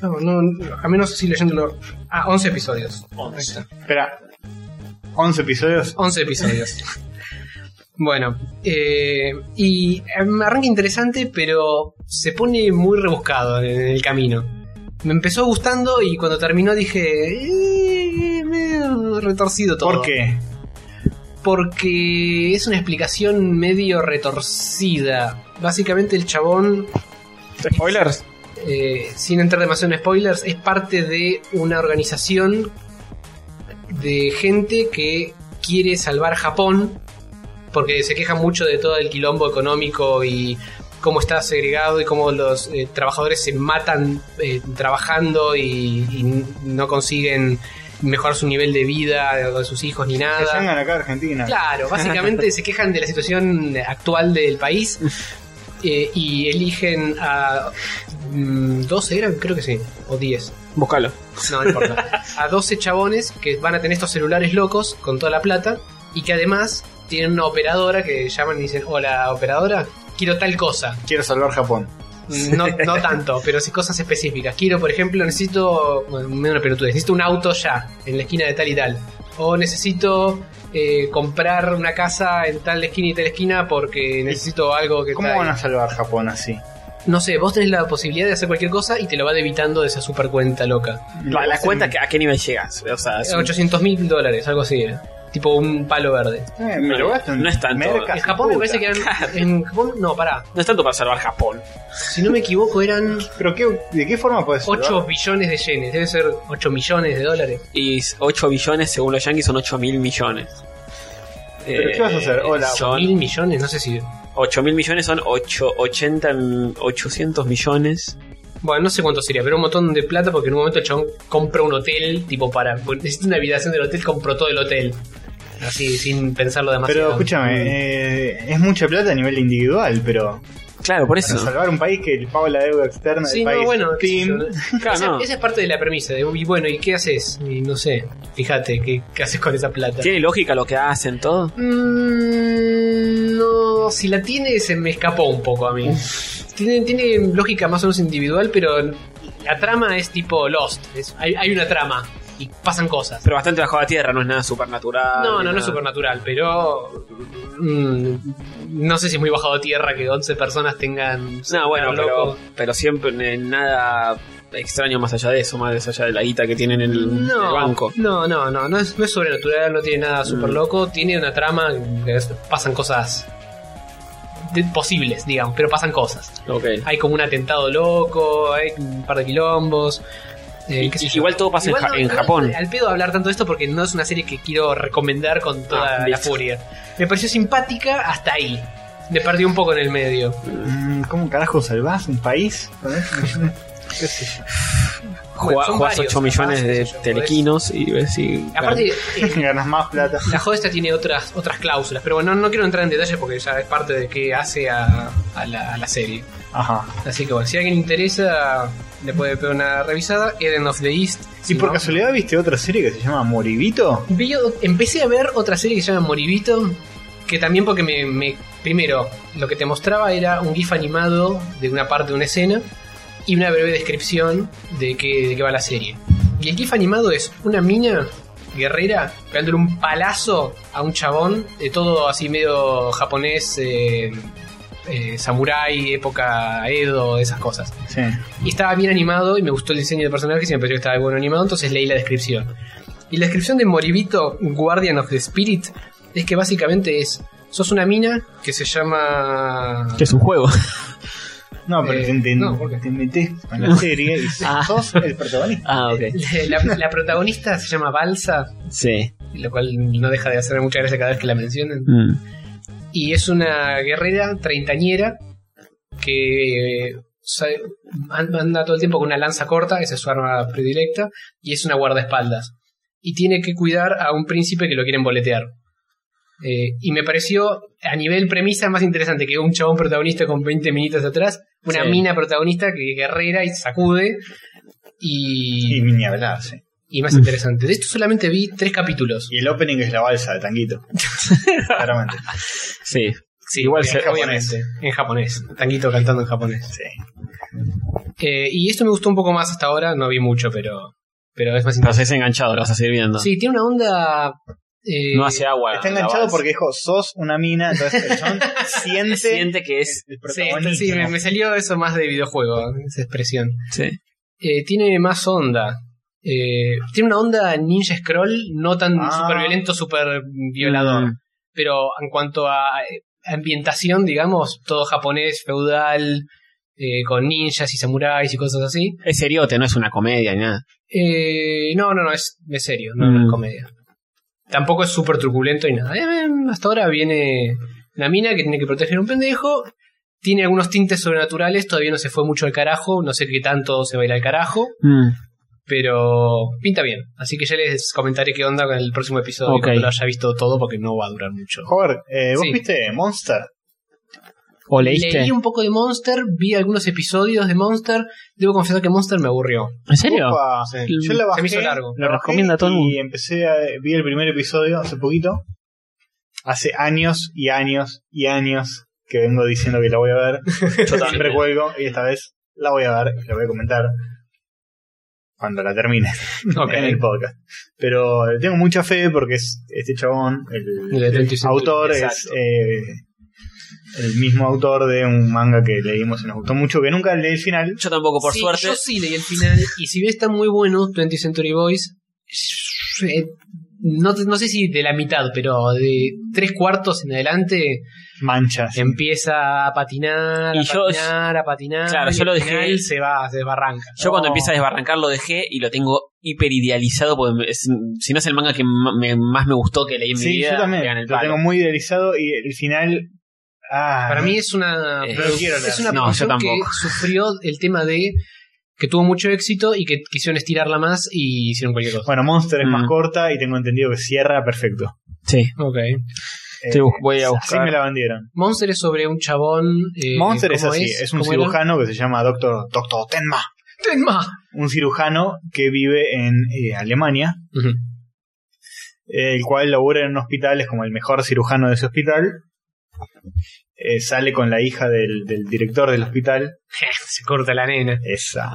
[SPEAKER 3] No, no, no, a menos así leyéndolo. Ah, 11 episodios. Ahí está.
[SPEAKER 1] Espera. 11 episodios.
[SPEAKER 3] 11 episodios. bueno, eh, y em, arranca interesante, pero se pone muy rebuscado en el camino. Me empezó gustando y cuando terminó dije. "Eh, medio retorcido todo.
[SPEAKER 1] ¿Por qué?
[SPEAKER 3] porque es una explicación medio retorcida. Básicamente el chabón,
[SPEAKER 4] ¿Spoilers?
[SPEAKER 3] eh, sin entrar demasiado en spoilers, es parte de una organización de gente que quiere salvar Japón, porque se queja mucho de todo el quilombo económico y cómo está segregado y cómo los eh, trabajadores se matan eh, trabajando y, y no consiguen mejorar su nivel de vida, eh, de sus hijos ni
[SPEAKER 1] Que
[SPEAKER 3] nada.
[SPEAKER 1] salgan acá a Argentina.
[SPEAKER 3] Claro, básicamente se quejan de la situación actual del país eh, y eligen a mm, 12, eran, creo que sí, o 10.
[SPEAKER 4] Búscalo.
[SPEAKER 3] No, no importa. A 12 chabones que van a tener estos celulares locos con toda la plata y que además tienen una operadora que llaman y dicen, hola operadora, quiero tal cosa.
[SPEAKER 1] Quiero salvar Japón.
[SPEAKER 3] No, no tanto, pero sí cosas específicas. Quiero, por ejemplo, necesito. Bueno, me da una pelotudez. Necesito un auto ya, en la esquina de tal y tal. O necesito eh, comprar una casa en tal esquina y tal esquina porque necesito algo que.
[SPEAKER 1] ¿Cómo
[SPEAKER 3] está
[SPEAKER 1] van
[SPEAKER 3] ahí.
[SPEAKER 1] a salvar Japón así?
[SPEAKER 3] No sé, vos tenés la posibilidad de hacer cualquier cosa y te lo va debitando de esa super cuenta loca.
[SPEAKER 4] La, la cuenta, que- ¿a qué nivel llegas? O sea, es Eh, un-
[SPEAKER 3] 800 mil dólares, algo así. era. Tipo un palo verde.
[SPEAKER 1] Eh, me lo gasto en
[SPEAKER 4] No es tanto.
[SPEAKER 1] merca,
[SPEAKER 3] En Japón me
[SPEAKER 1] puta.
[SPEAKER 3] parece que eran. En Japón, no, pará.
[SPEAKER 4] no es tanto para salvar Japón.
[SPEAKER 3] Si no me equivoco, eran
[SPEAKER 1] ¿Pero qué, de qué forma puedes
[SPEAKER 3] 8 billones de yenes. Debe ser 8 millones de dólares.
[SPEAKER 4] Y 8 billones, según los yankees, son 8 mil millones. Eh,
[SPEAKER 1] ¿Pero qué vas a hacer? Hola.
[SPEAKER 3] Mil millones, no sé si.
[SPEAKER 4] 8 mil millones son 8, 80, mm, 800 millones.
[SPEAKER 3] Bueno, no sé cuánto sería, pero un montón de plata porque en un momento el chabón compra un hotel, tipo para. porque Necesita una habitación del hotel, compró todo el hotel. Así, sin pensarlo demasiado. Mm.
[SPEAKER 1] Pero escúchame, eh, es mucha plata a nivel individual, pero
[SPEAKER 4] Claro, por
[SPEAKER 1] para
[SPEAKER 4] eso.
[SPEAKER 1] salvar un país que paga la deuda externa
[SPEAKER 3] Sí,
[SPEAKER 1] del
[SPEAKER 3] no,
[SPEAKER 1] país.
[SPEAKER 3] bueno, qué sé
[SPEAKER 1] Tim,
[SPEAKER 3] yo, ¿no?
[SPEAKER 4] Claro,
[SPEAKER 3] esa,
[SPEAKER 4] no.
[SPEAKER 3] esa es parte de la premisa. De, y bueno, ¿y qué haces? Y no sé, fíjate, ¿qué, qué haces con esa plata?
[SPEAKER 4] ¿Tiene lógica lo que hacen todo?
[SPEAKER 3] Mm, no, si la tiene, se me escapó un poco a mí. tiene, tiene lógica más o menos individual, pero la trama es tipo Lost. es- hay, hay una trama y pasan cosas.
[SPEAKER 4] Pero bastante bajo la tierra, no es nada supernatural.
[SPEAKER 3] No,
[SPEAKER 4] ni
[SPEAKER 3] no, no
[SPEAKER 4] Ah, nada.
[SPEAKER 3] es supernatural, pero. mm, no sé si es muy bajado a tierra que 11 personas tengan.
[SPEAKER 4] No, bueno,
[SPEAKER 3] tengan
[SPEAKER 4] pero,
[SPEAKER 3] loco.
[SPEAKER 4] pero siempre eh, nada extraño más allá de eso, más allá de la guita que tienen en el,
[SPEAKER 3] No,
[SPEAKER 4] el banco.
[SPEAKER 3] no, no, no, no es, no es sobrenatural, no tiene nada super
[SPEAKER 4] Mm.
[SPEAKER 3] loco, tiene una trama, que es- pasan cosas de- posibles, digamos, pero pasan cosas.
[SPEAKER 4] Ok.
[SPEAKER 3] Hay como un atentado loco, hay un par de quilombos. eh,
[SPEAKER 4] Y-
[SPEAKER 3] qué sé
[SPEAKER 4] y-
[SPEAKER 3] yo.
[SPEAKER 4] igual todo pasa en,
[SPEAKER 3] Igual
[SPEAKER 4] Ja-
[SPEAKER 3] no-
[SPEAKER 4] en
[SPEAKER 3] no-
[SPEAKER 4] Japón.
[SPEAKER 3] Al pedo hablar tanto de esto porque no es una serie que quiero recomendar con
[SPEAKER 4] Ah,
[SPEAKER 3] toda la
[SPEAKER 4] listo.
[SPEAKER 3] furia. Me pareció simpática hasta ahí. Me perdí un poco en el medio.
[SPEAKER 1] mm, ¿cómo carajo salvás un país? con eso? ¿Qué sé yo?
[SPEAKER 3] Bueno,
[SPEAKER 4] Jugás
[SPEAKER 3] son
[SPEAKER 4] 8
[SPEAKER 3] varios,
[SPEAKER 4] millones
[SPEAKER 3] capaz,
[SPEAKER 4] de
[SPEAKER 3] qué sé yo,
[SPEAKER 4] telequinos y ves si.
[SPEAKER 3] Aparte, eh,
[SPEAKER 1] Ganas más plata.
[SPEAKER 3] la joda esta tiene otras, otras cláusulas, pero bueno, no quiero entrar en detalle porque ya es parte de qué hace a, a la, a la serie.
[SPEAKER 1] Ajá.
[SPEAKER 3] Así que bueno, si a alguien le interesa, le puede pegar una revisada. Eden of the East. si
[SPEAKER 1] ¿Y por
[SPEAKER 3] no.
[SPEAKER 1] casualidad viste otra serie que se llama Moribito?
[SPEAKER 3] Vi o- empecé a ver otra serie que se llama Moribito, que también porque me, me- Primero, lo que te mostraba era un GIF animado de una parte de una escena y una breve descripción de qué, de qué va la serie. Y el GIF animado es una mina guerrera pegándole un palazo a un chabón de todo así medio japonés, eh, eh, samurái, época Edo, esas cosas.
[SPEAKER 1] Sí.
[SPEAKER 3] Y estaba bien animado y me gustó el diseño de personajes y me pareció que estaba bueno animado, entonces leí la descripción. Y la descripción de Moribito, Guardian of the Spirit, es que básicamente es, sos una mina que se llama...
[SPEAKER 4] que es un juego.
[SPEAKER 1] No, pero
[SPEAKER 3] Eh,
[SPEAKER 1] te, te-
[SPEAKER 3] no, ¿por qué?
[SPEAKER 1] te metes con la serie y
[SPEAKER 4] Ah.
[SPEAKER 1] sos el protagonista.
[SPEAKER 4] Ah, ok.
[SPEAKER 3] La, la protagonista se llama Balsa,
[SPEAKER 4] Sí.
[SPEAKER 3] lo cual no deja de hacerme mucha gracia cada vez que la mencionan.
[SPEAKER 4] Mm.
[SPEAKER 3] Y es una guerrera treintañera que eh, sa- an- anda todo el tiempo con una lanza corta, esa es su arma predilecta, y es una guardaespaldas. Y tiene que cuidar a un príncipe que lo quieren boletear. Eh, y me pareció, a nivel premisa, más interesante que un chabón protagonista con 20 minutos atrás, una
[SPEAKER 4] Sí.
[SPEAKER 3] mina protagonista que es guerrera y sacude.
[SPEAKER 1] Y
[SPEAKER 3] Y,
[SPEAKER 1] ni hablar, sí.
[SPEAKER 3] y más interesante. De esto solamente vi tres capítulos.
[SPEAKER 1] Y el opening es la balsa de Tanguito. Claramente.
[SPEAKER 4] Sí.
[SPEAKER 3] Sí,
[SPEAKER 1] Igual
[SPEAKER 3] en
[SPEAKER 1] se-
[SPEAKER 3] japonés. En japonés. Tanguito cantando en japonés.
[SPEAKER 1] Sí.
[SPEAKER 3] Eh, y esto me gustó un poco más hasta ahora, no vi mucho, pero, pero es más
[SPEAKER 4] Pero
[SPEAKER 3] interesante.
[SPEAKER 4] se enganchado, lo vas a seguir viendo.
[SPEAKER 3] Sí, tiene una onda. eh,
[SPEAKER 4] No hace agua.
[SPEAKER 1] Está
[SPEAKER 4] la
[SPEAKER 1] enganchado
[SPEAKER 4] balsa.
[SPEAKER 1] porque dijo, sos una mina, entonces el chabón siente,
[SPEAKER 4] siente que es.
[SPEAKER 1] el
[SPEAKER 3] sí, está-
[SPEAKER 1] protagonismo.
[SPEAKER 3] sí, me, me salió eso más de videojuego, esa expresión.
[SPEAKER 4] Sí.
[SPEAKER 3] Eh, tiene más onda. Eh, tiene una onda Ninja Scroll, no tan
[SPEAKER 1] Ah.
[SPEAKER 3] super violento, super violador.
[SPEAKER 4] Mm.
[SPEAKER 3] Pero en cuanto a eh, ambientación, digamos, todo japonés, feudal, eh, con ninjas y samuráis y cosas así.
[SPEAKER 4] Es seriote, no es una comedia ni nada.
[SPEAKER 3] Eh, no, no, no, es de serio, no, no
[SPEAKER 4] Mm.
[SPEAKER 3] es comedia. Tampoco es súper truculento y nada. Eh, eh, hasta ahora viene la mina que tiene que proteger a un pendejo. Tiene algunos tintes sobrenaturales, todavía no se fue mucho al carajo, no sé qué tanto se va a ir al carajo, pero pinta bien. Así que ya les comentaré qué onda con el próximo episodio
[SPEAKER 4] Ok.
[SPEAKER 3] cuando lo haya visto todo porque no va a durar mucho.
[SPEAKER 1] Jorge, eh, ¿vos
[SPEAKER 3] Sí.
[SPEAKER 1] viste Monster?
[SPEAKER 4] ¿O leíste?
[SPEAKER 3] Leí un poco de Monster, vi algunos episodios de Monster, debo confesar que Monster me aburrió.
[SPEAKER 4] ¿En serio?
[SPEAKER 1] Opa,
[SPEAKER 3] Sí.
[SPEAKER 1] Yo la bajé,
[SPEAKER 3] Se me hizo largo.
[SPEAKER 1] la
[SPEAKER 4] Lo
[SPEAKER 1] bajé
[SPEAKER 4] recomiendo a todo el mundo.
[SPEAKER 1] Y empecé a, vi el primer episodio hace poquito. Hace años y años y años que vengo diciendo que la voy a ver.
[SPEAKER 4] Yo
[SPEAKER 1] Siempre cuelgo y esta vez la voy a ver y la voy a comentar cuando la termine
[SPEAKER 3] Ok.
[SPEAKER 1] en el podcast. Pero le tengo mucha fe porque es este chabón, el,
[SPEAKER 3] El de 30 Century,
[SPEAKER 1] autor, es
[SPEAKER 3] exacto.
[SPEAKER 1] eh, el mismo autor de un manga que leímos y nos gustó mucho, que nunca leí el final.
[SPEAKER 4] Yo tampoco, por
[SPEAKER 3] Sí,
[SPEAKER 4] suerte.
[SPEAKER 3] Yo sí leí el final. Y si bien está muy bueno, 20 Century Boys. eh, No, te- no sé si de la mitad, pero de tres cuartos en adelante
[SPEAKER 1] Manchas.
[SPEAKER 3] empieza a patinar, a
[SPEAKER 4] Y yo-
[SPEAKER 3] patinar, a patinar.
[SPEAKER 4] Claro,
[SPEAKER 3] y
[SPEAKER 4] yo lo
[SPEAKER 3] al
[SPEAKER 4] dejé-
[SPEAKER 3] final se va, se desbarranca.
[SPEAKER 4] Yo cuando
[SPEAKER 1] No.
[SPEAKER 4] empieza a desbarrancar lo dejé y lo tengo hiper idealizado porque me- es- si no es el manga que ma- me- más me gustó que leí en mi
[SPEAKER 1] Sí,
[SPEAKER 4] vida,
[SPEAKER 1] yo
[SPEAKER 4] pegan el
[SPEAKER 1] también. Lo
[SPEAKER 4] palo.
[SPEAKER 1] tengo muy idealizado y el final. Ah,
[SPEAKER 3] Para mí es una.
[SPEAKER 4] Eh,
[SPEAKER 1] no lo quiero leer.
[SPEAKER 3] es una
[SPEAKER 4] no, yo
[SPEAKER 3] producción que
[SPEAKER 4] tampoco.
[SPEAKER 3] sufrió el tema de que tuvo mucho éxito y que quisieron estirarla más y hicieron cualquier cosa.
[SPEAKER 1] Bueno, Monster es
[SPEAKER 4] Mm.
[SPEAKER 1] más corta y tengo entendido que cierra perfecto.
[SPEAKER 4] Sí,
[SPEAKER 3] Ok.
[SPEAKER 1] Eh,
[SPEAKER 4] te bu- voy a
[SPEAKER 1] así
[SPEAKER 4] buscar.
[SPEAKER 1] me la vendieron.
[SPEAKER 3] Monster es sobre un chabón. eh,
[SPEAKER 1] Monster es
[SPEAKER 3] ¿cómo
[SPEAKER 1] así, es, un
[SPEAKER 3] ¿Cómo era?
[SPEAKER 1] cirujano que se llama Doctor, Doctor Tenma.
[SPEAKER 3] Tenma.
[SPEAKER 1] Un cirujano que vive en eh, Alemania,
[SPEAKER 3] Ujú.
[SPEAKER 1] eh, el cual labura en un hospital, es como el mejor cirujano de ese hospital. Eh, sale con la hija del, del director del hospital,
[SPEAKER 3] se corta la nena.
[SPEAKER 1] esa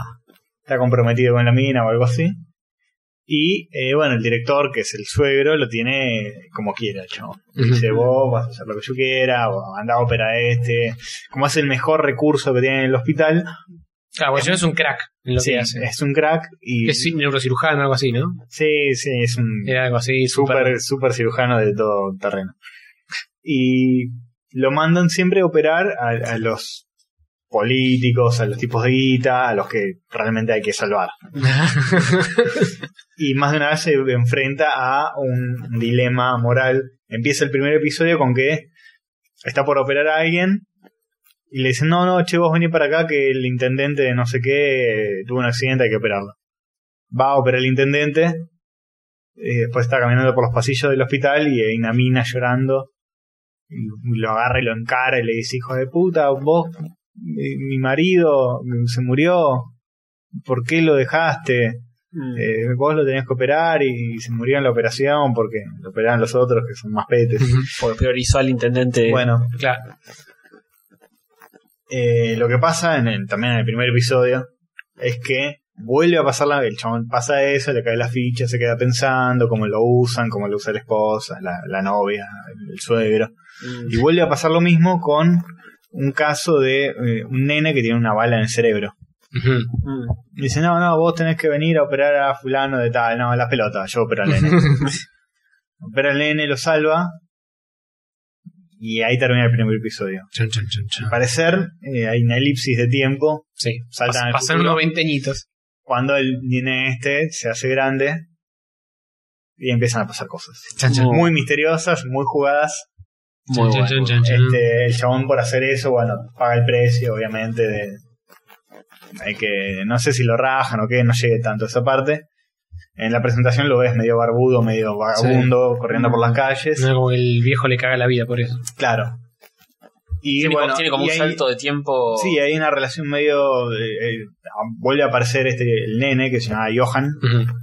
[SPEAKER 1] está comprometido con la mina o algo así. Y eh, bueno, el director, que es el suegro, lo tiene como quiera, chavo. Dice, vos vas a hacer lo que yo quiera, o anda a ópera a este. Como es el mejor recurso que tiene en el hospital,
[SPEAKER 3] Claro, Ah, bueno, yo es un crack en lo
[SPEAKER 1] sí,
[SPEAKER 3] que hace.
[SPEAKER 1] es Mm. un crack y
[SPEAKER 3] Es neurocirujano, algo así, ¿no?
[SPEAKER 1] sí, sí, es un
[SPEAKER 3] Era algo así, súper.
[SPEAKER 1] super, super cirujano de todo terreno. Y lo mandan siempre a operar a, a los políticos, a los tipos de guita, a los que realmente hay que salvar. Y más de una vez se enfrenta a un dilema moral. Empieza el primer episodio con que está por operar a alguien y le dicen, no, no, che, vos vení para acá que el intendente de no sé qué eh, tuvo un accidente, hay que operarlo. Va a operar el intendente, eh, después está caminando por los pasillos del hospital y hay una mina llorando. Y lo agarra y lo encara y le dice, hijo de puta, vos, eh, mi marido se murió, ¿por qué lo dejaste?
[SPEAKER 4] Mm.
[SPEAKER 1] Eh, vos lo tenías que operar y se murió en la operación porque lo operaban los otros que son más petes.
[SPEAKER 4] Porque priorizó al intendente.
[SPEAKER 1] Bueno,
[SPEAKER 3] claro.
[SPEAKER 1] eh, lo que pasa en el- también en el primer episodio es que vuelve a pasar la el chabón pasa eso, le cae la ficha, se queda pensando cómo lo usan, cómo lo usa la esposa, la, la novia, el suegro.
[SPEAKER 4] Mm.
[SPEAKER 1] Y vuelve a pasar lo mismo con un caso de eh, un nene que tiene una bala en el cerebro.
[SPEAKER 3] Ujú.
[SPEAKER 4] Mm.
[SPEAKER 1] Y Dice, no, no, vos tenés que venir a operar a fulano de tal, no, la pelota, yo opero al nene. opera al nene, lo salva. Y ahí termina el primer episodio.
[SPEAKER 3] Chon, chon, chon, chon.
[SPEAKER 1] Al parecer, eh, hay una elipsis de tiempo.
[SPEAKER 3] Sí.
[SPEAKER 1] Saltan al
[SPEAKER 3] Pasaron
[SPEAKER 1] futuro.
[SPEAKER 3] unos 20 añitos.
[SPEAKER 1] Cuando el nene este se hace grande y empiezan a pasar cosas.
[SPEAKER 3] Chan, chan.
[SPEAKER 1] Muy misteriosas, muy jugadas.
[SPEAKER 2] Muy
[SPEAKER 3] Chan,
[SPEAKER 2] bueno.
[SPEAKER 3] chan, chan, chan.
[SPEAKER 1] Este, el chabón por hacer eso, bueno, paga el precio, obviamente, de, hay que, no sé si lo rajan o qué, no llegue tanto a esa parte. En la presentación lo ves medio barbudo, medio vagabundo, corriendo por las calles.
[SPEAKER 3] No, como que el viejo le caga la vida por eso.
[SPEAKER 1] Claro. Y
[SPEAKER 2] Tiene,
[SPEAKER 1] bueno,
[SPEAKER 2] tiene como
[SPEAKER 1] y
[SPEAKER 2] un
[SPEAKER 1] hay-
[SPEAKER 2] salto de tiempo.
[SPEAKER 1] Sí, eh. hay una relación medio. eh, eh, vuelve a aparecer este el nene que se llama Johan,
[SPEAKER 3] Ujú.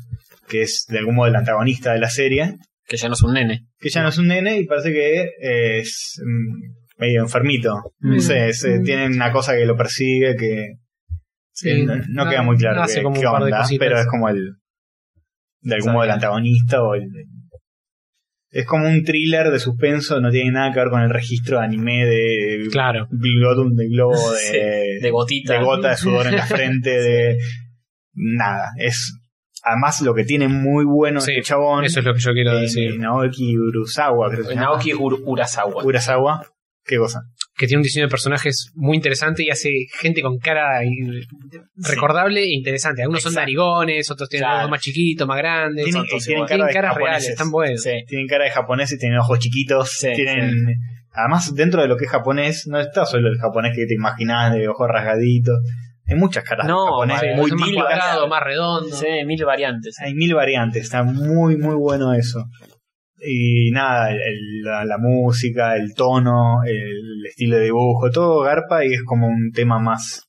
[SPEAKER 1] que es de algún modo el antagonista de la serie,
[SPEAKER 2] que ya no es un nene.
[SPEAKER 1] que ya no es un nene y parece que eh, es mm, medio enfermito. No
[SPEAKER 3] Mm.
[SPEAKER 1] sé, es, eh, tiene una cosa que lo persigue que que no, no queda muy claro
[SPEAKER 3] Hace
[SPEAKER 1] qué,
[SPEAKER 3] como
[SPEAKER 1] qué
[SPEAKER 3] un par de
[SPEAKER 1] onda,
[SPEAKER 3] cositas.
[SPEAKER 1] pero es como el. de algún modo el
[SPEAKER 3] Sabía.
[SPEAKER 1] antagonista o el. Es como un thriller de suspenso, no tiene nada que ver con el registro de anime de
[SPEAKER 3] Claro.
[SPEAKER 1] Glotum de globo, de,
[SPEAKER 2] Sí, De gotita.
[SPEAKER 1] de gota de sudor en la frente, de nada. Es además lo que tiene muy bueno
[SPEAKER 3] Sí,
[SPEAKER 1] este chabón.
[SPEAKER 3] Eso es lo que yo quiero
[SPEAKER 1] eh,
[SPEAKER 3] decir.
[SPEAKER 1] Naoki Urasawa, creo que se llama.
[SPEAKER 2] Naoki Ur- Urasawa.
[SPEAKER 1] Urasawa, qué cosa.
[SPEAKER 3] Que tiene un diseño de personajes muy interesante y hace gente con cara y- recordable e interesante. Algunos son
[SPEAKER 2] Exacto.
[SPEAKER 3] narigones, otros tienen
[SPEAKER 2] Claro.
[SPEAKER 3] ojos más chiquitos, más grandes.
[SPEAKER 1] Tienen,
[SPEAKER 3] Son-
[SPEAKER 2] todos
[SPEAKER 1] tienen
[SPEAKER 2] iguales.
[SPEAKER 1] cara de
[SPEAKER 3] tienen caras
[SPEAKER 1] japoneses.
[SPEAKER 3] reales, están buenos.
[SPEAKER 2] Sí.
[SPEAKER 1] Tienen cara de japoneses, tienen ojos chiquitos,
[SPEAKER 2] Sí,
[SPEAKER 1] tienen... Además, dentro de lo que es japonés, no está solo el japonés que te imaginás de ojos rasgaditos. Hay muchas caras de
[SPEAKER 2] No,
[SPEAKER 1] japonés
[SPEAKER 2] vale,
[SPEAKER 1] muy
[SPEAKER 3] Son más
[SPEAKER 2] mil
[SPEAKER 3] cuadrados,
[SPEAKER 2] variados.
[SPEAKER 3] más redondos.
[SPEAKER 2] Sí, mil variantes.
[SPEAKER 1] Hay mil variantes, está muy, muy bueno eso. Y nada, el- el- la, la música, el tono, el estilo de dibujo, todo garpa y es como un tema más,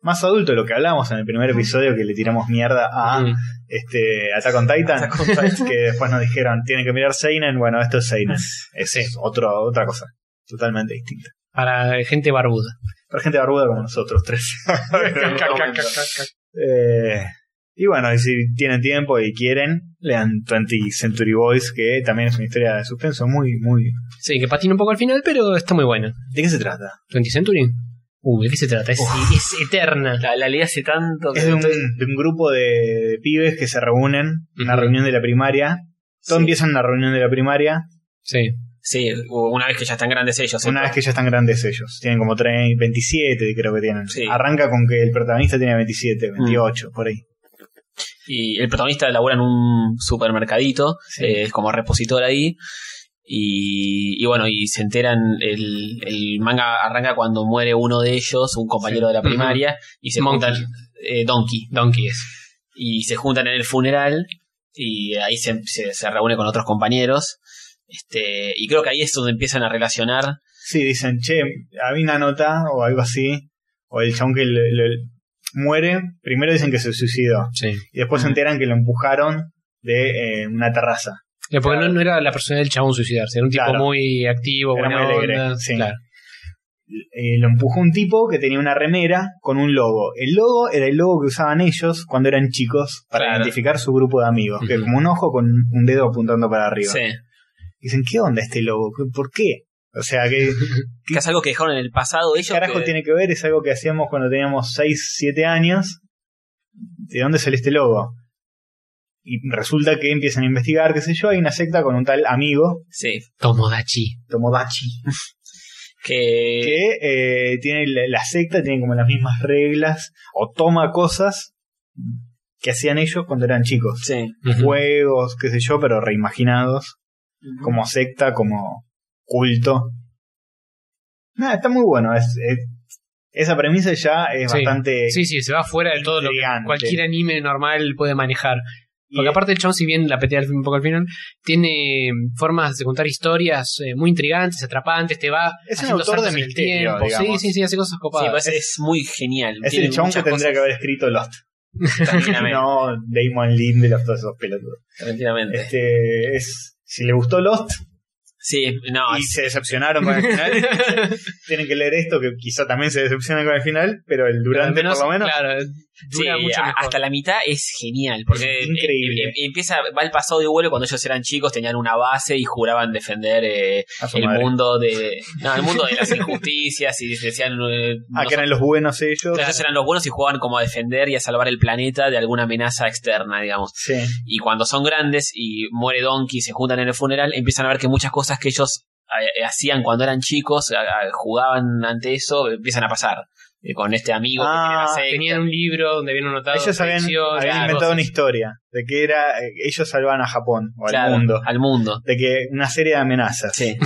[SPEAKER 1] más adulto, lo que hablamos en el primer episodio que le tiramos mierda a
[SPEAKER 3] Mm.
[SPEAKER 1] este, Attack on Titan,
[SPEAKER 2] Attack on Titan.
[SPEAKER 1] que después nos dijeron, tienen que mirar Seinen, bueno, esto es Seinen, es es otro, otra cosa, totalmente distinta.
[SPEAKER 3] Para gente barbuda.
[SPEAKER 1] Para gente barbuda como nosotros tres. Eh, y bueno, y si tienen tiempo y quieren, lean 20 Century Boys, que también es una historia de suspenso muy, muy...
[SPEAKER 3] Sí, que patina un poco al final, pero está muy buena.
[SPEAKER 1] ¿De qué se trata?
[SPEAKER 3] 20 Century. Uh, ¿de qué se trata? Es, es eterna.
[SPEAKER 2] La, la leí hace tanto. que
[SPEAKER 1] Es de un,
[SPEAKER 2] estoy-
[SPEAKER 1] de un grupo de pibes que se reúnen, una
[SPEAKER 3] Ujú.
[SPEAKER 1] reunión de la primaria. Todo
[SPEAKER 2] Sí.
[SPEAKER 1] empieza en una reunión de la primaria,
[SPEAKER 3] Sí.
[SPEAKER 2] Sí, una vez que ya están grandes ellos. ¿eh?
[SPEAKER 1] una vez que ya están grandes ellos. Tienen como 3, 27 creo que tienen.
[SPEAKER 2] Sí.
[SPEAKER 1] Arranca con que el protagonista tiene 27, 28, por ahí.
[SPEAKER 2] Y el protagonista labura en un supermercadito,
[SPEAKER 1] Sí.
[SPEAKER 2] eh, es como repositor ahí. Y, y bueno, y se enteran, el, el manga arranca cuando muere uno de ellos, un compañero de la
[SPEAKER 3] Ujú.
[SPEAKER 2] primaria, y se
[SPEAKER 3] Monkey.
[SPEAKER 2] juntan, eh, Donkey,
[SPEAKER 3] Donkey es.
[SPEAKER 2] y se juntan en el funeral, y ahí se, se- se reúne con otros compañeros. Este, y creo que ahí es donde empiezan a relacionar.
[SPEAKER 1] Sí, dicen, che, había una nota o algo así, o el chabón que le- le- muere, primero dicen que se suicidó,
[SPEAKER 3] Sí.
[SPEAKER 1] y después se enteran que lo empujaron de eh, una terraza.
[SPEAKER 3] Ya, Porque
[SPEAKER 2] Claro.
[SPEAKER 3] no, no era la personalidad del chabón suicidarse, era un tipo
[SPEAKER 1] Claro.
[SPEAKER 3] muy activo,
[SPEAKER 1] Era
[SPEAKER 3] buena
[SPEAKER 1] muy alegre,
[SPEAKER 3] onda.
[SPEAKER 1] sí.
[SPEAKER 3] Claro.
[SPEAKER 1] Eh, lo empujó un tipo que tenía una remera con un logo. El logo era el logo que usaban ellos cuando eran chicos para
[SPEAKER 2] Claro.
[SPEAKER 1] identificar su grupo de amigos, que es
[SPEAKER 3] Ujú.
[SPEAKER 1] como un ojo con un dedo apuntando para arriba.
[SPEAKER 2] Sí.
[SPEAKER 1] Dicen, ¿qué onda este logo? ¿Qué- ¿Por qué? O sea, que
[SPEAKER 2] Que es algo que dejaron en el pasado ellos.
[SPEAKER 1] ¿Qué carajo
[SPEAKER 2] que-
[SPEAKER 1] tiene que ver? Es algo que hacíamos cuando teníamos 6, 7 años. ¿De dónde sale este logo? Y resulta que empiezan a investigar, qué sé yo, hay una secta con un tal amigo,
[SPEAKER 2] Sí.
[SPEAKER 3] Tomodachi.
[SPEAKER 1] Tomodachi,
[SPEAKER 2] Que,
[SPEAKER 1] que eh, tiene la, la secta, tiene como las mismas reglas, o toma cosas que hacían ellos cuando eran chicos.
[SPEAKER 2] Sí.
[SPEAKER 3] Ujú.
[SPEAKER 1] Juegos, qué sé yo, pero reimaginados, como secta, como culto. Nada, está muy bueno. es- es- esa premisa ya es
[SPEAKER 3] Sí.
[SPEAKER 1] bastante
[SPEAKER 3] Sí, sí, se va fuera de todo lo que
[SPEAKER 1] Intrigante.
[SPEAKER 3] cualquier anime normal puede manejar.
[SPEAKER 1] Y-
[SPEAKER 3] Porque aparte el chabón, si bien la petea al fin- un poco al final, tiene mm, formas de contar historias eh, muy intrigantes, atrapantes, te va...
[SPEAKER 1] Es un
[SPEAKER 3] haciendo
[SPEAKER 1] autor de
[SPEAKER 3] saltos en el
[SPEAKER 1] misterio,
[SPEAKER 3] tiempo. Sí,
[SPEAKER 1] digamos.
[SPEAKER 3] sí, sí, hace cosas
[SPEAKER 2] Sí,
[SPEAKER 3] copadas.
[SPEAKER 2] pues es, muy genial.
[SPEAKER 1] Es
[SPEAKER 2] Tiene
[SPEAKER 1] el chabón que
[SPEAKER 2] muchas
[SPEAKER 1] tendría que
[SPEAKER 2] cosas-
[SPEAKER 1] haber escrito Lost.
[SPEAKER 2] Tranquilamente.
[SPEAKER 1] No Damon Lindelof, todos esos pelotudos.
[SPEAKER 2] tranquilamente.
[SPEAKER 1] Este, es, si le gustó Lost
[SPEAKER 2] Sí, no,
[SPEAKER 1] y
[SPEAKER 2] es-
[SPEAKER 1] se decepcionaron con el final, tienen que leer esto, que quizá también se decepcionen con el final, pero el
[SPEAKER 3] Pero al
[SPEAKER 1] durante por lo menos.
[SPEAKER 3] Claro, eh,
[SPEAKER 2] sí,
[SPEAKER 3] dura mucho
[SPEAKER 2] a-
[SPEAKER 3] mejor.
[SPEAKER 2] hasta la mitad es genial. Porque
[SPEAKER 1] Es increíble.
[SPEAKER 2] em- em- empieza, va el pasado de vuelo cuando ellos eran chicos, tenían una base y juraban defender eh,
[SPEAKER 1] a su
[SPEAKER 2] el
[SPEAKER 1] madre.
[SPEAKER 2] mundo de. No, el mundo de las injusticias y decían. eh,
[SPEAKER 1] Ah, que
[SPEAKER 2] nosotros-
[SPEAKER 1] eran los buenos ellos.
[SPEAKER 2] ellos eran los buenos y jugaban como a defender y a salvar el planeta de alguna amenaza externa, digamos.
[SPEAKER 1] Sí.
[SPEAKER 2] y cuando son grandes y muere Donkey y se juntan en el funeral, empiezan a ver que muchas cosas que ellos eh, hacían cuando eran chicos, a- a- jugaban ante eso, empiezan a pasar. Eh, Con este amigo
[SPEAKER 1] Ah,
[SPEAKER 2] que tiene la secta.
[SPEAKER 3] Tenían un libro donde habían anotado
[SPEAKER 1] Ellos habían,
[SPEAKER 3] predicciones,
[SPEAKER 1] habían
[SPEAKER 3] cosas.
[SPEAKER 1] inventado una historia de que era eh, ellos salvaban a Japón o al
[SPEAKER 2] Claro,
[SPEAKER 1] mundo.
[SPEAKER 2] Al mundo.
[SPEAKER 1] De que una serie de amenazas.
[SPEAKER 2] Sí.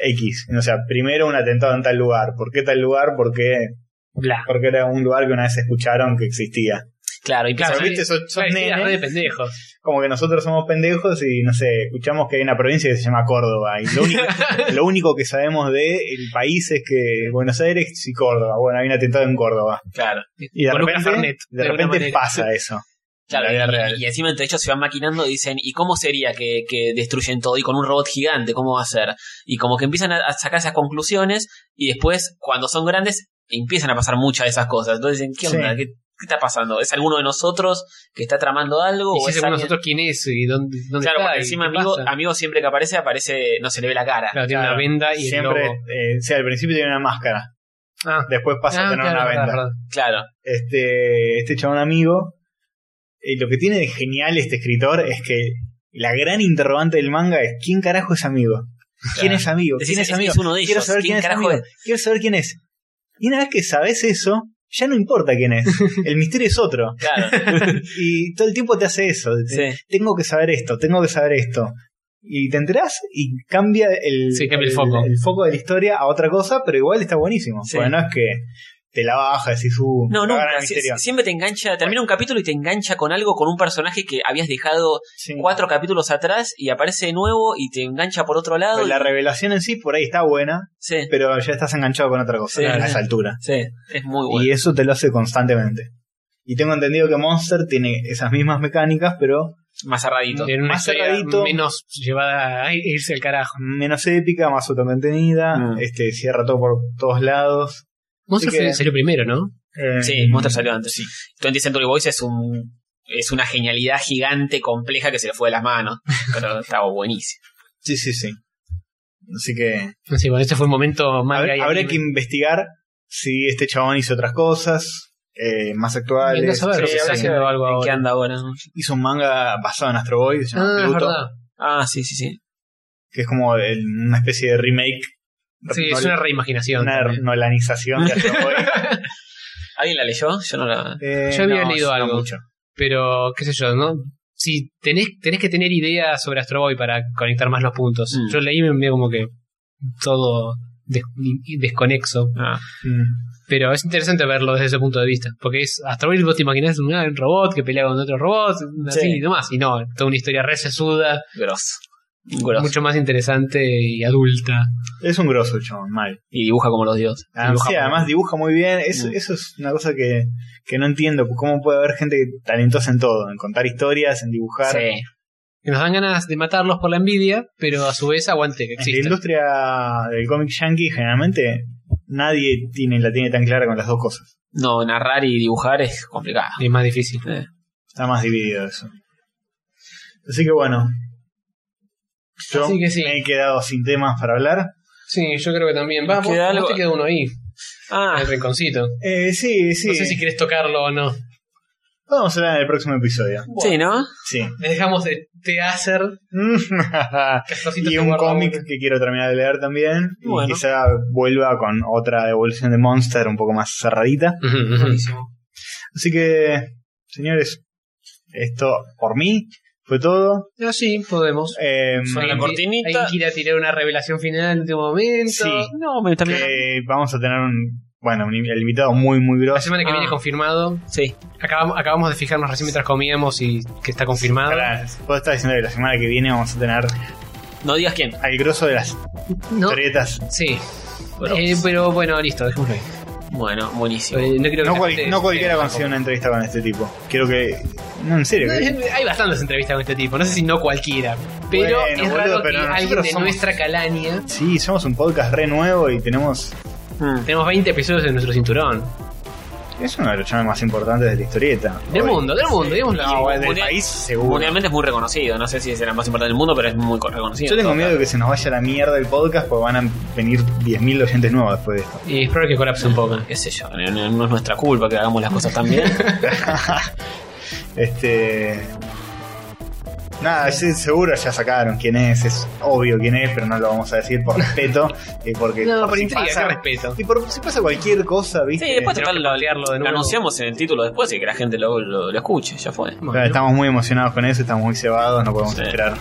[SPEAKER 1] X. O sea, primero un atentado en tal lugar. ¿Por qué tal lugar? ¿Por qué?
[SPEAKER 3] Bla.
[SPEAKER 1] Porque era un lugar que una vez escucharon que existía.
[SPEAKER 2] Claro, y
[SPEAKER 1] Claro,
[SPEAKER 3] Claro,
[SPEAKER 1] viste, son, son
[SPEAKER 3] Ay, sí,
[SPEAKER 1] nenes,
[SPEAKER 3] las redes pendejos.
[SPEAKER 1] como que nosotros somos pendejos y no sé, escuchamos que hay una provincia que se llama Córdoba y lo único, lo único que sabemos de el país es que Buenos Aires y Córdoba, bueno, hay un atentado en Córdoba.
[SPEAKER 2] claro.
[SPEAKER 1] Y de
[SPEAKER 3] Con un
[SPEAKER 1] repente,
[SPEAKER 3] Cafernet,
[SPEAKER 1] de
[SPEAKER 3] de alguna
[SPEAKER 1] repente
[SPEAKER 3] manera.
[SPEAKER 1] pasa eso.
[SPEAKER 2] Claro,
[SPEAKER 1] La vida real.
[SPEAKER 2] y, y encima entre ellos se van maquinando y dicen, ¿y cómo sería que, que destruyen todo? Y con un robot gigante, ¿cómo va a ser? Y como que empiezan a, a sacar esas conclusiones y después, cuando son grandes, empiezan a pasar muchas de esas cosas. Entonces dicen, ¿qué
[SPEAKER 1] Sí.
[SPEAKER 2] onda? ¿Qué, qué está pasando? ¿Es alguno de nosotros que está tramando algo?
[SPEAKER 3] Y
[SPEAKER 2] ¿O
[SPEAKER 3] si
[SPEAKER 2] es
[SPEAKER 3] según
[SPEAKER 2] alguien-
[SPEAKER 3] nosotros quién es y dónde, dónde
[SPEAKER 2] Oh, Claro,
[SPEAKER 3] está.
[SPEAKER 2] porque
[SPEAKER 3] y
[SPEAKER 2] encima
[SPEAKER 3] qué
[SPEAKER 2] amigo, ah,
[SPEAKER 3] pasa.
[SPEAKER 2] amigo siempre que aparece, aparece, no se le ve la cara.
[SPEAKER 3] Claro, tiene
[SPEAKER 1] Claro.
[SPEAKER 3] una venda y el
[SPEAKER 1] Siempre,
[SPEAKER 3] logo.
[SPEAKER 1] eh, o sea, al principio tiene una máscara,
[SPEAKER 3] Ah,
[SPEAKER 1] después pasa a
[SPEAKER 3] ah,
[SPEAKER 1] tener
[SPEAKER 3] claro,
[SPEAKER 1] una
[SPEAKER 3] verdad,
[SPEAKER 1] venda.
[SPEAKER 3] verdad.
[SPEAKER 2] Claro.
[SPEAKER 1] Este, este chabón amigo, y lo que tiene de genial este escritor es que la gran interrogante del manga es ¿quién carajo es amigo? ¿Quién
[SPEAKER 2] Claro.
[SPEAKER 1] es amigo?
[SPEAKER 2] Decís,
[SPEAKER 1] ¿Quién es
[SPEAKER 2] es que
[SPEAKER 1] amigo?
[SPEAKER 2] es uno de
[SPEAKER 1] Quiero
[SPEAKER 2] ellos.
[SPEAKER 1] saber
[SPEAKER 2] ¿Quién
[SPEAKER 1] quién, es
[SPEAKER 2] carajo
[SPEAKER 1] amigo. Quiero saber quién es. Y una vez que sabes eso, ya no importa quién es. El misterio es otro.
[SPEAKER 2] Claro,
[SPEAKER 1] Y todo el tiempo te hace eso. Te-
[SPEAKER 2] sí.
[SPEAKER 1] Tengo que saber esto, tengo que saber esto. Y te enterás y cambia el,
[SPEAKER 3] Sí, cambia el foco.
[SPEAKER 1] el foco de la historia a otra cosa, pero igual está buenísimo.
[SPEAKER 2] Sí.
[SPEAKER 1] Porque no es que te la "Uh, bajas y su
[SPEAKER 2] No,
[SPEAKER 1] no,
[SPEAKER 2] nunca. Sie- siempre te engancha, termina un capítulo y te engancha con algo, con un personaje que habías dejado cuatro capítulos atrás y aparece de nuevo y te engancha por otro lado.
[SPEAKER 1] Pues La revelación en sí por ahí está buena,
[SPEAKER 2] Sí,
[SPEAKER 1] pero ya estás enganchado con otra cosa
[SPEAKER 2] Sí.
[SPEAKER 1] a esa altura.
[SPEAKER 2] sí, es muy bueno.
[SPEAKER 1] Y eso te lo hace constantemente. Y tengo entendido que Monster tiene esas mismas mecánicas, pero
[SPEAKER 2] Más cerradito.
[SPEAKER 3] En una
[SPEAKER 1] Más
[SPEAKER 3] historia
[SPEAKER 1] cerradito.
[SPEAKER 3] menos llevada a irse al carajo.
[SPEAKER 1] menos épica, más autocontenida,
[SPEAKER 3] Ah.
[SPEAKER 2] Mm.
[SPEAKER 1] este, cierra todo por todos lados.
[SPEAKER 3] Monster
[SPEAKER 1] Así que-
[SPEAKER 3] salió primero, ¿no?
[SPEAKER 1] Eh,
[SPEAKER 2] Sí, Monster salió antes. 20 Century Boys es un es una genialidad gigante, compleja que se le fue de las manos. Pero estaba buenísimo.
[SPEAKER 1] Sí, sí, sí. Así que
[SPEAKER 3] Sí, bueno, este fue un momento más
[SPEAKER 1] habrá, habrá que investigar si este chabón hizo otras cosas eh, más
[SPEAKER 3] Bien, no
[SPEAKER 1] actuales. Sí,
[SPEAKER 3] saber, si está
[SPEAKER 1] habrá que-
[SPEAKER 3] haciendo algo
[SPEAKER 2] ¿En qué
[SPEAKER 3] ahora.
[SPEAKER 2] anda ahora?
[SPEAKER 1] hizo un manga basado en Astro Boy, se llama
[SPEAKER 3] Ah, es
[SPEAKER 1] Pluto,
[SPEAKER 3] verdad.
[SPEAKER 2] Ah, sí, sí, sí.
[SPEAKER 1] que es como el- una especie de remake.
[SPEAKER 3] Sí, es
[SPEAKER 1] nol-
[SPEAKER 3] una reimaginación.
[SPEAKER 1] una
[SPEAKER 3] también.
[SPEAKER 1] nolanización de Astro Boy.
[SPEAKER 2] ¿Alguien la leyó? Yo no la.
[SPEAKER 1] Eh,
[SPEAKER 3] Yo había leído
[SPEAKER 1] no
[SPEAKER 3] algo.
[SPEAKER 1] mucho.
[SPEAKER 3] Pero, qué sé yo, ¿no? Si tenés, tenés que tener ideas sobre Astro Boy para conectar más los puntos.
[SPEAKER 2] Mm.
[SPEAKER 3] Yo leí y me medio como que todo des- y- y desconexo.
[SPEAKER 2] Ah.
[SPEAKER 1] Mm.
[SPEAKER 3] Pero es interesante verlo desde ese punto de vista. Porque es Astro Boy, vos te imaginás un un robot que pelea con otro robot, así
[SPEAKER 2] Sí.
[SPEAKER 3] y demás. Y no, toda una historia resesuda,
[SPEAKER 2] Grosso. Grosso.
[SPEAKER 3] mucho más interesante y adulta.
[SPEAKER 1] Es un grosso el chabón, mal.
[SPEAKER 2] Y dibuja como los dioses.
[SPEAKER 1] Ah,
[SPEAKER 2] Dibuja
[SPEAKER 1] sí,
[SPEAKER 2] muy
[SPEAKER 1] además dibuja muy bien. Eso,
[SPEAKER 2] Mm.
[SPEAKER 1] eso es una cosa que, que no entiendo. pues, ¿Cómo puede haber gente talentosa en todo? En contar historias, en dibujar.
[SPEAKER 2] Sí.
[SPEAKER 3] Que nos dan ganas de matarlos por la envidia, pero a su vez aguante que
[SPEAKER 1] En la
[SPEAKER 3] existe.
[SPEAKER 1] industria del cómic yankee, generalmente nadie tiene, la tiene tan clara con las dos cosas.
[SPEAKER 2] No, narrar y dibujar es complicado.
[SPEAKER 3] Es más difícil.
[SPEAKER 2] Eh.
[SPEAKER 1] Está más dividido eso. Así que bueno. Yo
[SPEAKER 3] Así que sí.
[SPEAKER 1] me he quedado sin temas para hablar.
[SPEAKER 3] Sí, yo creo que también.
[SPEAKER 2] Nos
[SPEAKER 3] Vamos,
[SPEAKER 2] queda algo-
[SPEAKER 3] te queda uno ahí, en
[SPEAKER 2] Ah,
[SPEAKER 3] el rinconcito.
[SPEAKER 1] Eh, sí, sí.
[SPEAKER 3] No sé si quieres tocarlo o no.
[SPEAKER 1] Vamos a hablar en el próximo episodio.
[SPEAKER 2] sí, ¿no?
[SPEAKER 1] Sí.
[SPEAKER 3] Les dejamos de teaser. Castorcito
[SPEAKER 1] y
[SPEAKER 3] se
[SPEAKER 1] un
[SPEAKER 3] guarda
[SPEAKER 1] cómic
[SPEAKER 3] uno.
[SPEAKER 1] que quiero terminar de leer también. Y
[SPEAKER 2] Bueno.
[SPEAKER 1] quizá vuelva con otra evolución de Monster un poco más cerradita.
[SPEAKER 3] Ujú, ujú.
[SPEAKER 2] Buenísimo.
[SPEAKER 1] Así que, señores, esto por mí fue todo.
[SPEAKER 3] Ah, sí, podemos.
[SPEAKER 1] Eh,
[SPEAKER 2] Suena la
[SPEAKER 3] Alguien-
[SPEAKER 2] cortinita.
[SPEAKER 3] Alguien quiere tirar una revelación final de último momento.
[SPEAKER 1] Sí.
[SPEAKER 2] No, me también.
[SPEAKER 1] que eh, vamos a tener un, bueno, un el invitado muy, muy
[SPEAKER 3] La
[SPEAKER 1] grosso.
[SPEAKER 3] semana que
[SPEAKER 2] Ah.
[SPEAKER 3] viene confirmado.
[SPEAKER 2] Sí.
[SPEAKER 3] Acabamos, acabamos de fijarnos recién mientras comíamos y que está confirmado.
[SPEAKER 1] Pará, Vos estás diciendo que la semana que viene vamos a tener
[SPEAKER 2] No digas quién.
[SPEAKER 1] al grosso de las
[SPEAKER 3] No,
[SPEAKER 1] historietas.
[SPEAKER 3] sí.
[SPEAKER 2] Pero-
[SPEAKER 3] Eh, pero bueno, listo, dejémoslo ahí.
[SPEAKER 2] Bueno, buenísimo.
[SPEAKER 3] Eh, No, creo
[SPEAKER 1] No,
[SPEAKER 3] que Eh,
[SPEAKER 1] cual-
[SPEAKER 3] la gente-
[SPEAKER 1] no cualquiera consigue una entrevista con este tipo. Quiero que... No, en serio.
[SPEAKER 3] No,
[SPEAKER 1] que-
[SPEAKER 3] eh, Hay bastantes entrevistas con este tipo, no sé si no cualquiera. Pero
[SPEAKER 1] Bueno,
[SPEAKER 3] es
[SPEAKER 1] boludo,
[SPEAKER 3] raro
[SPEAKER 1] pero
[SPEAKER 3] que alguien
[SPEAKER 1] nosotros
[SPEAKER 3] de
[SPEAKER 1] somos-
[SPEAKER 3] nuestra calaña.
[SPEAKER 1] Sí, somos un podcast re nuevo y tenemos
[SPEAKER 2] Mm.
[SPEAKER 3] Tenemos 20 episodios en nuestro cinturón.
[SPEAKER 1] Es uno de los chames más importantes de la historieta.
[SPEAKER 3] Del
[SPEAKER 1] Hoy.
[SPEAKER 3] mundo, del mundo, digámoslo así.
[SPEAKER 1] No, bueno, del
[SPEAKER 2] Mundial-
[SPEAKER 1] país seguro.
[SPEAKER 2] Mundialmente es muy reconocido. No sé si es el más importante del mundo, pero es muy co- reconocido.
[SPEAKER 1] Yo tengo
[SPEAKER 2] Todo,
[SPEAKER 1] miedo de que se nos vaya la mierda el podcast porque van a venir 10.000 oyentes nuevos después de esto.
[SPEAKER 3] Y espero que colapse un poco.
[SPEAKER 2] claro. Qué sé yo. No, no- no es nuestra culpa que hagamos las cosas tan bien.
[SPEAKER 1] Este. Nada, sí, seguro ya sacaron quién es, es obvio quién es, pero no lo vamos a decir por respeto. y porque
[SPEAKER 3] No, por
[SPEAKER 1] si
[SPEAKER 3] intriga,
[SPEAKER 1] pasa-
[SPEAKER 3] qué respeto.
[SPEAKER 1] y por si pasa cualquier cosa,
[SPEAKER 2] sí,
[SPEAKER 1] ¿viste?
[SPEAKER 2] después
[SPEAKER 3] tenemos
[SPEAKER 2] total
[SPEAKER 3] que
[SPEAKER 2] lo,
[SPEAKER 3] patearlo de
[SPEAKER 2] lo
[SPEAKER 3] nuevo.
[SPEAKER 2] anunciamos en el título después y que la gente lo, lo- lo escuche. Ya fue.
[SPEAKER 1] Claro,
[SPEAKER 3] Bueno,
[SPEAKER 1] Estamos muy emocionados con eso, estamos muy cebados, no podemos
[SPEAKER 2] Sí.
[SPEAKER 1] esperar.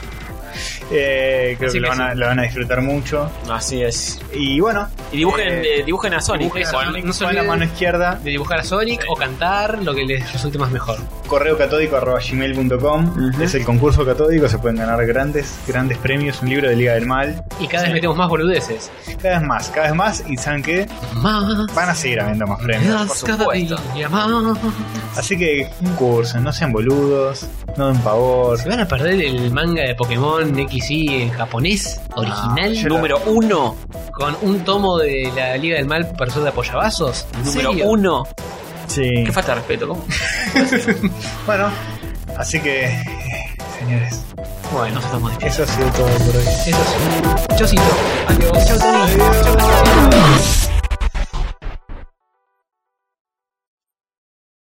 [SPEAKER 1] Eh, creo
[SPEAKER 3] Así
[SPEAKER 1] que, lo,
[SPEAKER 3] que
[SPEAKER 1] van a,
[SPEAKER 3] sí.
[SPEAKER 1] lo van a disfrutar mucho.
[SPEAKER 4] Así es.
[SPEAKER 1] Y bueno,
[SPEAKER 4] Y dibujen,
[SPEAKER 1] Eh,
[SPEAKER 4] eh, dibujen a Sonic.
[SPEAKER 3] dibujen a
[SPEAKER 4] eso.
[SPEAKER 3] Sonic.
[SPEAKER 1] no
[SPEAKER 3] No se
[SPEAKER 1] la
[SPEAKER 3] olviden-
[SPEAKER 1] mano izquierda,
[SPEAKER 3] De dibujar a Sonic o cantar, lo que les resulte más mejor.
[SPEAKER 1] correo catódico arroba gmail.com.
[SPEAKER 4] Ujú.
[SPEAKER 1] Es el concurso catódico, se pueden ganar grandes, grandes premios. Un libro de Liga del Mal.
[SPEAKER 3] Y cada vez metemos más boludeces.
[SPEAKER 1] Cada vez más, cada vez más. Y saben que
[SPEAKER 3] Más.
[SPEAKER 1] van a seguir habiendo más premios.
[SPEAKER 3] más, cada
[SPEAKER 4] supuesto.
[SPEAKER 3] día más.
[SPEAKER 1] Así que cursen, no sean boludos, no den pavor.
[SPEAKER 3] ¿Se van a perder el manga de Pokémon XY en japonés original?
[SPEAKER 1] yo-
[SPEAKER 4] Número uno.
[SPEAKER 1] Ah,
[SPEAKER 3] Con un tomo de la Liga del Mal para de apoyabazos. ¿En
[SPEAKER 4] Número
[SPEAKER 3] serio?
[SPEAKER 4] uno.
[SPEAKER 1] Sí.
[SPEAKER 4] Qué falta de respeto. ¿cómo?
[SPEAKER 1] Bueno, así que, eh, señores,
[SPEAKER 3] Bueno,
[SPEAKER 4] Nos estamos despidiendo.
[SPEAKER 1] eso ha sido todo por hoy.
[SPEAKER 3] eso sí. Chocito. Adiós. Chau, Tony. Chau, Tony.